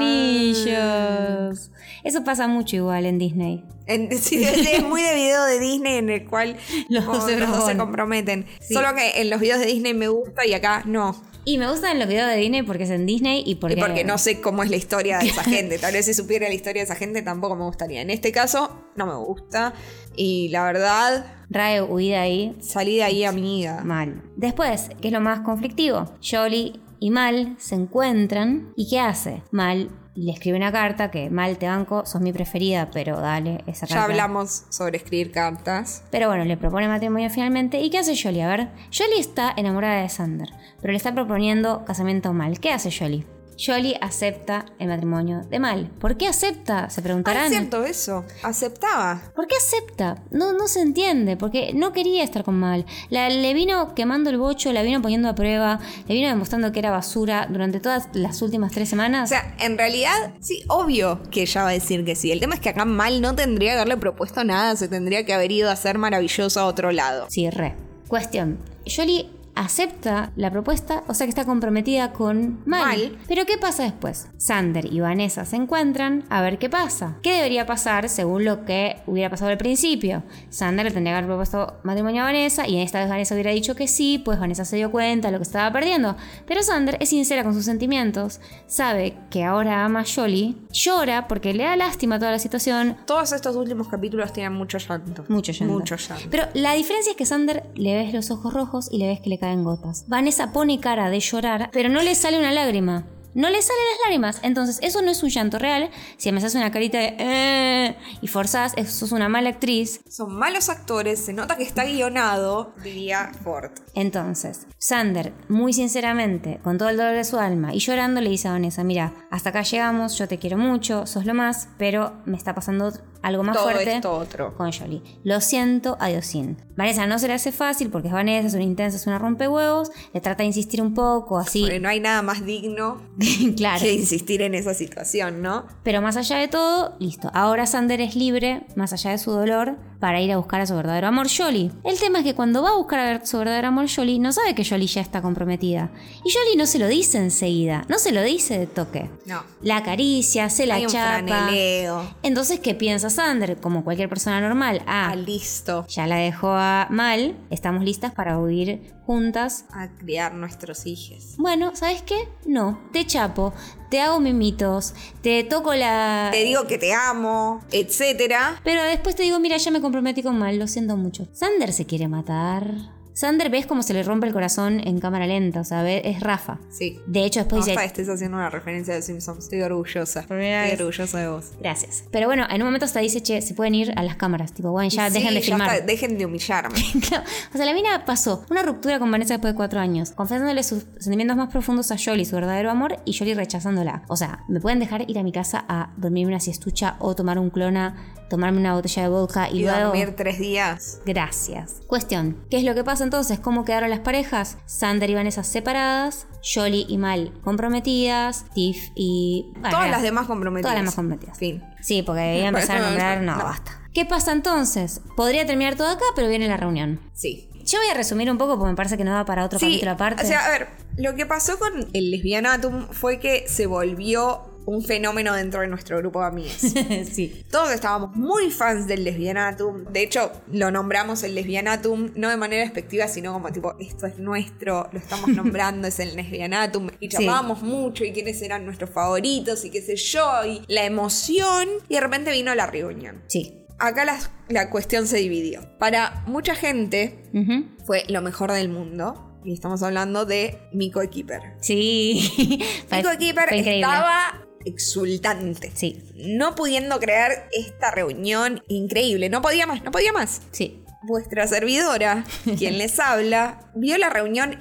Speaker 3: anillos. Eso pasa mucho igual en Disney.
Speaker 2: En- sí, es es muy de video de Disney en el cual
Speaker 3: Los dos se proponen.
Speaker 2: comprometen.
Speaker 3: Sí.
Speaker 2: Solo que en los videos de Disney me gusta y acá no.
Speaker 3: Y me gustan los videos de Disney porque es en Disney y porque,
Speaker 2: Y porque no sé cómo es la historia de esa gente. Tal vez si supiera la historia de esa gente tampoco me gustaría. En este caso, no me gusta. Y la verdad,
Speaker 3: Rae huida ahí
Speaker 2: salí de ahí amiga.
Speaker 3: mal. Después, ¿qué es lo más conflictivo? Jolly y Mal se encuentran y ¿qué hace? Mal le escribe una carta que Mal te banco, sos mi preferida, pero dale esa carta.
Speaker 2: Ya hablamos sobre escribir cartas. Ah,
Speaker 3: Pero bueno, le propone matrimonio finalmente. ¿Y qué hace Jolie? A ver, Jolie está enamorada de Sander, pero le está proponiendo casamiento mal. ¿Qué hace Jolie? Jolie acepta el matrimonio de mal. ¿Por qué acepta?
Speaker 2: Ah,
Speaker 3: Se
Speaker 2: es
Speaker 3: preguntarán.
Speaker 2: cierto eso. Aceptaba.
Speaker 3: ¿Por qué acepta? No, no se entiende, porque no quería estar con Mal. La- le vino quemando el bocho, la vino poniendo a prueba, le vino demostrando que era basura durante todas las últimas tres
Speaker 2: O
Speaker 3: semanas.
Speaker 2: sea, en realidad, sí, obvio que ella va a decir que sí. El tema es que acá mal no tendría que haberle propuesto nada. Se tendría que haber ido a hacer maravilloso a otro lado.
Speaker 3: Sí, re. Cuestión. Jolie acepta la propuesta, o sea que está comprometida con Mal.
Speaker 2: Mal.
Speaker 3: Pero ¿qué pasa después? Sander y Vanessa se encuentran a ver qué pasa. ¿Qué debería pasar según lo que hubiera pasado al principio? Sander le tendría que haber propuesto matrimonio a Vanessa y esta vez Vanessa hubiera dicho que sí, pues Vanessa se dio cuenta de lo que estaba perdiendo. Pero Sander es sincera con sus sentimientos, sabe que ahora ama a Jolie, llora porque le da lástima toda la situación,
Speaker 2: Todos estos últimos capítulos tienen mucho llanto.
Speaker 3: mucho llanto.
Speaker 2: Mucho llanto.
Speaker 3: Pero la diferencia es que Sander le ves los ojos rojos y le ves que le caen gotas. Vanessa pone cara de llorar, pero no le sale una lágrima. No le salen las lágrimas. Entonces, eso no es un llanto real. Si me haces una carita de. "Eh", y forzás, eso sos una mala actriz.
Speaker 2: Son malos actores, se nota que está guionado, diría Ford.
Speaker 3: Entonces, Sander, muy sinceramente, con todo el dolor de su alma y llorando, le dice a Vanessa: Mira, hasta acá llegamos, yo te quiero mucho, sos lo más, pero me está pasando algo más
Speaker 2: Todo
Speaker 3: fuerte.
Speaker 2: esto otro.
Speaker 3: con Jolie. Lo siento, adiosín. Vanessa no se le hace fácil porque es Vanessa, es una intensa, es una rompehuevos. Le trata de insistir un poco, así.
Speaker 2: Porque no hay nada más digno
Speaker 3: claro.
Speaker 2: que insistir en esa situación, ¿no?
Speaker 3: Pero más allá de todo, listo. Ahora Sander es libre, más allá de su dolor, para ir a buscar a su verdadero amor, Jolie. El tema es que cuando va a buscar a ver su verdadero amor, Jolie, no sabe que Jolie ya está comprometida. Y Jolie no se lo dice enseguida, no se lo dice de toque.
Speaker 2: No.
Speaker 3: La acaricia, se la
Speaker 2: hay un
Speaker 3: chapa.
Speaker 2: franeleo.
Speaker 3: Entonces, ¿qué piensa Sander? Como cualquier persona normal. Ah,
Speaker 2: Ah, listo.
Speaker 3: Ya la dejó a mal, estamos listas para huir juntas.
Speaker 2: A criar nuestros hijos.
Speaker 3: Bueno, ¿sabes qué? No, te chapo, te hago mimitos, te toco la...
Speaker 2: Te digo que te amo, etcétera.
Speaker 3: Pero después te digo, mira, ya me comprometí con mal, lo siento mucho. Sander se quiere matar. Sander ves cómo se le rompe el corazón en cámara lenta, o sea, ve- es Rafa.
Speaker 2: Sí.
Speaker 3: De hecho, después
Speaker 2: Ojalá
Speaker 3: dice...
Speaker 2: estés haciendo una referencia de Simpsons. Estoy orgullosa.
Speaker 3: Pues Primera
Speaker 2: Estoy
Speaker 3: vez.
Speaker 2: orgullosa de vos.
Speaker 3: Gracias. Pero bueno, en un momento hasta dice, che, se pueden ir a las cámaras. Tipo, bueno, ya
Speaker 2: Y
Speaker 3: dejen
Speaker 2: sí,
Speaker 3: de
Speaker 2: ya
Speaker 3: filmar.
Speaker 2: está, dejen de humillarme.
Speaker 3: Claro, o sea, la mina pasó una ruptura con Vanessa después de cuatro años, confesándole sus sentimientos más profundos a Jolie, su verdadero amor, y Jolie rechazándola. O sea, me pueden dejar ir a mi casa a dormir una siestucha o tomar un clona, tomarme una botella de vodka y,
Speaker 2: Y
Speaker 3: luego...
Speaker 2: dormir tres días.
Speaker 3: Gracias. Cuestión. ¿Qué es lo que pasa entonces? ¿Cómo quedaron las parejas? Sander y Vanessa separadas, Jolie y Mal comprometidas, Tiff y... bueno,
Speaker 2: Todas
Speaker 3: era-
Speaker 2: las demás comprometidas.
Speaker 3: Todas las más comprometidas.
Speaker 2: Fin.
Speaker 3: Sí, porque debía
Speaker 2: Bueno,
Speaker 3: empezar a
Speaker 2: no,
Speaker 3: nombrar...
Speaker 2: no,
Speaker 3: No,
Speaker 2: no.
Speaker 3: basta. ¿Qué pasa entonces? Podría terminar todo acá, pero viene la reunión.
Speaker 2: Sí.
Speaker 3: Yo voy a resumir un poco porque me parece que no va para otro capítulo aparte.
Speaker 2: O sea, a ver, lo que pasó con el lesbianatum fue que se volvió un fenómeno dentro de nuestro grupo de amigos.
Speaker 3: sí.
Speaker 2: Todos estábamos muy fans del lesbianatum. De hecho, lo nombramos el lesbianatum, no de manera despectiva, sino como tipo, esto es nuestro, lo estamos nombrando, es el lesbianatum. Y
Speaker 3: Sí.
Speaker 2: charlábamos mucho y quiénes eran nuestros favoritos y qué sé yo, y la emoción. Y de repente vino la reunión.
Speaker 3: Sí.
Speaker 2: Acá las- la cuestión se dividió. Para mucha gente,
Speaker 3: Ujú.
Speaker 2: fue lo mejor del mundo. Y estamos hablando de Miko Keeper.
Speaker 3: Sí.
Speaker 2: Miko
Speaker 3: Fue-
Speaker 2: Keeper
Speaker 3: fue increíble.
Speaker 2: estaba exultante.
Speaker 3: Sí.
Speaker 2: No pudiendo creer esta reunión increíble. No podía más, no podía más.
Speaker 3: Sí.
Speaker 2: vuestra servidora, quien les habla, vio la reunión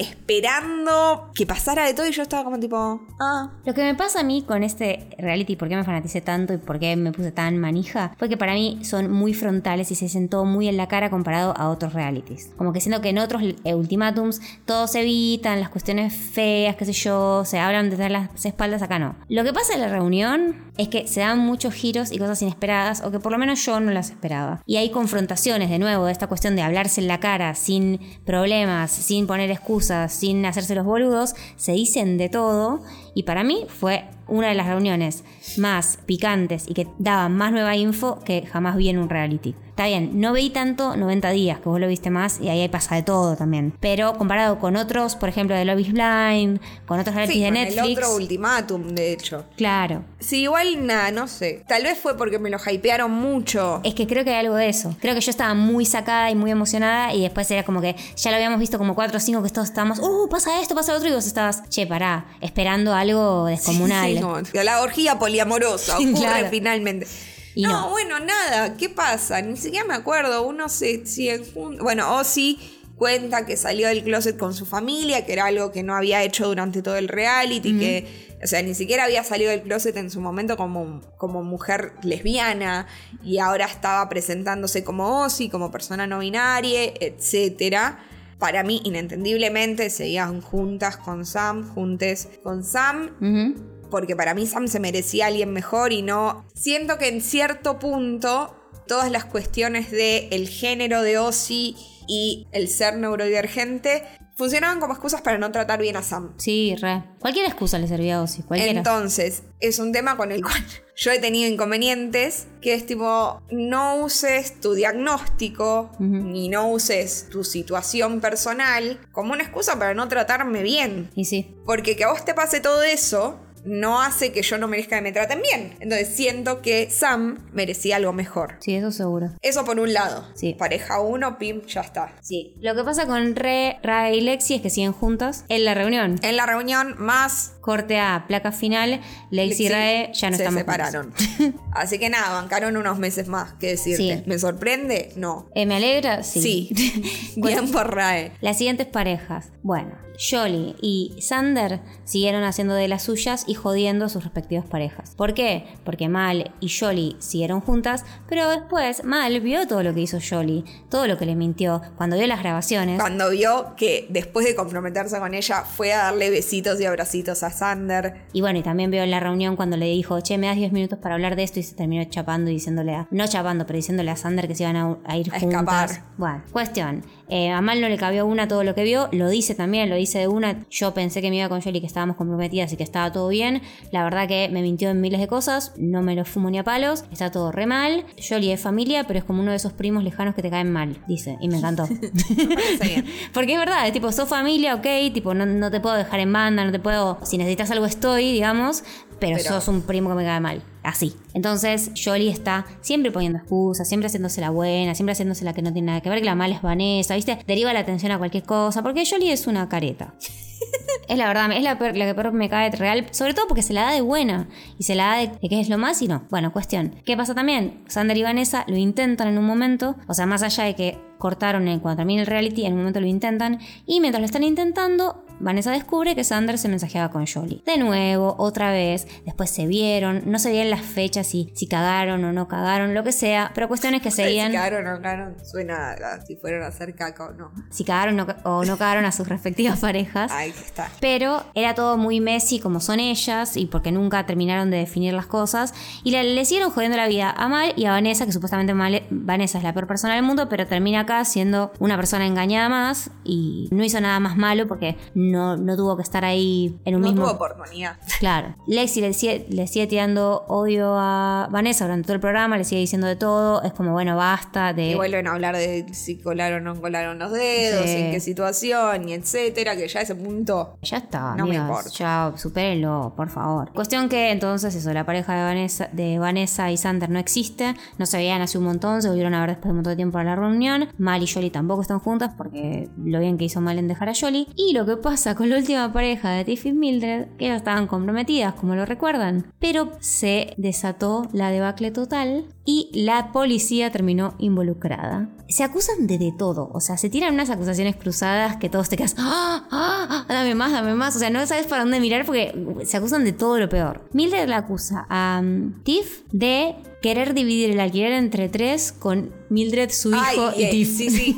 Speaker 2: esperando que pasara de todo y yo estaba como tipo, ah,
Speaker 3: Lo que me pasa a mí con este reality, por qué me fanaticé tanto y por qué me puse tan manija, fue que para mí son muy frontales y se sentó muy en la cara comparado a otros realities. Como que siento que en otros eh, ultimátums todos se evitan, las cuestiones feas, qué sé yo, se hablan detrás de las espaldas, acá no. Lo que pasa en la reunión es que se dan muchos giros y cosas inesperadas, o que por lo menos yo no las esperaba. Y hay confrontaciones, de nuevo, de esta cuestión de hablarse en la cara, sin problemas, sin poner excusas, sin hacerse los boludos, se dicen de todo. Y para mí fue una de las reuniones más picantes y que daba más nueva info que jamás vi en un reality. Está bien, no veí tanto 90 días, que vos lo viste más y ahí pasa de todo también. Pero comparado con otros, por ejemplo, de Lobby Blind, con otros realities
Speaker 2: sí,
Speaker 3: de
Speaker 2: con
Speaker 3: Netflix.
Speaker 2: el otro ultimátum, de hecho.
Speaker 3: Claro.
Speaker 2: Sí, igual nada, no sé. Tal vez fue porque me lo hypearon mucho.
Speaker 3: Es que creo que hay algo de eso. Creo que yo estaba muy sacada y muy emocionada y después era como que ya lo habíamos visto como cuatro o cinco que todos estábamos, uh, pasa esto, pasa lo otro y vos estabas, che, pará, esperando algo descomunal.
Speaker 2: Sí, como la orgía poliamorosa
Speaker 3: Sí,
Speaker 2: ocurre
Speaker 3: claro.
Speaker 2: finalmente.
Speaker 3: Y
Speaker 2: no,
Speaker 3: no.
Speaker 2: bueno, nada, ¿qué pasa? Ni siquiera me acuerdo, uno se... si enjun- bueno, Ozzy cuenta que salió del closet con su familia, que era algo que no había hecho durante todo el reality, que, o sea, ni siquiera había salido del closet en su momento como, como mujer lesbiana, y ahora estaba presentándose como Ozzy, como persona no binaria, etcétera. Para mí, inentendiblemente, seguían juntas con Sam, juntes con Sam,
Speaker 3: Ujú.
Speaker 2: porque para mí Sam se merecía a alguien mejor y no. Siento que en cierto punto todas las cuestiones de el género de Ozzy y el ser neurodivergente funcionaban como excusas para no tratar bien a Sam.
Speaker 3: Sí, re. Cualquier excusa le servía a Ozzy, cualquiera.
Speaker 2: Entonces, es un tema con el cual yo he tenido inconvenientes, que es tipo, no uses tu diagnóstico ni no uses tu situación personal como una excusa para no tratarme bien.
Speaker 3: y sí.
Speaker 2: Porque que a vos te pase todo eso no hace que yo no merezca que me traten bien. Entonces siento que Sam merecía algo mejor.
Speaker 3: Sí, eso seguro.
Speaker 2: Eso por un lado.
Speaker 3: Sí.
Speaker 2: Pareja uno, pim, ya está.
Speaker 3: Sí. Lo que pasa con Re, Ra y Lexi es que siguen juntas en la reunión.
Speaker 2: En la reunión más...
Speaker 3: Corte A, placa final, Lexi y
Speaker 2: sí,
Speaker 3: Rae ya no
Speaker 2: se
Speaker 3: estamos
Speaker 2: separaron. Así que nada, bancaron unos meses más, que decirte.
Speaker 3: Sí.
Speaker 2: ¿Me sorprende? No.
Speaker 3: Eh, ¿Me alegra?
Speaker 2: Sí.
Speaker 3: Sí. Bueno,
Speaker 2: Bien por Rae.
Speaker 3: Las siguientes parejas. Bueno, Jolly y Sander siguieron haciendo de las suyas y jodiendo a sus respectivas parejas. ¿Por qué? Porque Mal y Jolly siguieron juntas, pero después Mal vio todo lo que hizo Jolly, todo lo que le mintió, cuando vio las grabaciones.
Speaker 2: Cuando vio que después de comprometerse con ella fue a darle besitos y abracitos a Sander.
Speaker 3: Y bueno, y también veo en la reunión cuando le dijo, che, me das 10 minutos para hablar de esto y se terminó chapando y diciéndole, a, no chapando, pero diciéndole a Sander que se iban a, a ir
Speaker 2: A
Speaker 3: juntas.
Speaker 2: escapar.
Speaker 3: Bueno, cuestión. Eh, a Mal no le cabió una todo lo que vio, lo dice también, lo dice de una. Yo pensé que me iba con Jolie, que estábamos comprometidas y que estaba todo bien. La verdad que me mintió en miles de cosas, no me lo fumo ni a palos, está todo re mal. Jolie es familia, pero es como uno de esos primos lejanos que te caen mal, dice, y me encantó.
Speaker 2: Está bien.
Speaker 3: Porque es verdad, es tipo, sos familia, ok, tipo, no, no te puedo dejar en banda, no te puedo. Si necesitas algo, estoy, digamos, pero,
Speaker 2: Pero-
Speaker 3: sos un primo que me cae mal. Así. Entonces, Jolie está siempre poniendo excusas, siempre haciéndose la buena, siempre haciéndose la que no tiene nada que ver, que la mala es Vanessa, ¿viste? Deriva la atención a cualquier cosa, porque Jolie es una careta. Es la verdad, es la, peor- la que peor me cae real, sobre todo porque se la da de buena y se la da de, de que es lo más y no. Bueno, cuestión. ¿Qué pasa también? Sander y Vanessa lo intentan en un momento, o sea, más allá de que cortaron en, cuando termina el reality, en un momento lo intentan y mientras lo están intentando, Vanessa descubre que Sander se mensajeaba con Jolie. De nuevo, otra vez, después se vieron, no se veían las fechas, si, si cagaron o no cagaron, lo que sea, pero cuestiones que seguían...
Speaker 2: Si cagaron o no cagaron, suena a si fueron a hacer caca o no.
Speaker 3: Si cagaron o no ca- o no cagaron a sus respectivas parejas.
Speaker 2: Ahí está.
Speaker 3: Pero era todo muy Messi como son ellas y porque nunca terminaron de definir las cosas. Y le, le siguieron jodiendo la vida a Mal y a Vanessa, que supuestamente Mal- Vanessa es la peor persona del mundo, pero termina acá siendo una persona engañada más y no hizo nada más malo porque no, no tuvo que estar ahí en un
Speaker 2: No
Speaker 3: mismo...
Speaker 2: tuvo oportunidad.
Speaker 3: Claro. Lexi le sigue, le sigue tirando odio a Vanessa durante todo el programa, le sigue diciendo de todo, es como, bueno, basta de...
Speaker 2: Y vuelven a hablar de si colaron o no colaron los dedos,
Speaker 3: Sí.
Speaker 2: en qué situación, y etcétera, que ya ese punto.
Speaker 3: Ya está,
Speaker 2: No me
Speaker 3: amigos,
Speaker 2: importa.
Speaker 3: Ya, supérenlo, por favor. Cuestión que entonces eso, la pareja de Vanessa, de Vanessa y Sander no existe, no se veían hace un montón, se volvieron a ver después de un montón de tiempo a la reunión. Mal y Jolie tampoco están juntas porque lo bien que hizo Mal en dejar a Jolie. Y lo que pasa con la última pareja de Tiff y Mildred, que ya estaban comprometidas, como lo recuerdan. Pero se desató la debacle total y la policía terminó involucrada. Se acusan de, de todo, o sea, se tiran unas acusaciones cruzadas que todos te quedas, ¡Ah, ah, ah, dame más, dame más, o sea, no sabes para dónde mirar porque se acusan de todo lo peor. Mildred la acusa a um, Tiff de querer dividir el alquiler entre tres con Mildred, su hijo
Speaker 2: Ay, eh,
Speaker 3: y Tiff.
Speaker 2: Sí, sí.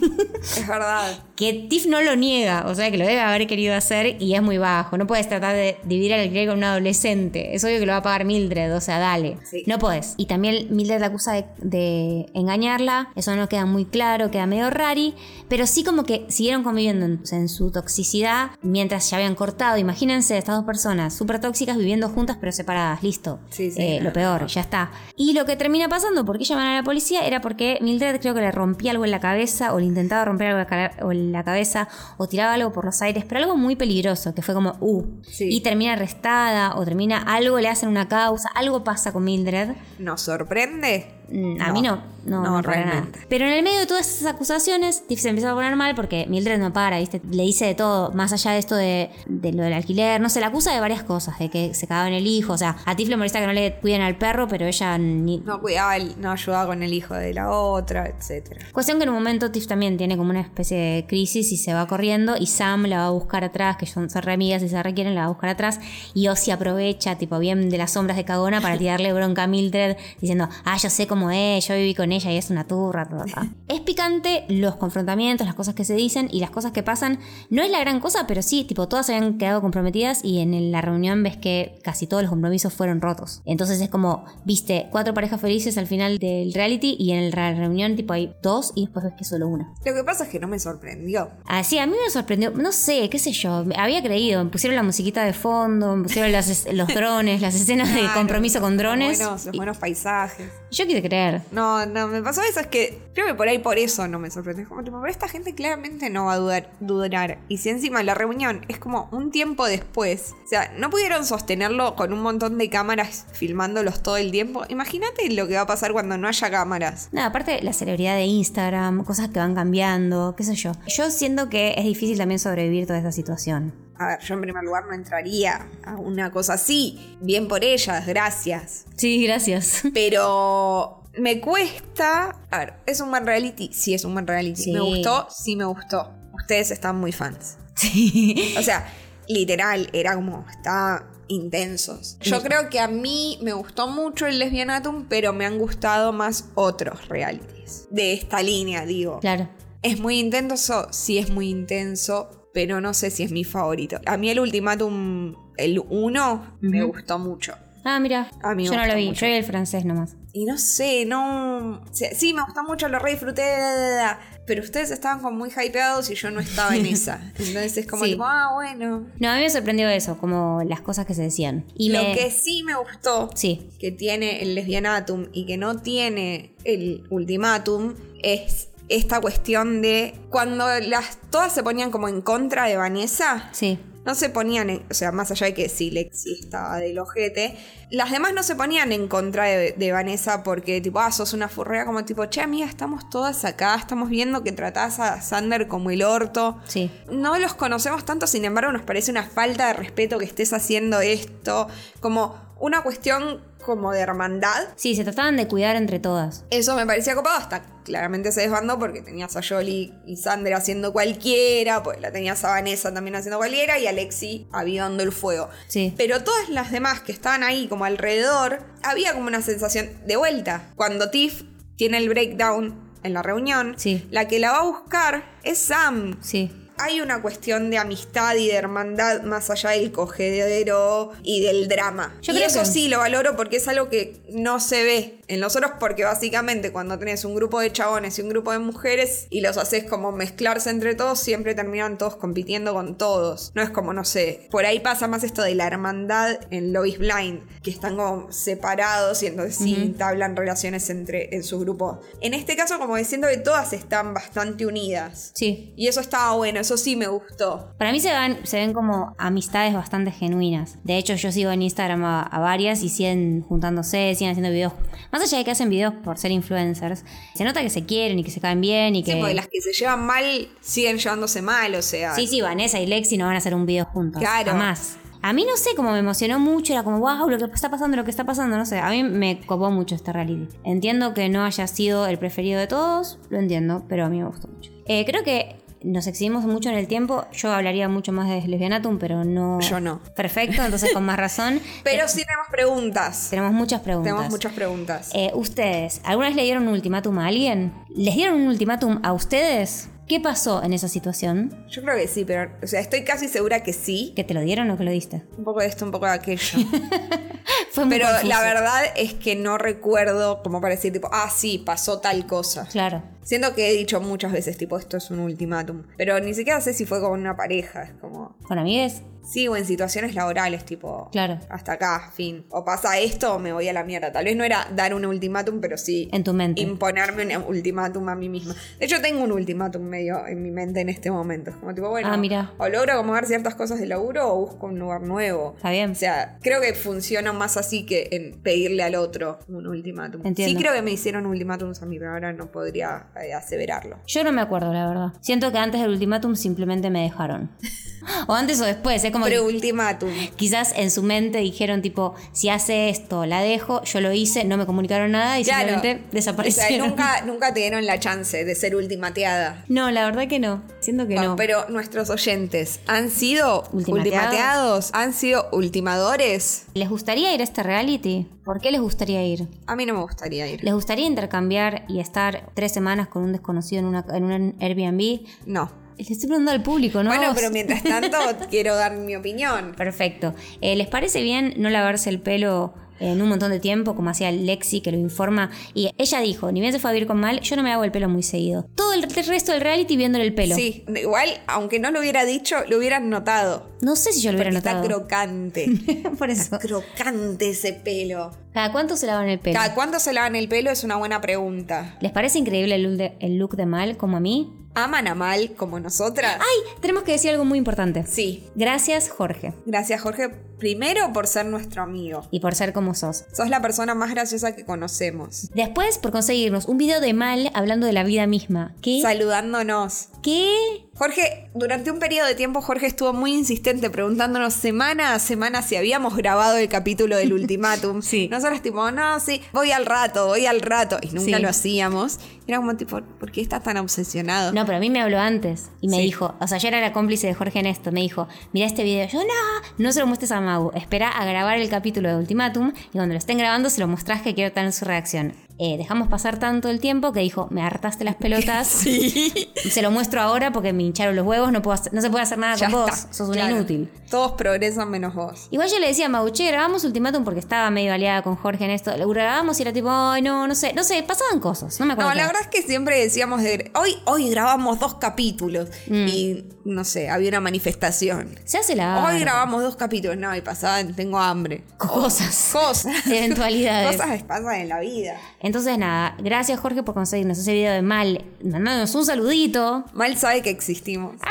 Speaker 2: Es verdad.
Speaker 3: Que Tiff no lo niega, o sea que lo debe haber querido hacer y es muy bajo. No puedes tratar de dividir el alquiler con un adolescente. Es obvio que lo va a pagar Mildred, o sea, dale.
Speaker 2: Sí.
Speaker 3: No podés. Y también Mildred la acusa de, de engañarla. Eso no queda muy claro, queda medio rari. Pero sí como que siguieron conviviendo en, o sea, en su toxicidad mientras ya habían cortado. Imagínense estas dos personas súper tóxicas viviendo juntas pero separadas. Listo.
Speaker 2: Sí, sí.
Speaker 3: Eh, lo peor, ya está. Y lo que termina pasando, ¿por qué llaman a la policía? Era porque Mildred creo que le rompía algo en la cabeza o le intentaba romper algo en la cara- o en la cabeza o tiraba algo por los aires, pero algo muy peligroso, que fue como, uh,
Speaker 2: Sí.
Speaker 3: y termina arrestada o termina algo, le hacen una causa, algo pasa con Mildred.
Speaker 2: ¿Nos sorprende?
Speaker 3: Mm, A mí no, no,
Speaker 2: No,
Speaker 3: para nada.
Speaker 2: realmente.
Speaker 3: Pero en el medio de todas esas acusaciones, Tiff se empieza a poner mal porque Mildred no para, ¿viste? Le dice de todo, más allá de esto de, de lo del alquiler, no se la acusa de varias cosas, de que se cagaba en el hijo, o sea, a Tiff le molesta que no le cuiden al perro, pero ella ni...
Speaker 2: No cuidaba, el- no ayudaba con el hijo de la otra, etcétera.
Speaker 3: Cuestión que en un momento Tiff también tiene como una especie de crisis y se va corriendo y Sam la va a buscar atrás, que son, son re amigas y se requieren, la va a buscar atrás y Ozzy aprovecha, tipo bien de las sombras de cagona para tirarle bronca a Mildred diciendo, ah, yo sé cómo es, yo viví con ella y es una turra. ta, ta, ta". es picante los confrontamientos, las cosas que se dicen y las cosas que pasan. No es la gran cosa, pero sí, tipo todas se habían quedado comprometidas y en la reunión ves que casi todos los compromisos fueron rotos. Entonces es como, viste, cuatro parejas felices al final del reality y en la reunión tipo hay dos y después ves que solo una.
Speaker 2: Lo que pasa es que no me sorprendió.
Speaker 3: Así, a mí me sorprendió, no sé, qué sé yo, me había creído, me pusieron la musiquita de fondo, me pusieron las es- los drones, las escenas de
Speaker 2: Claro,
Speaker 3: compromiso con
Speaker 2: los
Speaker 3: drones.
Speaker 2: buenos- los buenos paisajes.
Speaker 3: Yo quise creer.
Speaker 2: No, no, me pasó eso, es que creo que por ahí por eso no me sorprende. Es como, tipo, pero esta gente claramente no va a dudar, dudar. Y si encima la reunión es como un tiempo después, o sea, no pudieron sostenerlo con un montón de cámaras filmándolos todo el tiempo. Imagínate lo que va a pasar cuando no haya cámaras.
Speaker 3: Nada, aparte la celebridad de Instagram, cosas que van cambiando, qué sé yo. Yo siento que es difícil también sobrevivir toda esta situación.
Speaker 2: A ver, yo en primer lugar no entraría a una cosa así. Bien por ellas, gracias.
Speaker 3: Sí, gracias.
Speaker 2: Pero me cuesta. A ver, ¿es un buen reality? Sí, es un buen reality.
Speaker 3: Sí.
Speaker 2: Me gustó, sí me gustó. Ustedes están muy fans.
Speaker 3: Sí.
Speaker 2: O sea, literal, era como, está intensos. Yo creo que a mí me gustó mucho el lesbianatum, pero me han gustado más otros realities. De esta línea, digo.
Speaker 3: Claro.
Speaker 2: ¿Es muy intenso? Sí, es muy intenso, pero no sé si es mi favorito. A mí el ultimátum, el 1, me gustó mucho.
Speaker 3: Ah, mira.
Speaker 2: A mí me
Speaker 3: Yo no lo
Speaker 2: gusta
Speaker 3: vi,
Speaker 2: mucho.
Speaker 3: yo vi el francés nomás.
Speaker 2: Y no sé, no. o sea, sí, me gustó mucho, lo re disfruté, da, da, da, pero ustedes estaban como muy hypeados y yo no estaba en esa. Entonces es como,
Speaker 3: Sí.
Speaker 2: tipo, ah, bueno.
Speaker 3: No, a mí me sorprendió eso, como las cosas que se decían. Y
Speaker 2: lo
Speaker 3: me...
Speaker 2: que sí me gustó
Speaker 3: Sí.
Speaker 2: que tiene el lesbianatum y que no tiene el ultimátum es esta cuestión de cuando las todas se ponían como en contra de Vanessa.
Speaker 3: Sí.
Speaker 2: No se ponían, en- o sea, más allá de que sí, Lexi estaba del ojete, las demás no se ponían en contra de, de Vanessa porque, tipo, ah, sos una furrea, como tipo, che, amiga, estamos todas acá, estamos viendo que tratás a Sander como el orto.
Speaker 3: Sí.
Speaker 2: No los conocemos tanto, sin embargo, nos parece una falta de respeto que estés haciendo esto, como una cuestión como de hermandad.
Speaker 3: Sí, se trataban de cuidar entre todas.
Speaker 2: Eso me parecía copado, hasta claramente se desbandó porque tenías a Jolie y Sandra haciendo cualquiera, pues la tenías a Vanessa también haciendo cualquiera y a Alexi avivando el fuego.
Speaker 3: Sí.
Speaker 2: Pero todas las demás que estaban ahí como alrededor, había como una sensación de vuelta. Cuando Tiff tiene el breakdown en la reunión,
Speaker 3: Sí.
Speaker 2: la que la va a buscar es Sam.
Speaker 3: Sí.
Speaker 2: Hay una cuestión de amistad y de hermandad más allá del cogedero y del drama.
Speaker 3: Yo
Speaker 2: y
Speaker 3: creo
Speaker 2: eso
Speaker 3: que-
Speaker 2: sí lo valoro porque es algo que no se ve en los otros porque básicamente cuando tenés un grupo de chabones y un grupo de mujeres y los haces como mezclarse entre todos, siempre terminan todos compitiendo con todos. No es como, no sé, por ahí pasa más esto de la hermandad en Love is Blind, que están como separados y entonces sí entablan relaciones entre en su grupo. En este caso como diciendo que todas están bastante unidas.
Speaker 3: Sí.
Speaker 2: Y eso estaba bueno, eso sí me gustó.
Speaker 3: Para mí se, van, se ven como amistades bastante genuinas. De hecho, yo sigo en Instagram a, a varias y siguen juntándose, siguen haciendo videos. Más allá de que hacen videos por ser influencers, se nota que se quieren y que se caen bien y que...
Speaker 2: Sí, porque las que se llevan mal siguen llevándose mal, o sea.
Speaker 3: Sí, sí, Vanessa y Lexi no van a hacer un video juntos.
Speaker 2: Claro.
Speaker 3: Jamás. A mí no sé cómo me emocionó mucho, era como, wow, lo que está pasando, lo que está pasando, no sé. A mí me copó mucho este reality. Entiendo que no haya sido el preferido de todos, lo entiendo, pero a mí me gustó mucho. Eh, creo que nos excedimos mucho en el tiempo. Yo hablaría mucho más de Lesbianatum, pero no.
Speaker 2: Yo no.
Speaker 3: Perfecto, entonces con más razón.
Speaker 2: Pero sí tenemos preguntas.
Speaker 3: Tenemos muchas preguntas.
Speaker 2: Tenemos muchas preguntas.
Speaker 3: Eh, ustedes, ¿alguna vez le dieron un ultimátum a alguien? ¿Les dieron un ultimátum a ustedes? ¿Qué pasó en esa situación?
Speaker 2: Yo creo que sí, pero. O sea, estoy casi segura que sí.
Speaker 3: ¿Que te lo dieron o que lo diste?
Speaker 2: Un poco de esto, un poco de aquello.
Speaker 3: Fue muy
Speaker 2: Pero la
Speaker 3: confuso.
Speaker 2: verdad es que no recuerdo como para decir, tipo, ah, sí, pasó tal cosa.
Speaker 3: Claro.
Speaker 2: Siento que he dicho muchas veces, tipo, esto es un ultimátum. Pero ni siquiera sé si fue con una pareja. Es como,
Speaker 3: ¿Con amigues?
Speaker 2: sí, o en situaciones laborales, tipo,
Speaker 3: Claro.
Speaker 2: hasta acá, fin. O pasa esto o me voy a la mierda. Tal vez no era dar un ultimátum, pero sí
Speaker 3: En tu mente.
Speaker 2: imponerme un ultimátum a mí misma. De hecho, tengo un ultimátum medio en mi mente en este momento. Es como tipo, bueno,
Speaker 3: Ah, mirá.
Speaker 2: o logro acomodar ciertas cosas de laburo o busco un lugar nuevo.
Speaker 3: Está bien.
Speaker 2: O sea, creo que funciona más así que en pedirle al otro un ultimátum.
Speaker 3: Entiendo.
Speaker 2: Sí creo que me hicieron ultimátums a mí, pero ahora no podría eh, aseverarlo.
Speaker 3: Yo no me acuerdo, la verdad. Siento que antes del ultimátum simplemente me dejaron. O antes o después, es como que
Speaker 2: Pero ultimátum.
Speaker 3: quizás en su mente dijeron tipo, si hace esto, la dejo, yo lo hice, no me comunicaron nada y
Speaker 2: Claro.
Speaker 3: simplemente
Speaker 2: O sea,
Speaker 3: desaparecieron.
Speaker 2: nunca, nunca te dieron la chance de ser ultimateada. Ah,
Speaker 3: No, la verdad que no. Siento que no.
Speaker 2: Pero nuestros oyentes han sido
Speaker 3: Ultimateados.
Speaker 2: ultimateados, han sido ultimadores.
Speaker 3: ¿Les gustaría ir a este reality? ¿Por qué les gustaría ir?
Speaker 2: A mí no me gustaría ir.
Speaker 3: ¿Les gustaría intercambiar y estar tres semanas con un desconocido en, una, en un Airbnb?
Speaker 2: No.
Speaker 3: Les estoy preguntando al público, ¿no?
Speaker 2: Bueno,
Speaker 3: Vos.
Speaker 2: pero mientras tanto quiero dar mi opinión.
Speaker 3: Perfecto. Eh, ¿Les parece bien no lavarse el pelo en un montón de tiempo, como hacía Lexi, que lo informa? Y ella dijo, ni bien se fue a vivir con mal, yo no me hago el pelo muy seguido. Todo el re- resto del reality viéndole el pelo.
Speaker 2: Sí, igual, aunque no lo hubiera dicho, lo hubieran notado.
Speaker 3: No sé si yo lo hubiera
Speaker 2: Porque está
Speaker 3: notado.
Speaker 2: crocante.
Speaker 3: Por eso.
Speaker 2: crocante ese pelo.
Speaker 3: ¿Cada cuánto se lavan el pelo?
Speaker 2: ¿Cada cuánto se lavan el pelo? Es una buena pregunta.
Speaker 3: ¿Les parece increíble el look, de, el look de mal, como a mí?
Speaker 2: ¿Aman a mal como nosotras?
Speaker 3: ¡Ay! Tenemos que decir algo muy importante.
Speaker 2: Sí.
Speaker 3: Gracias, Jorge.
Speaker 2: Gracias, Jorge, primero por ser nuestro amigo.
Speaker 3: Y por ser como sos.
Speaker 2: Sos la persona más graciosa que conocemos.
Speaker 3: Después, por conseguirnos un video de mal hablando de la vida misma. ¿Qué?
Speaker 2: Saludándonos.
Speaker 3: ¿Qué?
Speaker 2: Jorge, durante un periodo de tiempo Jorge estuvo muy insistente preguntándonos semana a semana si habíamos grabado el capítulo del ultimátum.
Speaker 3: Sí.
Speaker 2: Nosotros tipo, no, sí, voy al rato, voy al rato. Y nunca
Speaker 3: Sí.
Speaker 2: lo hacíamos. Era como tipo, ¿por qué estás tan obsesionado?
Speaker 3: No, pero a mí me habló antes y me
Speaker 2: Ah. Sí.
Speaker 3: dijo, o sea, yo era la cómplice de Jorge en esto, me dijo, mira este video, yo no, no se lo muestres a Mau, espera a grabar el capítulo de Ultimatum y cuando lo estén grabando se lo mostrás que quiero tener su reacción. Eh, dejamos pasar tanto el tiempo que dijo, me hartaste las pelotas, se lo muestro ahora porque me hincharon los huevos, no, puedo hacer- no se puede hacer nada
Speaker 2: Ya
Speaker 3: con vos,
Speaker 2: está,
Speaker 3: sos una
Speaker 2: claro.
Speaker 3: inútil.
Speaker 2: Todos progresan menos vos.
Speaker 3: Igual yo le decía a Mau, che, grabamos Ultimatum porque estaba medio aliada con Jorge en esto, lo grabamos y era tipo, ay, no, no sé, no sé, pasaban cosas, no me acuerdo.
Speaker 2: No,
Speaker 3: qué
Speaker 2: la
Speaker 3: era.
Speaker 2: verdad es que siempre decíamos, de, hoy, hoy grabamos dos capítulos.
Speaker 3: Mm.
Speaker 2: Y no sé, había una manifestación.
Speaker 3: Se hace la...
Speaker 2: Hoy grabamos dos capítulos, no, y pasaban, tengo hambre.
Speaker 3: Cosas.
Speaker 2: Cosas.
Speaker 3: Eventualidades.
Speaker 2: Cosas que pasan en la vida.
Speaker 3: Entonces, nada, gracias Jorge por conseguirnos ese video de mal, mandándonos un saludito.
Speaker 2: Mal sabe que existimos.
Speaker 3: Ah,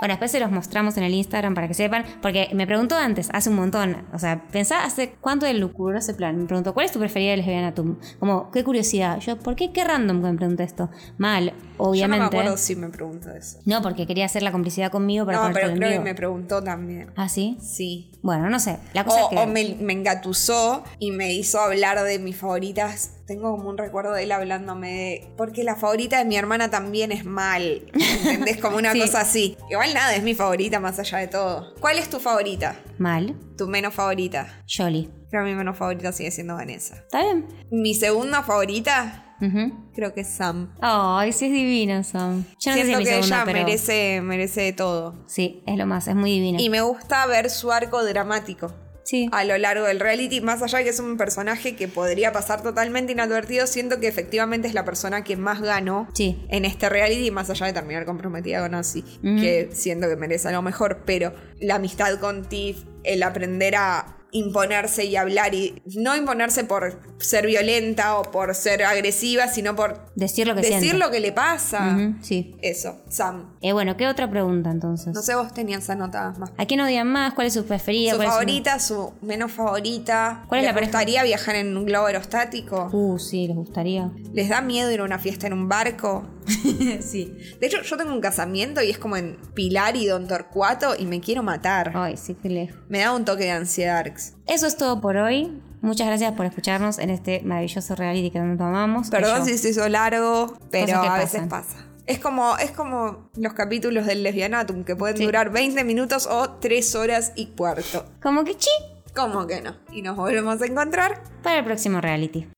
Speaker 3: Bueno, después se los mostramos en el Instagram para que sepan, porque me preguntó antes, hace un montón, o sea, pensá hace cuánto de lucro ese plan. Me preguntó, ¿cuál es tu preferida de lesbianatum? Como, qué curiosidad. Yo, ¿por qué? Qué random que me pregunté esto. Mal,
Speaker 2: Yo no
Speaker 3: obviamente.
Speaker 2: me acuerdo si me preguntó eso.
Speaker 3: No, porque quería hacer la complicidad conmigo para
Speaker 2: No,
Speaker 3: ponértelo
Speaker 2: pero
Speaker 3: en
Speaker 2: creo que
Speaker 3: vivo.
Speaker 2: me preguntó también.
Speaker 3: ¿Ah, sí?
Speaker 2: Sí.
Speaker 3: Bueno, no sé. La cosa
Speaker 2: O,
Speaker 3: es que...
Speaker 2: o me, me engatusó y me hizo hablar de mis favoritas. Tengo como un recuerdo de él hablándome de. Porque la favorita de mi hermana también es mal. ¿Entendés? Como una
Speaker 3: Sí.
Speaker 2: cosa así. Igual nada, es mi favorita más allá de todo. ¿Cuál es tu favorita?
Speaker 3: Mal,
Speaker 2: Tu menos favorita.
Speaker 3: Jolly.
Speaker 2: Creo que mi menos favorita sigue siendo Vanessa.
Speaker 3: ¿Está bien?
Speaker 2: Mi segunda favorita
Speaker 3: Ujú.
Speaker 2: creo que es Sam.
Speaker 3: Ay, sí es divina, Sam. Yo no sé si es
Speaker 2: Siento
Speaker 3: mi
Speaker 2: que
Speaker 3: segunda,
Speaker 2: ella
Speaker 3: pero...
Speaker 2: merece, merece de todo.
Speaker 3: Sí, es lo más, es muy divina.
Speaker 2: Y me gusta ver su arco dramático
Speaker 3: Sí.
Speaker 2: a lo largo del reality, más allá de que es un personaje que podría pasar totalmente inadvertido, siento que efectivamente es la persona que más ganó
Speaker 3: Sí.
Speaker 2: en este reality, más allá de terminar comprometida con Ozzy,
Speaker 3: Ujú.
Speaker 2: que siento que merece algo mejor, pero la amistad con Tiff, el aprender a imponerse y hablar y no imponerse por ser violenta o por ser agresiva, sino por
Speaker 3: Decir lo que
Speaker 2: decir
Speaker 3: siente.
Speaker 2: lo que le pasa.
Speaker 3: Ujú, sí.
Speaker 2: Eso, Sam.
Speaker 3: Eh, bueno, ¿qué otra pregunta entonces?
Speaker 2: No sé, vos tenías anotadas más.
Speaker 3: ¿A quién odian más? ¿Cuál es su preferida?
Speaker 2: Su
Speaker 3: ¿Cuál es
Speaker 2: favorita, su menos favorita.
Speaker 3: ¿Cuál es
Speaker 2: ¿Les
Speaker 3: la pareja?
Speaker 2: gustaría viajar en un globo aerostático?
Speaker 3: Uh, sí, les gustaría.
Speaker 2: ¿Les da miedo ir a una fiesta en un barco?
Speaker 3: sí.
Speaker 2: De hecho, yo tengo un casamiento y es como en Pilar y Don Torcuato y me quiero matar.
Speaker 3: Ay, sí, qué lejos.
Speaker 2: Me da un toque de ansiedad. Arx.
Speaker 3: Eso es todo por hoy. Muchas gracias por escucharnos en este maravilloso reality que tanto amamos.
Speaker 2: Perdón
Speaker 3: Que yo-
Speaker 2: si se hizo largo, pero
Speaker 3: que
Speaker 2: a veces
Speaker 3: pasan.
Speaker 2: pasa. Es como, es como los capítulos del lesbianatum, que pueden
Speaker 3: Sí.
Speaker 2: durar 20 minutos o 3 horas y cuarto.
Speaker 3: Como que chi,
Speaker 2: ¿Cómo que no? Y nos volvemos a encontrar
Speaker 3: para el próximo reality.